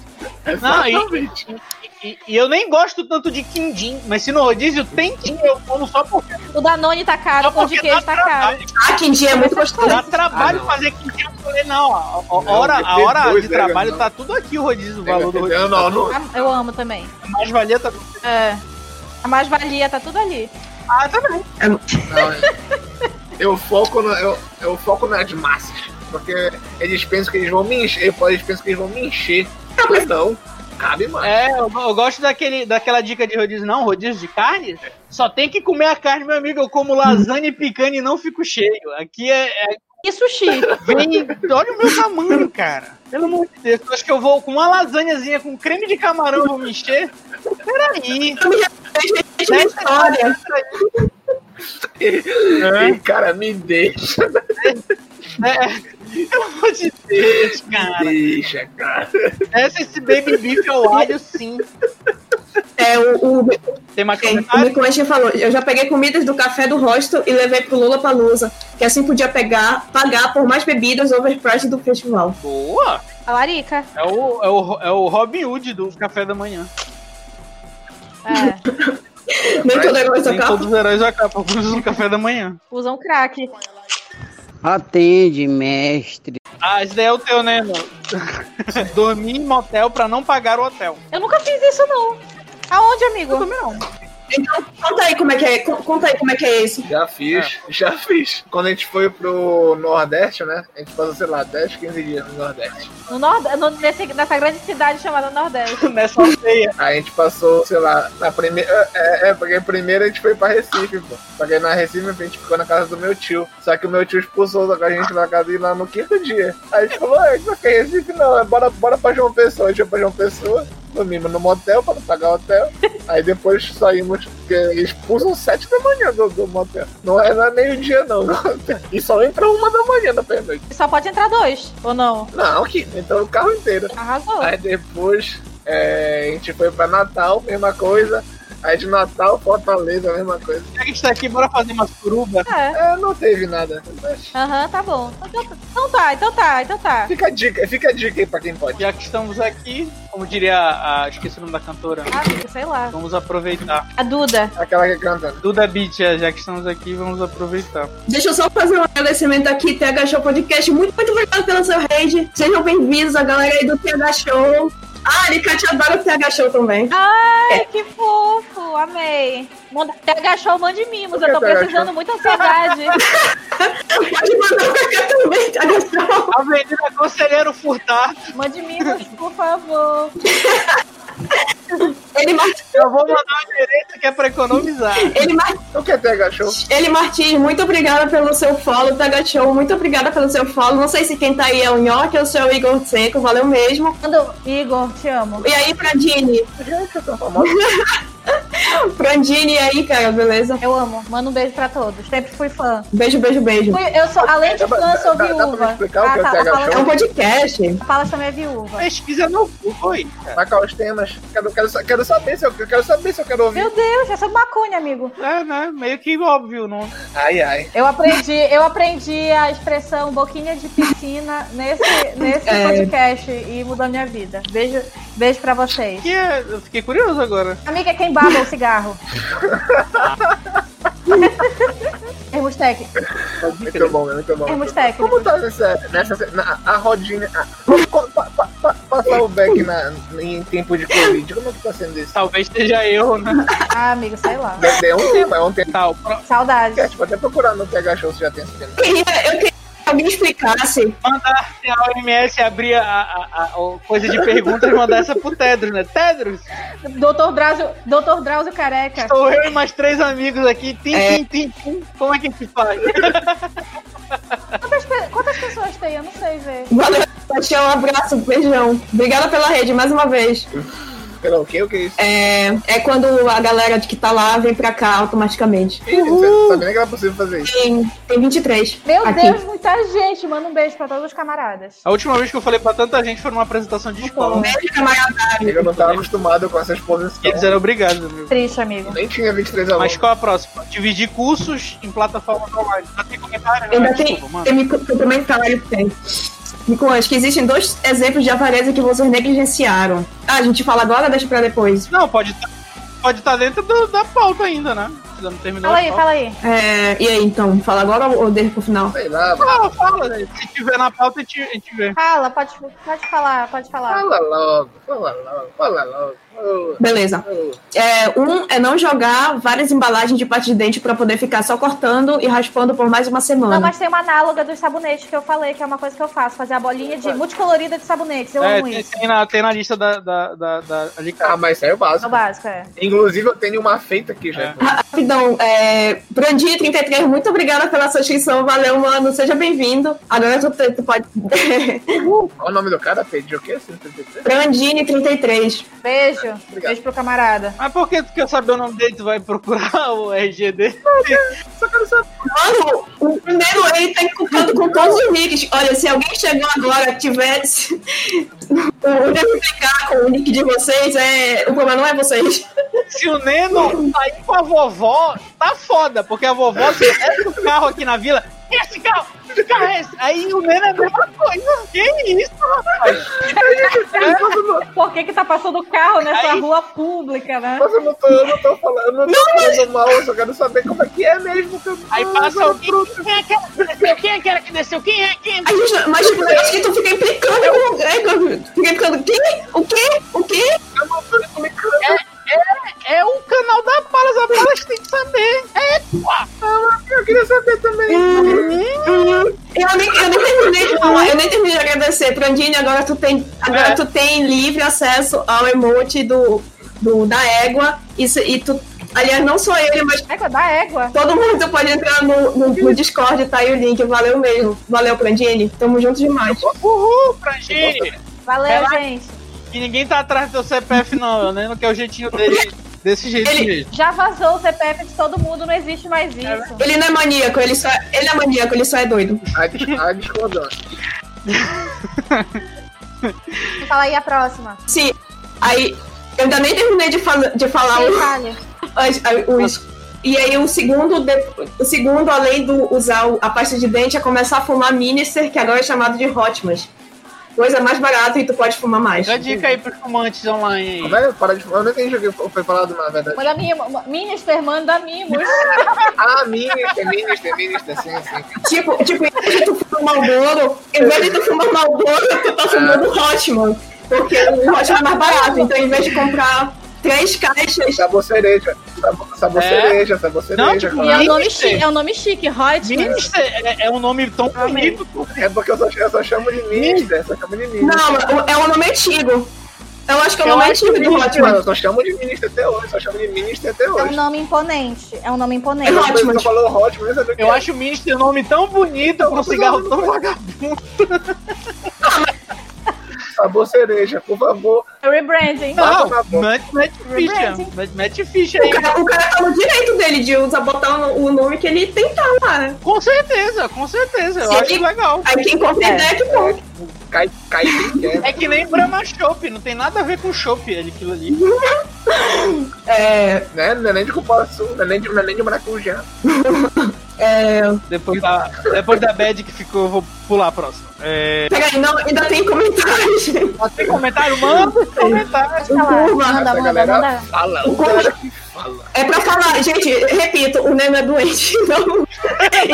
Não, e-
Exatamente.
E, e eu nem gosto tanto de quindim, mas se no rodízio tem quindim, eu como só porque,
O Danone tá caro,
só
o pão de
porque dá
queijo tá caro.
trabalho.
Ah, quindim é muito gostoso.
tá
Dá trabalho
Ah, não.
fazer quindim. Eu falei, sei não. A, a- a
Não,
hora, a
tem
hora
dois,
de
né, É,
trabalho
não.
tá tudo aqui o rodízio, o valor do rodízio.
Não, não, não.
Ah, Eu amo também.
A mais-valia tá tudo.
É. A mais-valia tá tudo ali.
Ah, tá bem.
Não, é- eu foco no, eu, eu foco nas massas. Porque eles pensam que eles vão me encher. Eles pensam que eles vão me encher. Ah, Mas não, cabe mais.
É, eu, eu gosto daquele, daquela dica de rodízio. Não, rodízio de carne? Só tem que comer a carne, meu amigo. Eu como lasanha e picanha e não fico cheio. Aqui é, é
E sushi?
Vem, olha o meu tamanho, cara. Pelo amor de Deus, tu acha que eu vou com uma lasanhazinha com creme de camarão vou me encher? Peraí.
Uma história.
E, cara, me deixa,
É, pelo amor de Deus,
me
cara.
deixa, cara.
Essa esse baby beef ao alho, sim.
É, o, o,
Tem mais
Sim, o
comentário?
Nicolas já falou, eu já peguei comidas do café do hostel e levei pro Lula Palusa, que assim podia pegar, pagar por mais bebidas overpriced do festival.
Boa!
A larica.
É o, é, o, é o Robin Hood do café da manhã.
É.
Nem todo
Nem
negócio
todos
acaba.
os heróis acabam usam café da manhã.
Usam um crack.
Atende, mestre.
Ah, esse daí é o teu, né, irmão? Dormir em motel pra não pagar o hotel. *laughs*
Eu nunca fiz isso, não. Aonde, amigo?
Então, conta aí como é que é, con- conta aí como é que é isso.
Já fiz, já fiz. Quando a gente foi pro Nordeste, né? A gente passou, sei lá, 10, 15 dias no Nordeste.
No Nord... no- nesse- nessa grande cidade chamada Nordeste.
Nessa ceia.
Aí a gente passou, sei lá, na primeira. É, é, porque primeiro a gente foi pra Recife, pô. Porque na Recife a gente ficou na casa do meu tio. Só que o meu tio expulsou a gente na casa dele lá no quinto dia. Aí a gente falou, é, não quer Recife não, é, bora, bora pra João Pessoa. A gente foi pra João Pessoa, dormimos no motel pra não pagar hotel. Aí depois saímos, porque expulsam sete da manhã do, do motel. Não é, não é meio-dia não. *laughs* E só entra uma da manhã na pernoite.
Só pode entrar dois, ou não?
Não, que entra o carro inteiro.
Arrasou.
Aí depois é, a gente foi pra Natal, mesma coisa. Aí de Natal, Fortaleza, mesma coisa.
Já que a gente tá aqui, bora fazer umas curubas.
É.
É, não teve nada. Mas
Aham, tá bom. Então, então tá, então tá, então tá.
fica a dica, fica a dica aí pra quem pode.
Já que estamos aqui, como diria a. a- esqueci o nome da cantora.
Ah, amigo, sei lá.
Vamos aproveitar.
A Duda.
Aquela que canta. né?
Duda Beat, é, já que estamos aqui, vamos aproveitar.
Deixa eu só fazer um agradecimento aqui, TH Show Podcast. Muito, muito obrigado pela sua rede. Sejam bem-vindos, a galera aí do TH Show. Ah, a Nicate adora o TH Show também.
É.
Ai, que fofo, amei. Manda, pega show, mande mimos, eu tô
Por que pega
precisando muito ansiedade. *laughs*
Pode mandar pra cá também, tá TH Show.
Avenida Conselheiro Furtado.
Mande mimos, por favor.
Ele, Mart-
Eu vou mandar o endereço que é pra economizar.
ele, Mart-
O que é TH Show?
Ele Martins, muito obrigada pelo seu follow, Pega Show, muito obrigada pelo seu follow. Não sei se quem tá aí é o Nhoque ou se é o Igor Seco, valeu mesmo.
Manda, Igor, te amo.
E aí, Prandini? Prandini aí, cara, beleza?
Eu amo. Manda um beijo pra todos. Sempre fui fã.
Beijo, beijo, beijo.
Fui- eu sou, além de
Dá pra-
fã, sou
dá- dá pra me
viúva.
explicar o que é
tá, a
pega
Paula-
É um podcast.
a Paula também é
*laughs*
viúva.
Pesquisa no Google aí, cara.
Tacar os temas. Quero, quero, sa- quero saber se eu quero saber se eu quero ouvir.
Meu Deus, é sobre maconha, amigo.
É, né? Meio que óbvio, não.
Ai, ai.
Eu aprendi, eu aprendi a expressão boquinha de piscina nesse, nesse
É.
podcast e mudou minha vida. Beijo, beijo pra vocês.
Que é- Eu fiquei curioso agora.
Amiga, quem baba o cigarro? Termos técnicos.
Muito bom, muito bom.
Termos técnicos.
Como tá nessa, nessa na- a rodinha? a- co- pa- pa- pa- passar o back na, em tempo de Covid. Como é que tá sendo isso?
Talvez seja eu, né?
Ah, amigo, sei lá.
É é um tema, é um tema.
Tá, o pro-
Saudades.
podcast. Vou até procurar no TH Show se já tem esse tema.
Eu queria, eu queria que alguém explicasse.
mandar se a OMS abrir a, a- a- a coisa de perguntas e mandar essa pro Tedros, né? Tedros,
Doutor Drauzio, Doutor Drauzio Careca.
estou eu e mais três amigos aqui. Tim, tim, tim, tim. Como é que se faz?
Quantas, pe- quantas pessoas tem? Eu não sei ver.
Valeu, Tega Show, um abraço, beijão. Obrigada pela rede, mais uma vez.
Pelo que? O que é isso?
É, é quando a galera de que tá lá vem pra cá automaticamente.
Ih, Você não sabia nem que era possível fazer isso.
Tem, tem 23.
Meu
aqui.
Deus, muita gente. Manda um beijo pra todos os camaradas.
A última vez que eu falei pra tanta gente foi numa apresentação de escola.
Beijo, camarada.
Eu não estava acostumado com essa exposição.
Eles eram obrigados, amigo.
Triste, amigo.
Nem tinha 23 alunos.
Mas qual a próxima? Dividir cursos em plataformas online. Já tem comentário?
Ainda
né?
tem,
Desculpa, mano.
tem micro- comentário que tem. Nicolas, que existem dois exemplos de avareza que vocês negligenciaram. Ah, a gente fala agora, deixa pra depois.
tá Não, pode estar pode tá dentro do- da pauta ainda, né? ainda não terminou.
Fala aí,
fala.
fala aí.
É, e aí, então? Fala agora ou deixa pro final?
Sei lá,
Fala, fala, né? Se tiver na pauta, a gente, a gente vê.
Fala, pode, pode falar, pode falar.
fala logo, fala logo, fala logo. Ô,
Beleza.
ô.
É, um é não jogar várias embalagens de pasta de dente pra poder ficar só cortando e raspando por mais uma
Não,
semana.
mas tem uma análoga dos sabonetes que eu falei, que é uma coisa que eu faço, fazer a bolinha de multicolorida de sabonetes. Eu
É,
amo
tem,
isso.
tem na, tem na lista da. da, da, da ali,
Ah, mas isso aí é
É
o
o
básico.
básico, é.
Inclusive, eu tenho uma feita aqui já.
Rapidão, é, Brandi33, muito obrigada pela sua inscrição. Valeu, mano. Seja bem-vindo. Agora tu, tu pode. *laughs*
Qual o nome do cara? Pedro o quê? 133?
Brandini33.
Beijo.
Obrigado.
Beijo pro camarada.
Mas por que tu quer saber o nome dele? Tu vai procurar *laughs* o RGD?
Só quero saber.
Mano, o primeiro ele tá encontrando com todos os nicks. Olha, se alguém chegou agora *laughs* tivesse. O único que ficar com o nick de vocês é. O problema não é vocês.
Se o Neno sair com a vovó, tá foda, porque a vovó se desce o carro aqui na vila. Esse carro! Que carro é esse? Aí o Neno é a mesma coisa. Que isso, rapaz?
Mas eu não-
Por que que tá passando carro nessa
Aí-
rua pública, né?
mas eu não tô, eu não tô falando, eu não tô falando mal, eu só quero saber como é que é mesmo. que eu-
Aí passa alguém. Quem é aquela que desceu? Quem é aquela que desceu? Quem é? Quem?
A gente- mas tipo, eu acho que tu fica implicando com o é, Fica implicando. Quê? O quê? O quê?
Eu não tô me encarando.
É o canal da Palas, a Palas tem que saber. É,
Eu queria saber também.
Eu nem, eu nem terminei de falar, eu nem terminei de agradecer. Brandini, agora tu tem, agora
É.
tu tem livre acesso ao emote do, do, da égua. Isso, e tu. Aliás, não só ele, mas
Égua, dá égua.
Todo mundo pode entrar no, no, no Discord, tá aí o link. Valeu mesmo. Valeu, Prandini. Tamo junto demais.
uhul, pra gente.
Valeu,
Relaxa.
gente.
E ninguém tá atrás do teu CPF, não. Eu nem não quero o jeitinho dele. Desse jeito
Ele-
mesmo.
Já vazou o CPF de todo mundo, não existe mais isso.
Ele não é maníaco, ele só, ele é maníaco, ele só é doido.
Ai, dis- ai, discordância.
Fala aí a próxima.
Sim, aí eu ainda nem terminei de, fala, de falar
Sim,
o-
fale.
as- a- os. E aí o segundo, de- o segundo, além do usar o- a pasta de dente, é começar a fumar minister, que agora é chamado de Hotmas. Coisa mais barata e tu pode fumar mais.
Dá dica aí pros fumantes online aí.
Como é que para de falar? Eu não entendi o que foi falado na verdade.
Manda mimo. Minister, manda mimos.
Ah, minister, minister, minister, sim, sim.
Tipo, tipo, em vez de tu fumar Malboro, em vez de tu fumar Malboro, tu tá fumando Hotman. Porque o Hotman é mais barato. Então, em vez de comprar três caixas,
Sabor cereja, sabor, sabor
É?
cereja, sabor cereja.
tipo,
E é
claro.
um nome
Minister.
chique, é um nome chique, Reutemann.
Minister é, é um nome tão
Amei.
bonito.
É porque eu só, eu só chamo de minister, eu só chamo de minister.
não, é o nome antigo. Eu acho que é o
Eu
nome
acho
antigo do
Mano,
Hotman.
eu tipo só chamo de minister até hoje, só chamo de minister até
É um
hoje.
nome imponente. É um nome imponente.
Eu-
Mas
Hotman.
tu falou Hotman, eu sabia que
Eu acho o Minister um nome tão bonito pra um cigarro tão vagabundo.
sabor cereja, por favor.
É um Rebranding.
Não,
Tá bom.
mete, mete ficha.
Rebranding.
Mete, mete ficha
O
aí.
cara, o cara tá no direito dele de usar, botar o o nome que ele tentar lá, né?
Com certeza, com certeza. Eu acho
Sim.
legal.
Aí quem compra
É.
ideia que compra.
Cai, cai quem quer.
É que nem Brahma Chopp, não tem nada a ver com Chopp ele, aquilo ali.
É,
Né? Não é nem de cupuaçu, não é nem de, não é nem de maracujá.
é,
Depois da, depois da bad que ficou, eu vou pular a próxima. É,
peraí, não, ainda tem comentários.
tem comentário? Manda esse comentário.
Pode falar. Manda,
Curva.
Essa
manda,
galera
manda.
fala, o cara que fala.
É pra falar, gente, repito, o Neno é doente, *laughs* então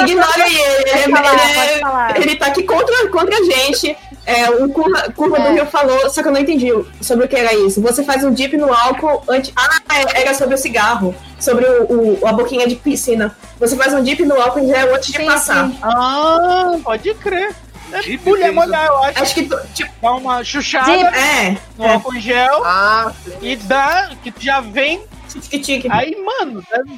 ignorem ele.
Pode
Ele,
é
falar, pode
ele,
falar.
ele tá aqui contra, contra a gente. É, o Curva, Curva
É.
do Rio falou, só que eu não entendi sobre o que era isso. Você faz um dip no álcool antes. Ah, é- era sobre o cigarro, sobre o, o- a boquinha de piscina. Você faz um dip no álcool já antes de
Sim,
passar.
sim.
Ah, pode crer. É
Jeep,
mulher
tem
molhar, eu acho.
Acho que, tu- tipo,
Dá uma chuchada
Jeep.
é.
no álcool em gel
Ah,
e dá, que já vem.
Tique-tique.
Ah.
Aí, mano, deve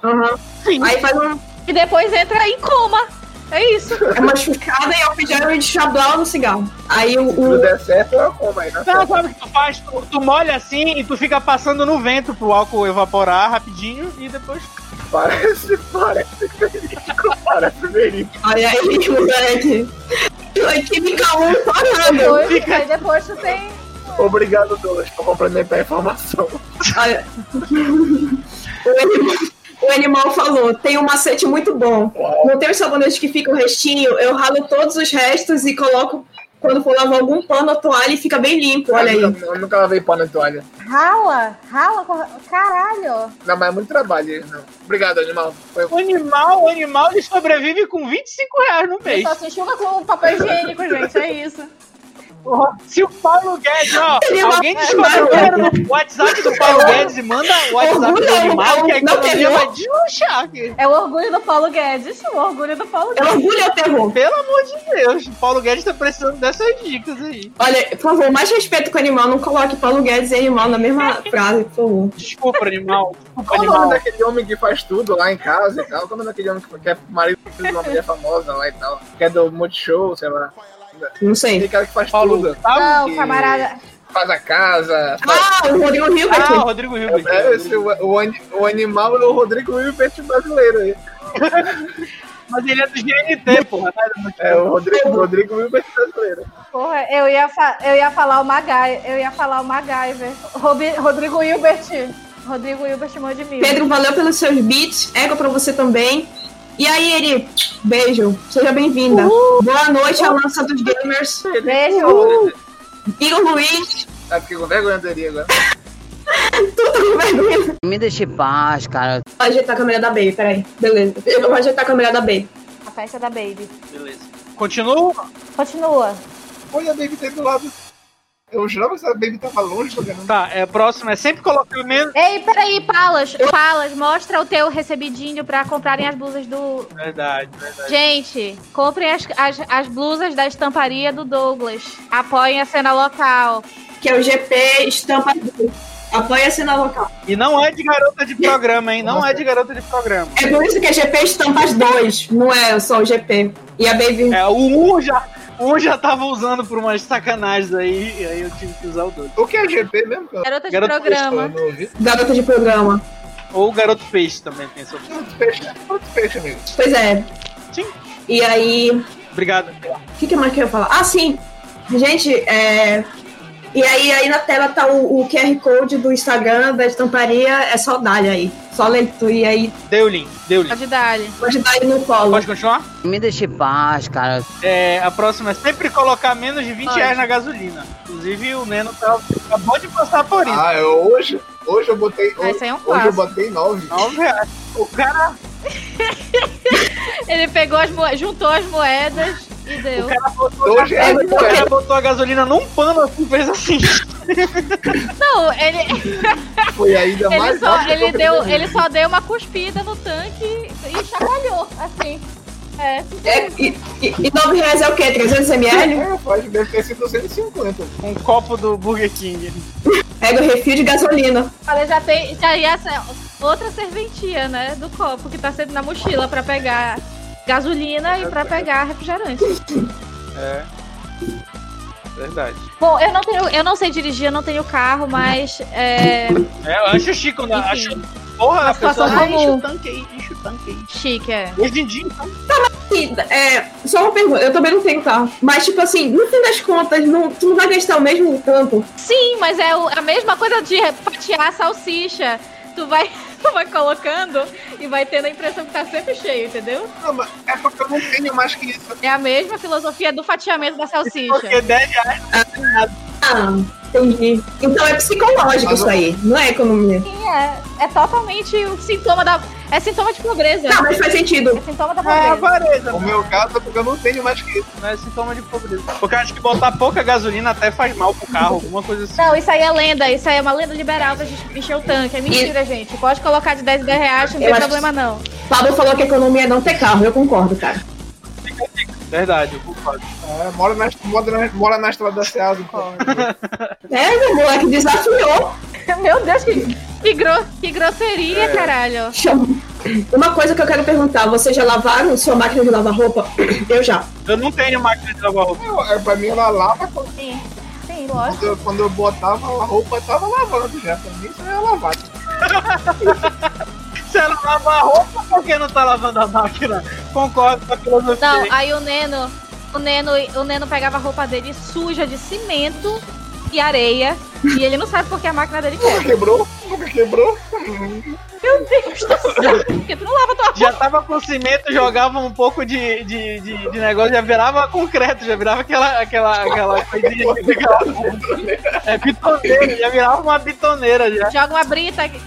Aham.
sim.
Aí faz um-
E depois entra em coma. É isso.
é uma chucada e alfijão de chablau no cigarro. Aí o.
se tudo
o
der certo, eu como aí. né?
Tá.
Não, sabe o que tu faz? Tu, tu molha assim e tu fica passando no vento pro álcool evaporar rapidinho e depois.
Parece, parece verídico, parece verídico.
olha aí, moleque. Química 1 parando.
Depois, aí depois tu tem.
Obrigado, Douglas, por complementar a informação.
Olha. o, animal, o animal falou: tem um macete muito bom. Não tem os sabonetes que ficam restinho, eu ralo todos os restos e coloco quando for lavar algum pano ou toalha e fica bem limpo, olha aí.
Eu nunca lavei pano e toalha.
Rala, rala, com- caralho.
Não, mas é muito trabalho. Não. Obrigado, animal. Foi
O animal, o animal ele sobrevive com 25 reais no
É
mês.
Só se enxuga com papel higiênico, gente, é isso.
Porra, Se o Paulo Guedes, ó,
Ele é *laughs*
alguém
vai-
descobre o número do WhatsApp do Paulo Guedes e manda o WhatsApp do
Orgulho,
animal, que a
não
economia
pegou.
vai desmanchar. aqui.
É o orgulho do Paulo Guedes, o orgulho do Paulo
É
Guedes.
orgulho ao terror.
Pelo amor de Deus, o Paulo Guedes tá precisando dessas dicas aí.
Olha, por favor, mais respeito com o animal, não coloque Paulo Guedes e animal na mesma frase, por favor.
Desculpa, animal. Desculpa,
Qual o nome
animal.
daquele homem que faz tudo lá em casa e tal? Qual o nome daquele homem que que é marido de uma mulher famosa lá e tal? Que é do Multishow, sei lá.
Não sei.
Aquele cara que faz
Paulo
tudo.
Gustavo.
Não, camarada.
Faz a casa. faz-
Ah, o Rodrigo Hilbert.
Ah, o Rodrigo Hilbert.
É, esse, o, o ani- o animal é o Rodrigo Hilbert brasileiro aí.
Mas ele é do GNT, porra. né?
É o Rodrigo, o Rodrigo Hilbert brasileiro.
Porra, eu ia, fa- eu ia falar o Magai, eu ia falar o MacGyver. Robi- Rodrigo Hilbert. Rodrigo Hilbert mão de mil.
Pedro, valeu pelos seus beats. Ego pra você também. E aí, ele, beijo. Seja bem-vinda. Boa noite, Alan Santos Gamers.
Beijo.
Igor Luiz.
Ah, fiquei com vergonha dele agora.
Tudo com vergonha.
Me deixe em paz, cara.
Vou ajeitar a câmera da Bey, peraí. Beleza. Eu vou ajeitar a câmera da Bey.
A festa da Baby.
Beleza. Continua?
Continua.
Olha, a Baby tá aí do lado. Eu jurava que a Baby tava longe do cara.
Tá, é próximo. É sempre colocar menos.
Ei, peraí, Palas, Palas, mostra o teu recebidinho pra comprarem as blusas do.
Verdade, verdade.
Gente, comprem as, as, as blusas da estamparia do Douglas. Apoiem a cena local.
Que é o GP Estampa. Apoia-se na local.
E não é de garota de programa, hein? Não é de garota de programa.
É por isso que é GP Estampas 2. Não é só o GP. E a Baby.
É, o 1 já, o um já tava usando por umas sacanagens aí, e aí eu tive que usar o 2.
O que é GP mesmo? cara?
Garota de
Garota de
Eu
programa.
não ouvi.
Garota de programa.
Ou o garoto peixe também tem essa opção.
Muito peixe, muito peixe, amigo.
Pois é.
Sim.
E aí.
Obrigado.
O que, que mais que eu ia falar? Ah, sim! Gente, é. E aí, aí na tela tá o, o QR Code do Instagram da estamparia, é só dar aí. Só leitura e aí
Deu o link, deu o link.
Pode dar
pode dar aí no colo.
Pode continuar?
Me deixe em paz, cara.
É, a próxima é sempre colocar menos de 20
Pode.
reais na gasolina. Inclusive o Neno tá, acabou de passar por isso.
Ah, eu, hoje, hoje eu botei.
Ah,
Hoje,
isso aí é um
hoje eu
clássico.
botei 9.
9 reais. O cara,
Ele pegou as moedas, juntou as moedas e deu.
o cara botou.
Dois reais, né?
O cara botou a gasolina num pano assim, fez assim. *laughs*
Não, ele,
Foi ainda
ele,
mais
só,
rápido que
ele,
eu
deu,
pensei.
ele só deu uma cuspida no tanque e chacoalhou, assim. É,
É, e, e, e 9 reais é o quê? 300 ml?
É, faz, deve ter sido 150.
Um copo do Burger King.
Pega o refil de gasolina.
Ela já tem. Já ia ser outra serventia, né? Do copo que tá sempre na mochila pra pegar gasolina e pra pegar refrigerante.
É. Verdade.
Bom, eu não tenho, eu não sei dirigir, eu não tenho carro, mas é
É, eu acho chique quando
Enfim.
acho. Porra, a pessoa
situação
"Ah, enche
comum.
o tanque aí, enche o tanque aí.
chique, é.
Hoje em dia, então,
E, é, só uma pergunta, eu também não tenho carro. Mas, tipo assim, no fim das contas, não, tu não vai gastar o mesmo tanto.
Sim, mas é o- a mesma coisa de fatiar a salsicha. Tu vai, *laughs* tu vai colocando e vai tendo a impressão que tá sempre cheio, entendeu?
Não, mas é porque eu não tenho mais que isso.
É a mesma filosofia do fatiamento da salsicha.
então, porque 10 reais.
Ah, entendi. Então é psicológico isso aí, não é economia.
Sim, é. É totalmente o sintoma da. É sintoma de pobreza.
Tá, mas faz sentido.
É sintoma da
Ah,
É,
pobreza.
vareza,
O meu caso é porque eu não tenho mais que isso.
não é sintoma de pobreza. Porque eu acho que botar pouca gasolina até faz mal pro carro, alguma coisa assim.
Não, isso aí é lenda, isso aí é uma lenda liberal pra gente encher o tanque. É mentira, gente. Pode colocar de 10 em 10 reais, não
Eu
tem
acho-
problema, não.
Pablo falou que economia é não ter carro, eu concordo, cara.
Verdade, eu concordo.
É, mora, na, mora, na, mora na estrada da Seasa. pô.
É, meu moleque desafiou.
*laughs* Meu Deus, que
Que, gro- que grosseria, caralho.
Chama- Uma coisa que eu quero perguntar: vocês já lavaram sua máquina de lavar roupa? *clears throat* Eu já.
Eu não tenho máquina de lavar roupa.
Eu, é, pra mim, ela lava quando
sim. Sim, lógico.
eu, quando eu botava a roupa, eu tava lavando já. Pra mim, isso já é lavado.
Se ela lavar a roupa, por que não tá lavando a máquina? Concordo com a filosofia.
Não,
hein?
aí o Neno, o Neno, o Neno pegava a roupa dele suja de cimento e areia. E ele não sabe porque a máquina dele
Nunca
quebra.
quebrou? Nunca quebrou?
Meu Deus do céu, porque tu não lava tua
Já tava com cimento, jogava um pouco de, de, de, de negócio, já virava concreto, já virava aquela, aquela, aquela coisinha,
*laughs*
aquela, é, bitoneira, já virava uma bitoneira já.
Joga uma brita aqui.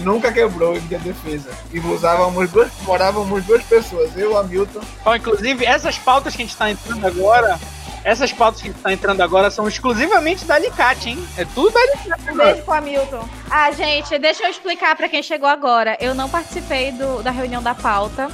Nunca quebrou em minha defesa. E usávamos duas, morávamos duas pessoas, eu, Hamilton.
Ó, inclusive, essas pautas que a gente tá entrando agora, essas pautas que a gente tá entrando agora são exclusivamente da Alicate, hein? É tudo da Alicate.
Um
mano.
beijo pro Hamilton. Ah, gente, deixa eu explicar pra quem chegou agora. Eu não participei do- da reunião da pauta.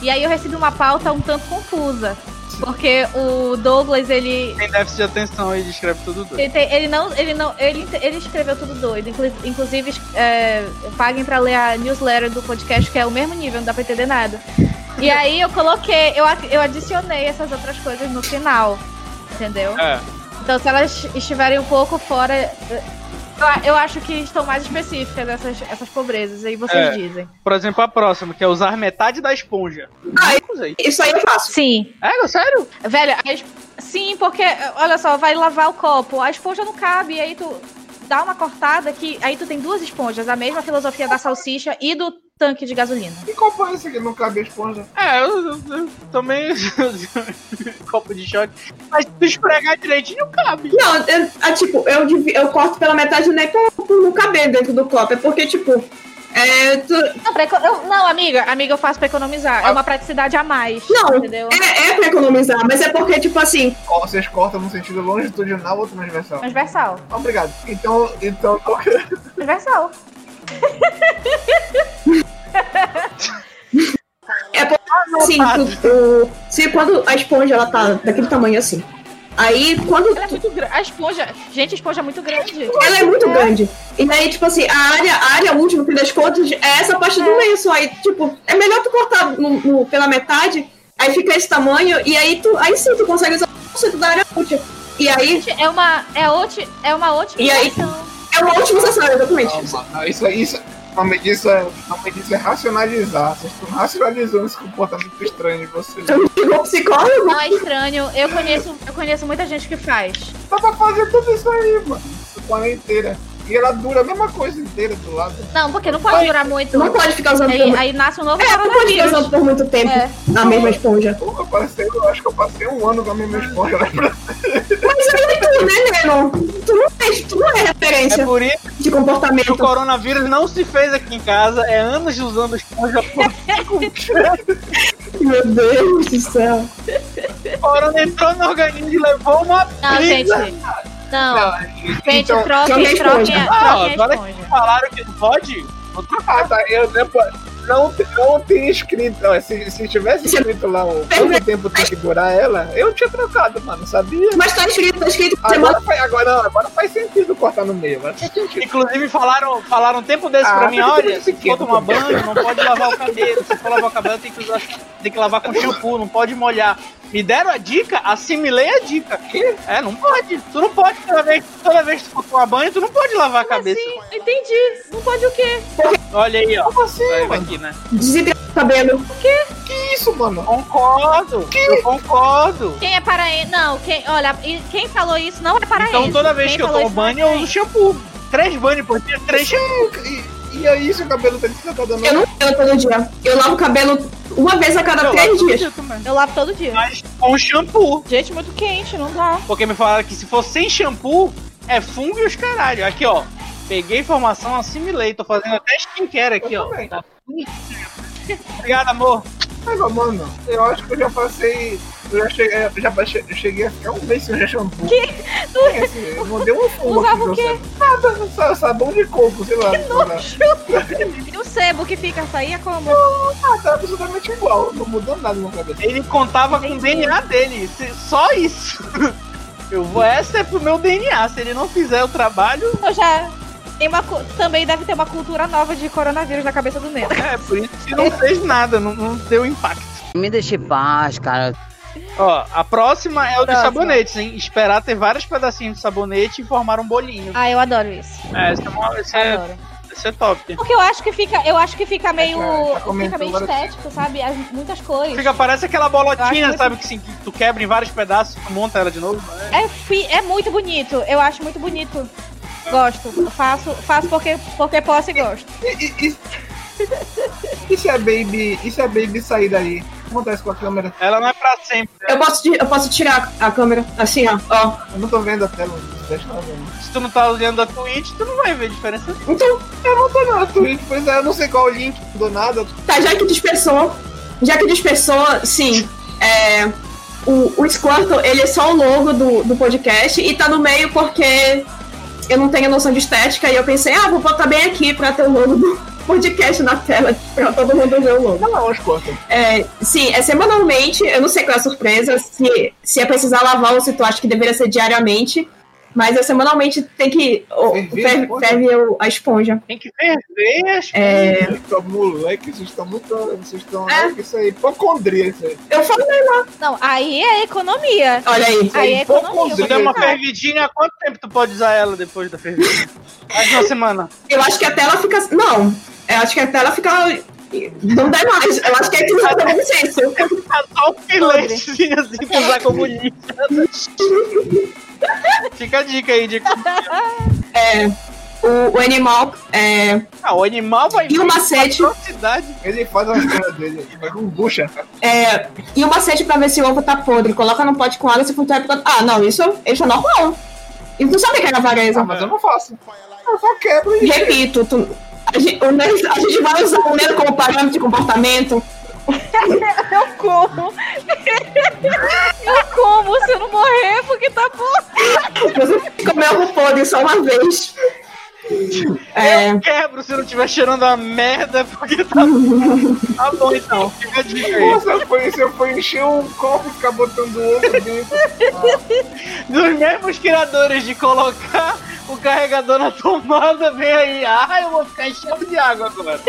E aí eu recebi uma pauta um tanto confusa. Porque o Douglas, ele.
Tem déficit de atenção e descreve tudo doido.
Ele, tem- ele não. Ele não. Ele, ele escreveu tudo doido. Inclu- Inclusive, é, paguem pra ler a newsletter do podcast, que é o mesmo nível, não dá pra entender nada. E aí eu coloquei, eu, a- eu adicionei essas outras coisas no final. Entendeu?
É.
Então, se elas estiverem um pouco fora. Eu, a- eu acho que estão mais específicas essas, essas pobrezas, aí vocês
É.
dizem.
Por exemplo, a próxima, que é usar metade da esponja.
Ai.
Não usei.
Isso aí eu faço.
Sim.
É, sério?
Velho, a es- sim, porque, olha só, vai lavar o copo, a esponja não cabe, e aí tu dá uma cortada que. Aí tu tem duas esponjas, a mesma filosofia da salsicha e do tanque de gasolina.
E qual foi esse que não cabia esponja?
É, eu, eu- eu tomei *laughs* copo de choque. Mas se tu esfregar direitinho, cabe.
Não, eu, ah, tipo, eu, divi- eu corto pela metade nem por, por não caber dentro do copo. É porque, tipo, é, tu-
Não, pra eco- eu- não, amiga, amiga, eu faço pra economizar. É uma praticidade a mais.
Não,
entendeu?
é, é pra economizar, mas é porque, tipo assim,
Qual Vocês cortam no sentido longitudinal ou transversal?
Transversal.
Obrigado. Então, então
Transversal.
é porque
Ah,
assim, tu- tu- se quando a esponja ela tá daquele tamanho assim. Aí quando
Ela é muito grande. A esponja. Gente, a esponja é muito grande.
Ela é muito grande. E daí, tipo assim, a área, a área última, no fim das contas, é essa parte do meio só. Aí, tipo, é melhor tu cortar no- no- pela metade, aí fica esse tamanho, e aí tu. Aí sim, tu consegue usar o centro da área útil. E aí
É uma, é oti, é uma ótima
E aí?
opção.
é uma ótima sensação, exatamente.
Calma, não, isso, isso, o nome disso é, o nome disso é racionalizar. Vocês estão racionalizando esse comportamento estranho de vocês.
Tu ligou o Então, psicólogo?
Não é estranho. Eu conheço, eu conheço muita gente que faz.
Dá pra fazer tudo isso aí, mano. Isso com ela inteira. E ela dura a mesma coisa inteira do lado.
Não, porque não pode
Ai,
durar muito.
Não pode ficar usando por
Aí,
muito
aí nasce um novo
É, não pode ficar
coronavírus.
usando por muito tempo
É.
na mesma esponja.
Pô, eu, passei, eu acho que eu passei um ano com a minha esponja lá pra
Mas aí tu, né, Lennon? Tu não, é, tu não é
É
referência
por isso
de
que o
comportamento.
coronavírus não se fez aqui em casa. É anos usando esponja.
Meu Deus do céu.
O corona entrou no organismo e levou uma
Não, Ah, gente.
brisa.
Não.
lá.
Gente,
Então,
troquem,
joga
troquem,
a
troquem
esponja.
Ah,
a
agora
é esponja.
Falaram que não pode? Vou trocar.
ah, tá, eu depois. Não, não tem escrito. ó, Se, se tivesse escrito lá o quanto tempo tem que durar ela, eu tinha trocado, mano. Sabia?
Mas tá escrito, tá escrito que você manda
Agora, faz- agora, agora faz sentido cortar no meio. Agora faz sentido.
Inclusive falaram, falaram um tempo desse
Ah,
pra mim,
mas
olha,
você
se
quer
for tomar
também.
banho, não pode lavar o cabelo. Se for lavar o cabelo, tem que, usar, tem que lavar com shampoo, não pode molhar. Me deram a dica, assimilei a dica. É, não pode. Tu não pode, toda vez, toda vez que tu for tomar banho, tu não pode lavar a cabeça.
Sim, entendi. Não pode o quê?
Olha aí, ó.
Como assim,
Saiu
mano?
aqui, né?
desintegrar o cabelo.
Que isso, mano?
Concordo, eu concordo.
Quem é paraense? Não, quem, olha, e quem falou isso não é paraense.
Então toda vez
Quem
que eu
falou
tomo
isso não é
banho, eu uso
paraense.
shampoo. Três banhos por dia, três
é
shampoos.
E, e aí, se o cabelo tá descantado
Eu não cabelo todo dia. Eu lavo o cabelo uma vez a cada
Eu
três
lavo
dias.
tudo também.
Eu lavo todo dia.
Mas com shampoo.
Gente, muito quente, não *laughs* dá.
Porque me falaram que se for sem shampoo, é fungo e os caralho. Aqui, ó. Peguei informação, assimilei. Tô fazendo até skincare aqui, ó.
também.
Tá bonitinho. Obrigado, amor.
Mas, ó, mano, eu acho que eu já passei. Eu já cheguei, eu já baixei- eu cheguei a ficar um mês sem usar shampoo. Que? eu não dei um fumo.
Usava
aqui,
o quê?
meu sabão. Nada, sa- sabão de coco, sei lá. Que nojo.
E o sebo que fica saía como?
Ah, tá absolutamente igual. Não mudou nada no meu cabelo.
Ele contava com o DNA dele. se- Só isso. *laughs* Eu vou, essa é pro meu DNA. Se ele não fizer o trabalho,
Eu já. Tem uma, cu- também deve ter uma cultura nova de coronavírus na cabeça do Neto.
é por isso que não fez nada, não, não deu impacto.
Me deixa em paz, cara.
Ó, a próxima é o dos
Próxima.
sabonetes, hein? Esperar ter vários pedacinhos de sabonete e formar um bolinho.
Ah, eu adoro isso.
É, essa é, uma- essa é
Adoro.
Isso é top.
Porque eu acho que fica, eu acho que fica meio,
já
fica
comentou
meio
várias-
estético, sabe? As- muitas cores.
Fica, parece aquela
Eu acho
bolotinha,
muito-
sabe? Que, assim, que tu quebra em vários pedaços, tu monta ela de novo. né?
É, fi- é muito bonito. Eu acho muito bonito. Gosto. Faço, faço porque, porque posso e gosto.
E, e, e- e se a Baby. E se a Baby sair daí? O que acontece com a câmera?
Ela não é pra sempre. né?
Eu posso, ti- eu posso tirar a câmera, assim, ó. ó.
Eu não tô vendo a tela. Vocês estão vendo.
Se tu não tá olhando a Twitch, tu não vai ver diferença.
Então,
Eu não tô na Twitch, pois é, eu não sei qual o link do nada.
tá, já que dispersou, já que dispersou, sim, é, o, o Squirtle, ele é só o logo do, do podcast e tá no meio porque eu não tenho noção de estética e eu pensei, ah, vou botar bem aqui pra ter o logo do *laughs* podcast na tela, pra todo mundo ver o logo.
Não, não, os cortam.
É, sim, é semanalmente, eu não sei qual é a surpresa, se, se é precisar lavar ou se tu acha que deveria ser diariamente, mas é semanalmente tem que, ou,
Ferver a
ferve,
esponja?
ferve o- a esponja.
Tem que ferver as
É,
Tô tá moleque, vocês estão muito. Vocês estão.
É.
É. Isso aí, hipocondria, isso aí.
eu falo, né,
Não, aí é economia.
olha aí.
Aí é economia.
poucos
Tu
eu
der
vou
uma
falar.
fervidinha, há quanto tempo tu pode usar ela depois da fervidinha? Mais de uma semana.
Eu acho que até ela fica. Não, eu acho que até ela fica. Não dá mais. Eu acho que é que não dá licença.
Tá só um filetezinho assim pra usar como lixo. Fica a dica aí de
O, o animal. É...
Ah, o animal vai
E o macete.
atrocidade.
Ele faz as coisas dele, faz um bucha.
é, E o macete pra ver se o ovo tá podre. Coloca num pote com água se for tá... Ah, não, isso, isso é normal. E tu sabe que era
Ah,
vareza.
mas eu não faço. Eu só quebro e.
Repito, tu... a, gente, o Nerd- a gente vai usar o medo como parâmetro de comportamento.
Eu como. *laughs* Eu como se eu não morrer, porque tá bom.
Você comer ovo podre só uma vez. É,
Quebro se não tiver cheirando a merda, porque tá. tá bom então, fica a
É.
dica aí.
Nossa, foi isso. Eu fui encher um copo e ficar botando o outro dentro.
É.
Ah,
Dos mesmos criadores de colocar o carregador na tomada, vem aí. Ah, eu vou ficar enchendo de água agora. *laughs*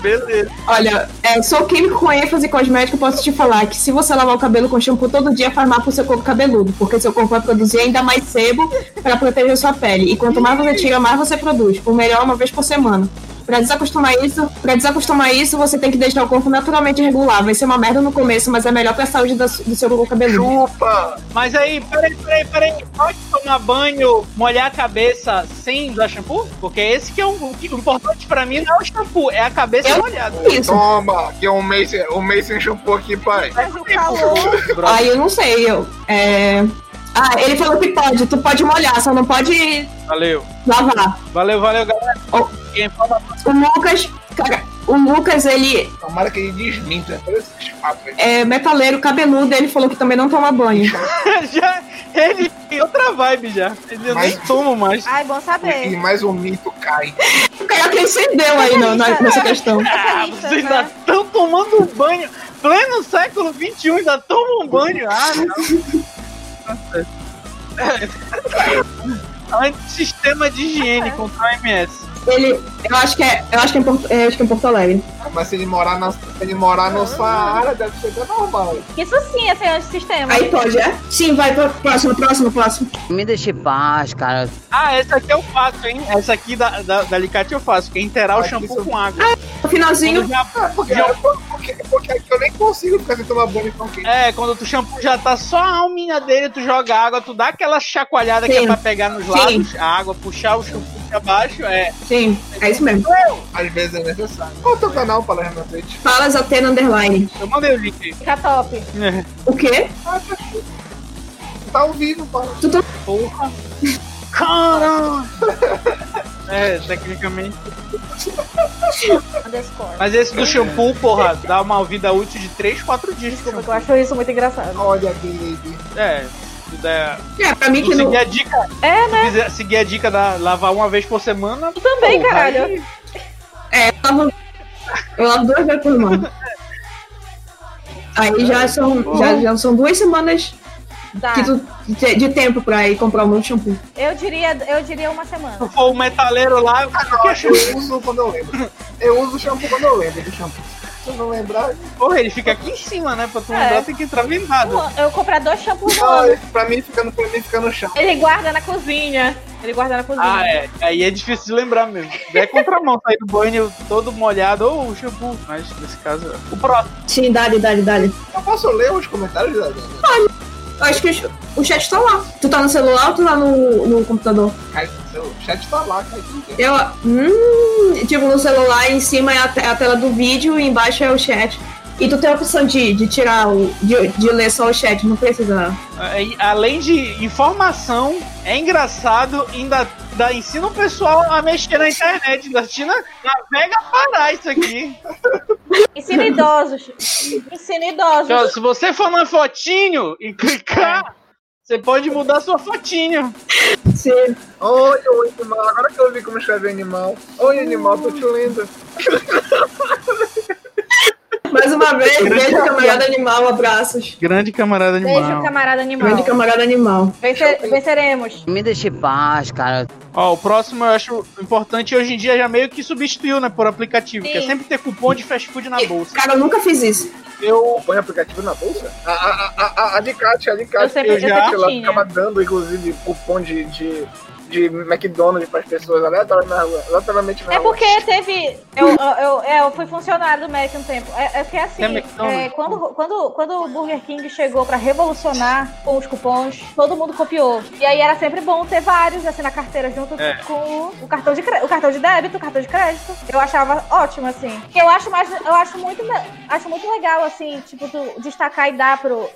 Beleza.
olha, é, sou químico com ênfase cosmético, posso te falar que se você lavar o cabelo com shampoo todo dia, faz mal pro seu corpo cabeludo, porque seu corpo vai produzir ainda mais sebo pra proteger sua pele. E quanto mais você tira, mais você produz. O melhor é uma vez por semana. Pra desacostumar isso, para desacostumar isso, você tem que deixar o corpo naturalmente regular. Vai ser uma merda no começo, mas é melhor pra saúde da su- do seu corpo cabeludo.
Chupa!
Mas aí, peraí, peraí, peraí. Pode tomar banho, molhar a cabeça sem usar shampoo? Porque esse que é um- o, que- o importante pra mim não é o shampoo, é a cabeça
Eu- *laughs*
molhada.
Isso.
Toma! Que é um mês, um mês sem shampoo aqui, pai.
Mas o calor.
Brother,
Aí eu não sei, eu. é, Ah, ele falou que pode, tu pode molhar, só não pode
Valeu.
lavar.
Valeu, valeu, galera.
Ó.
Quem fala
O Lucas, cara, o Lucas, ele,
Tomara que ele desminta. Olha esses papos aí.
é, metaleiro cabeludo, ele falou que também não toma banho.
*laughs* já. Ele tem outra vibe já. Ele eu
Mas-
nem tomo mais.
Ai, bom
E
saber.
mais um mito cai.
O cara que acendeu aí no- na- nessa questão.
Ah,
Especialistas,
vocês ainda
né?
estão tomando um banho. Pleno século XXI, ainda tomam banho. Ah, não. Tá certo. Antissistema de higiene contra a MS.
Ele, eu acho que é, eu acho que é em Porto, é, acho que é em Porto Alegre.
Mas se ele morar, na, se ele morar no Saara, deve ser até normal.
Isso sim é ser antissistema.
Aí pode, é? Sim, vai, pro- próximo, próximo, próximo.
Me deixa em paz, cara.
Ah, essa aqui eu faço, hein? Essa aqui da, da, da Alicate eu faço, que é inteirar o
Aqui
shampoo
são-
com água.
No finalzinho,
Quando já-
É, Porque, porque, porque aqui eu nem consigo ficar sem tomar banho tão quente.
é, quando tu shampoo já tá só a alminha dele, tu joga água, tu dá aquela chacoalhada que é
Sim.
pra pegar nos lados a água, puxar o shampoo pra baixo, é.
sim, é isso mesmo.
Às vezes é necessário. Qual o teu canal, Palermo na Twitch?
Falas Atena Underline.
Eu mandei o link aí.
Fica top.
O quê?
Tá ao vivo, Paulo.
Tu tá
*laughs* Porra! Caramba! É, tecnicamente.
Underscore.
Mas esse do shampoo, porra, dá uma vida útil de 3, 4 dias.
um
Desculpa, que eu acho isso muito engraçado.
Olha, baby.
É. se der-
É, pra mim
se
que não.
seguir a dica.
É,
Se quiser seguir a dica da lavar uma vez por semana.
Eu também,
porra,
caralho.
aí-
É, eu lavo, eu lavo duas vezes por semana. Aí já são, já, já são duas semanas
Tá.
que tu, de, de tempo pra ir comprar um novo shampoo.
Eu diria, eu diria uma semana.
Se for o metaleiro lá, o que é shampoo?
Eu uso quando eu lembro. Eu uso shampoo quando eu lembro do shampoo. tu não lembrar.
Porra, ele fica aqui em cima, né? Pra tu
É.
lembrar, tem que entrar vendado.
Eu vou comprar dois shampoos no
Não,
ano.
ele- pra mim fica no, pra mim fica no chão.
Ele guarda na cozinha. Ele guarda na cozinha.
Ah, é. Aí é difícil de lembrar mesmo. É contramão, sair do banho todo molhado ou o shampoo. Mas nesse caso, é. o próximo.
Sim, dale, dale, dale.
Eu posso ler os comentários da Dani?
Eu acho que o, o chat tá lá. Tu tá no celular ou tu tá no, no computador?
Cai do seu- O chat tá lá, cai tudo.
Eu. Hum, tipo, no celular em cima é a, te- a tela do vídeo e embaixo é o chat. E tu tem a opção de, de tirar o. De, de ler só o chat, não precisa.
Aí, É, além de informação, é engraçado, ainda dá, ensina o pessoal a mexer na internet. Ainda ensina, navega parar isso aqui.
Ensina idosos. Ensina idosos.
Então, se você for na fotinho e clicar, você pode mudar sua fotinho.
Sim.
Oi, oi, animal. Agora que eu vi como escreve animal. Oi, animal, tô te lendo.
Mais *laughs* uma vez, beijo, camarada animal, abraços.
Grande camarada
Beijo, camarada animal.
Grande camarada animal.
Vencer- venceremos.
Me deixe em paz, cara.
Ó, o próximo eu acho importante hoje em dia já meio que substituiu, né, por aplicativo,
Sim.
que é sempre ter cupom de fast food na bolsa.
Cara, eu nunca fiz isso.
Eu
Põe aplicativo na bolsa? A, a, a, a, a de Kátia, a de Kátia.
Eu sempre-
eu sempre
ela
tinha.
ficava dando, inclusive, cupom de, de, de McDonald's pras pessoas aleatoriamente na rua. Aleatoriamente na
É
rua.
porque teve. Eu, eu, eu, é, eu fui funcionário do Mac um tempo. É, é porque assim,
É McDonald's.
é, quando, quando, quando o Burger King chegou pra revolucionar com os cupons, todo mundo copiou. E aí era sempre bom ter vários, assim, na carteira, junto
É.
com o cartão, de, cre- o cartão de débito, o cartão de crédito. Eu achava ótimo, assim. Que eu acho mais. Eu acho muito, le- acho muito legal, assim, tipo, tu destacar e dar pro.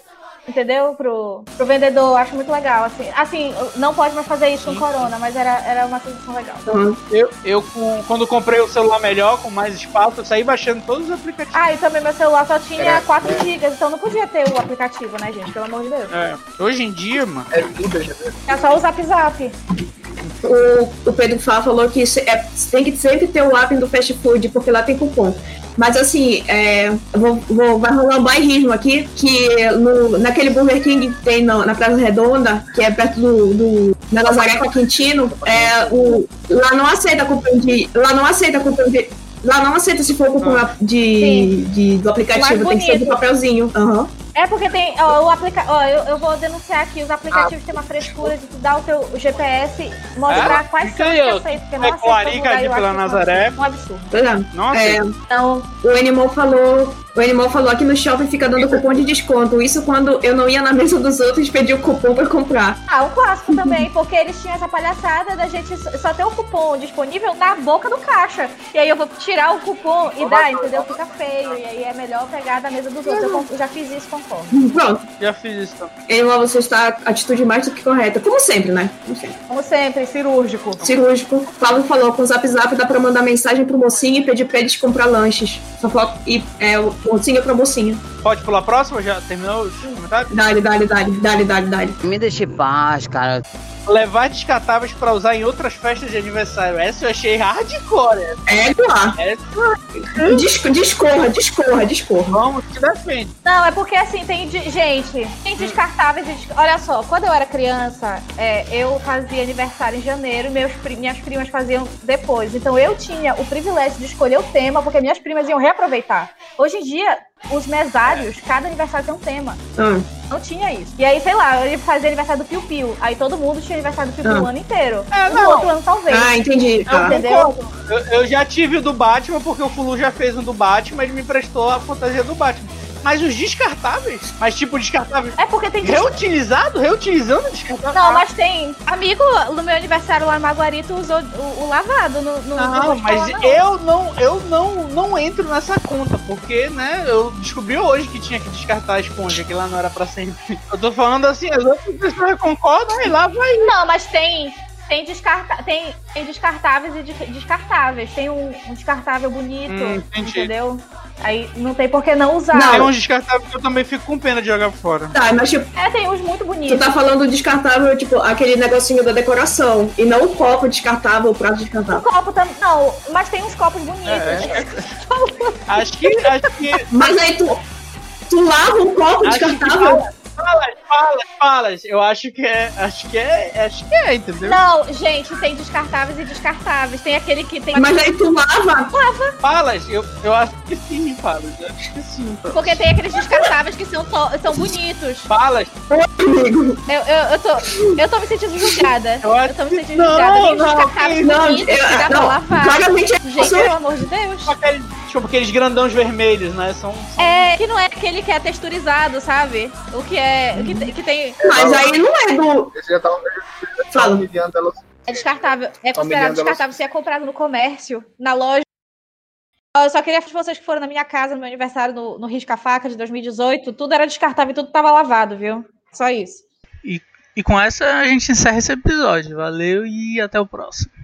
Entendeu? Pro, pro vendedor, acho muito legal, assim. Assim, não pode mais fazer isso com corona, mas era, era uma sensação legal.
Uhum.
eu, eu com- quando comprei o celular melhor, com mais espaço, eu saí baixando todos os aplicativos.
Ah, e também meu celular só tinha
Era-
É.
4 GB, então não podia ter o aplicativo, né, gente? Pelo amor de Deus.
É, hoje em dia, mano,
É vida, gente.
É só o Zap Zap.
O, o Pedro Fá falou que isso é- tem que sempre ter o app do fast food, porque lá tem cupom. Mas assim, é, eu vou, vou- vai rolar um bairrismo aqui, que no, naquele Burger King que tem na, na Praça Redonda, que é perto do, do na Nazaré com a Quintino, é, o, lá não aceita cupom de. Lá não aceita cupom de. Lá não aceita se for cupom de, de- do aplicativo,
Mais
tem que ser do
bonito.
papelzinho. Aham.
É porque tem. Ó, o aplica... ó eu, eu vou denunciar aqui. Os aplicativos têm uma frescura de tu dar o teu GPS, mostrar
É?
quais
Fica
são os
aí,
que
ó.
aceitam, porque não
É
aceitam.
Clarica
daí eu
de Vila
acho isso
Nazaré.
Um absurdo.
Pois é.
nossa,
É,
Então,
O animal falou. O animal falou aqui no shopping fica dando cupom de desconto. Isso quando eu não ia na mesa dos outros pedir o cupom pra comprar.
ah, um clássico também, porque eles tinham essa palhaçada da gente só- só ter o cupom disponível na boca do caixa. E aí eu vou tirar o cupom e dar, entendeu? Fica feio. E aí é melhor pegar da mesa dos outros. Eu con- já fiz isso, concordo.
Pronto.
já fiz isso também.
Animal, você está atitude mais do que correta. Como sempre, né? Como sempre.
Como sempre, cirúrgico.
Cirúrgico. Paulo falou com o zap zap dá pra mandar mensagem pro mocinho e pedir pra eles comprar lanches. Só falta. E é o mocinho pra mocinho.
Pode pular a próxima? Já terminou tá? os comentários?
Dale, dale, dale, dale, dale, dale.
Me deixe em paz, cara.
Levar descartáveis pra usar em outras festas de aniversário. Essa eu achei hardcore. essa.
É lá.
Essa
Dis- discorra, discorra, discorra.
vamos te defende.
Não, é porque assim, tem. de- Gente, tem descartáveis. e des- Olha só, quando eu era criança, é, eu fazia aniversário em janeiro e meus pri- minhas primas faziam depois. Então eu tinha o privilégio de escolher o tema, porque minhas primas iam reaproveitar. Hoje em dia, os mesários, cada aniversário tem um tema.
Ah,
Não tinha isso. E aí, sei lá, eu ia fazer aniversário do Piu Piu. Aí todo mundo tinha aniversário do Piu Piu
Ah.
o ano inteiro.
É,
No
não.
outro ano, talvez.
ah
um
entendi. Tá.
Entendeu?
Eu, eu já tive o do Batman, porque o Fulu já fez um do Batman, ele me emprestou a fantasia do Batman. Mas os descartáveis? Mas tipo, descartáveis
É porque tem
reutilizado? Reutilizando descartável?
Não, mas tem. Amigo, no meu aniversário lá em Maguari, tu usou o, o lavado. No, no,
Ah,
no
não, mas
não.
eu não, eu não, não entro nessa conta, porque, né, eu descobri hoje que tinha que descartar a esponja, que lá não era pra sempre. Eu tô falando assim, as outras pessoas concordam e lá vai.
Não, mas tem. Tem, descarta... tem, tem descartáveis e de- descartáveis. Tem um, um descartável bonito,
Hum, entendi.
entendeu? Aí não tem por que não usar.
Não.
Tem uns descartáveis É um que eu também fico com pena de jogar fora.
Tá, mas tipo.
É, tem uns muito
Tu
bonitos.
tá falando descartável, tipo, aquele negocinho da decoração. E não o copo descartável, o prato descartável.
Copo também. Não, mas tem uns copos bonitos.
É. Acho que, acho que
Mas aí tu. Tu lava um copo
Acho que
descartável?
Falas, falas, falas. Eu acho que é. Acho que é. Acho que é, entendeu?
Não, gente, tem descartáveis e descartáveis. Tem aquele que tem.
é-
Mas aí tu lava.
Falas, eu, eu acho que sim, falas. Eu acho que sim. Falas.
Porque tem aqueles descartáveis que são, to- são bonitos.
Falas,
Eu, eu, eu, tô, eu tô me sentindo julgada.
Eu acho
Eu tô me
que
sentindo
não,
julgada. Tem
não,
descartáveis
Não,
bonitos que dá
eu,
pra
não
lavar.
claramente é
Gente, pelo amor de Deus.
tipo aqueles, tipo aqueles grandões vermelhos, né? São.
É, que não é aquele que é texturizado, sabe? O que é. o Que, que tem.
Mas aí não é do.
Esse já tá
Fala.
humilhando ela.
É descartável. É
Almigando,
considerado descartável se é comprado no comércio, na loja. Ó, Eu só queria falar pra vocês que foram na minha casa no meu aniversário no, no Risca Faca de 2018. Tudo era descartável e tudo tava lavado, viu? Só isso.
é E com essa a gente encerra esse episódio. Valeu e até o próximo.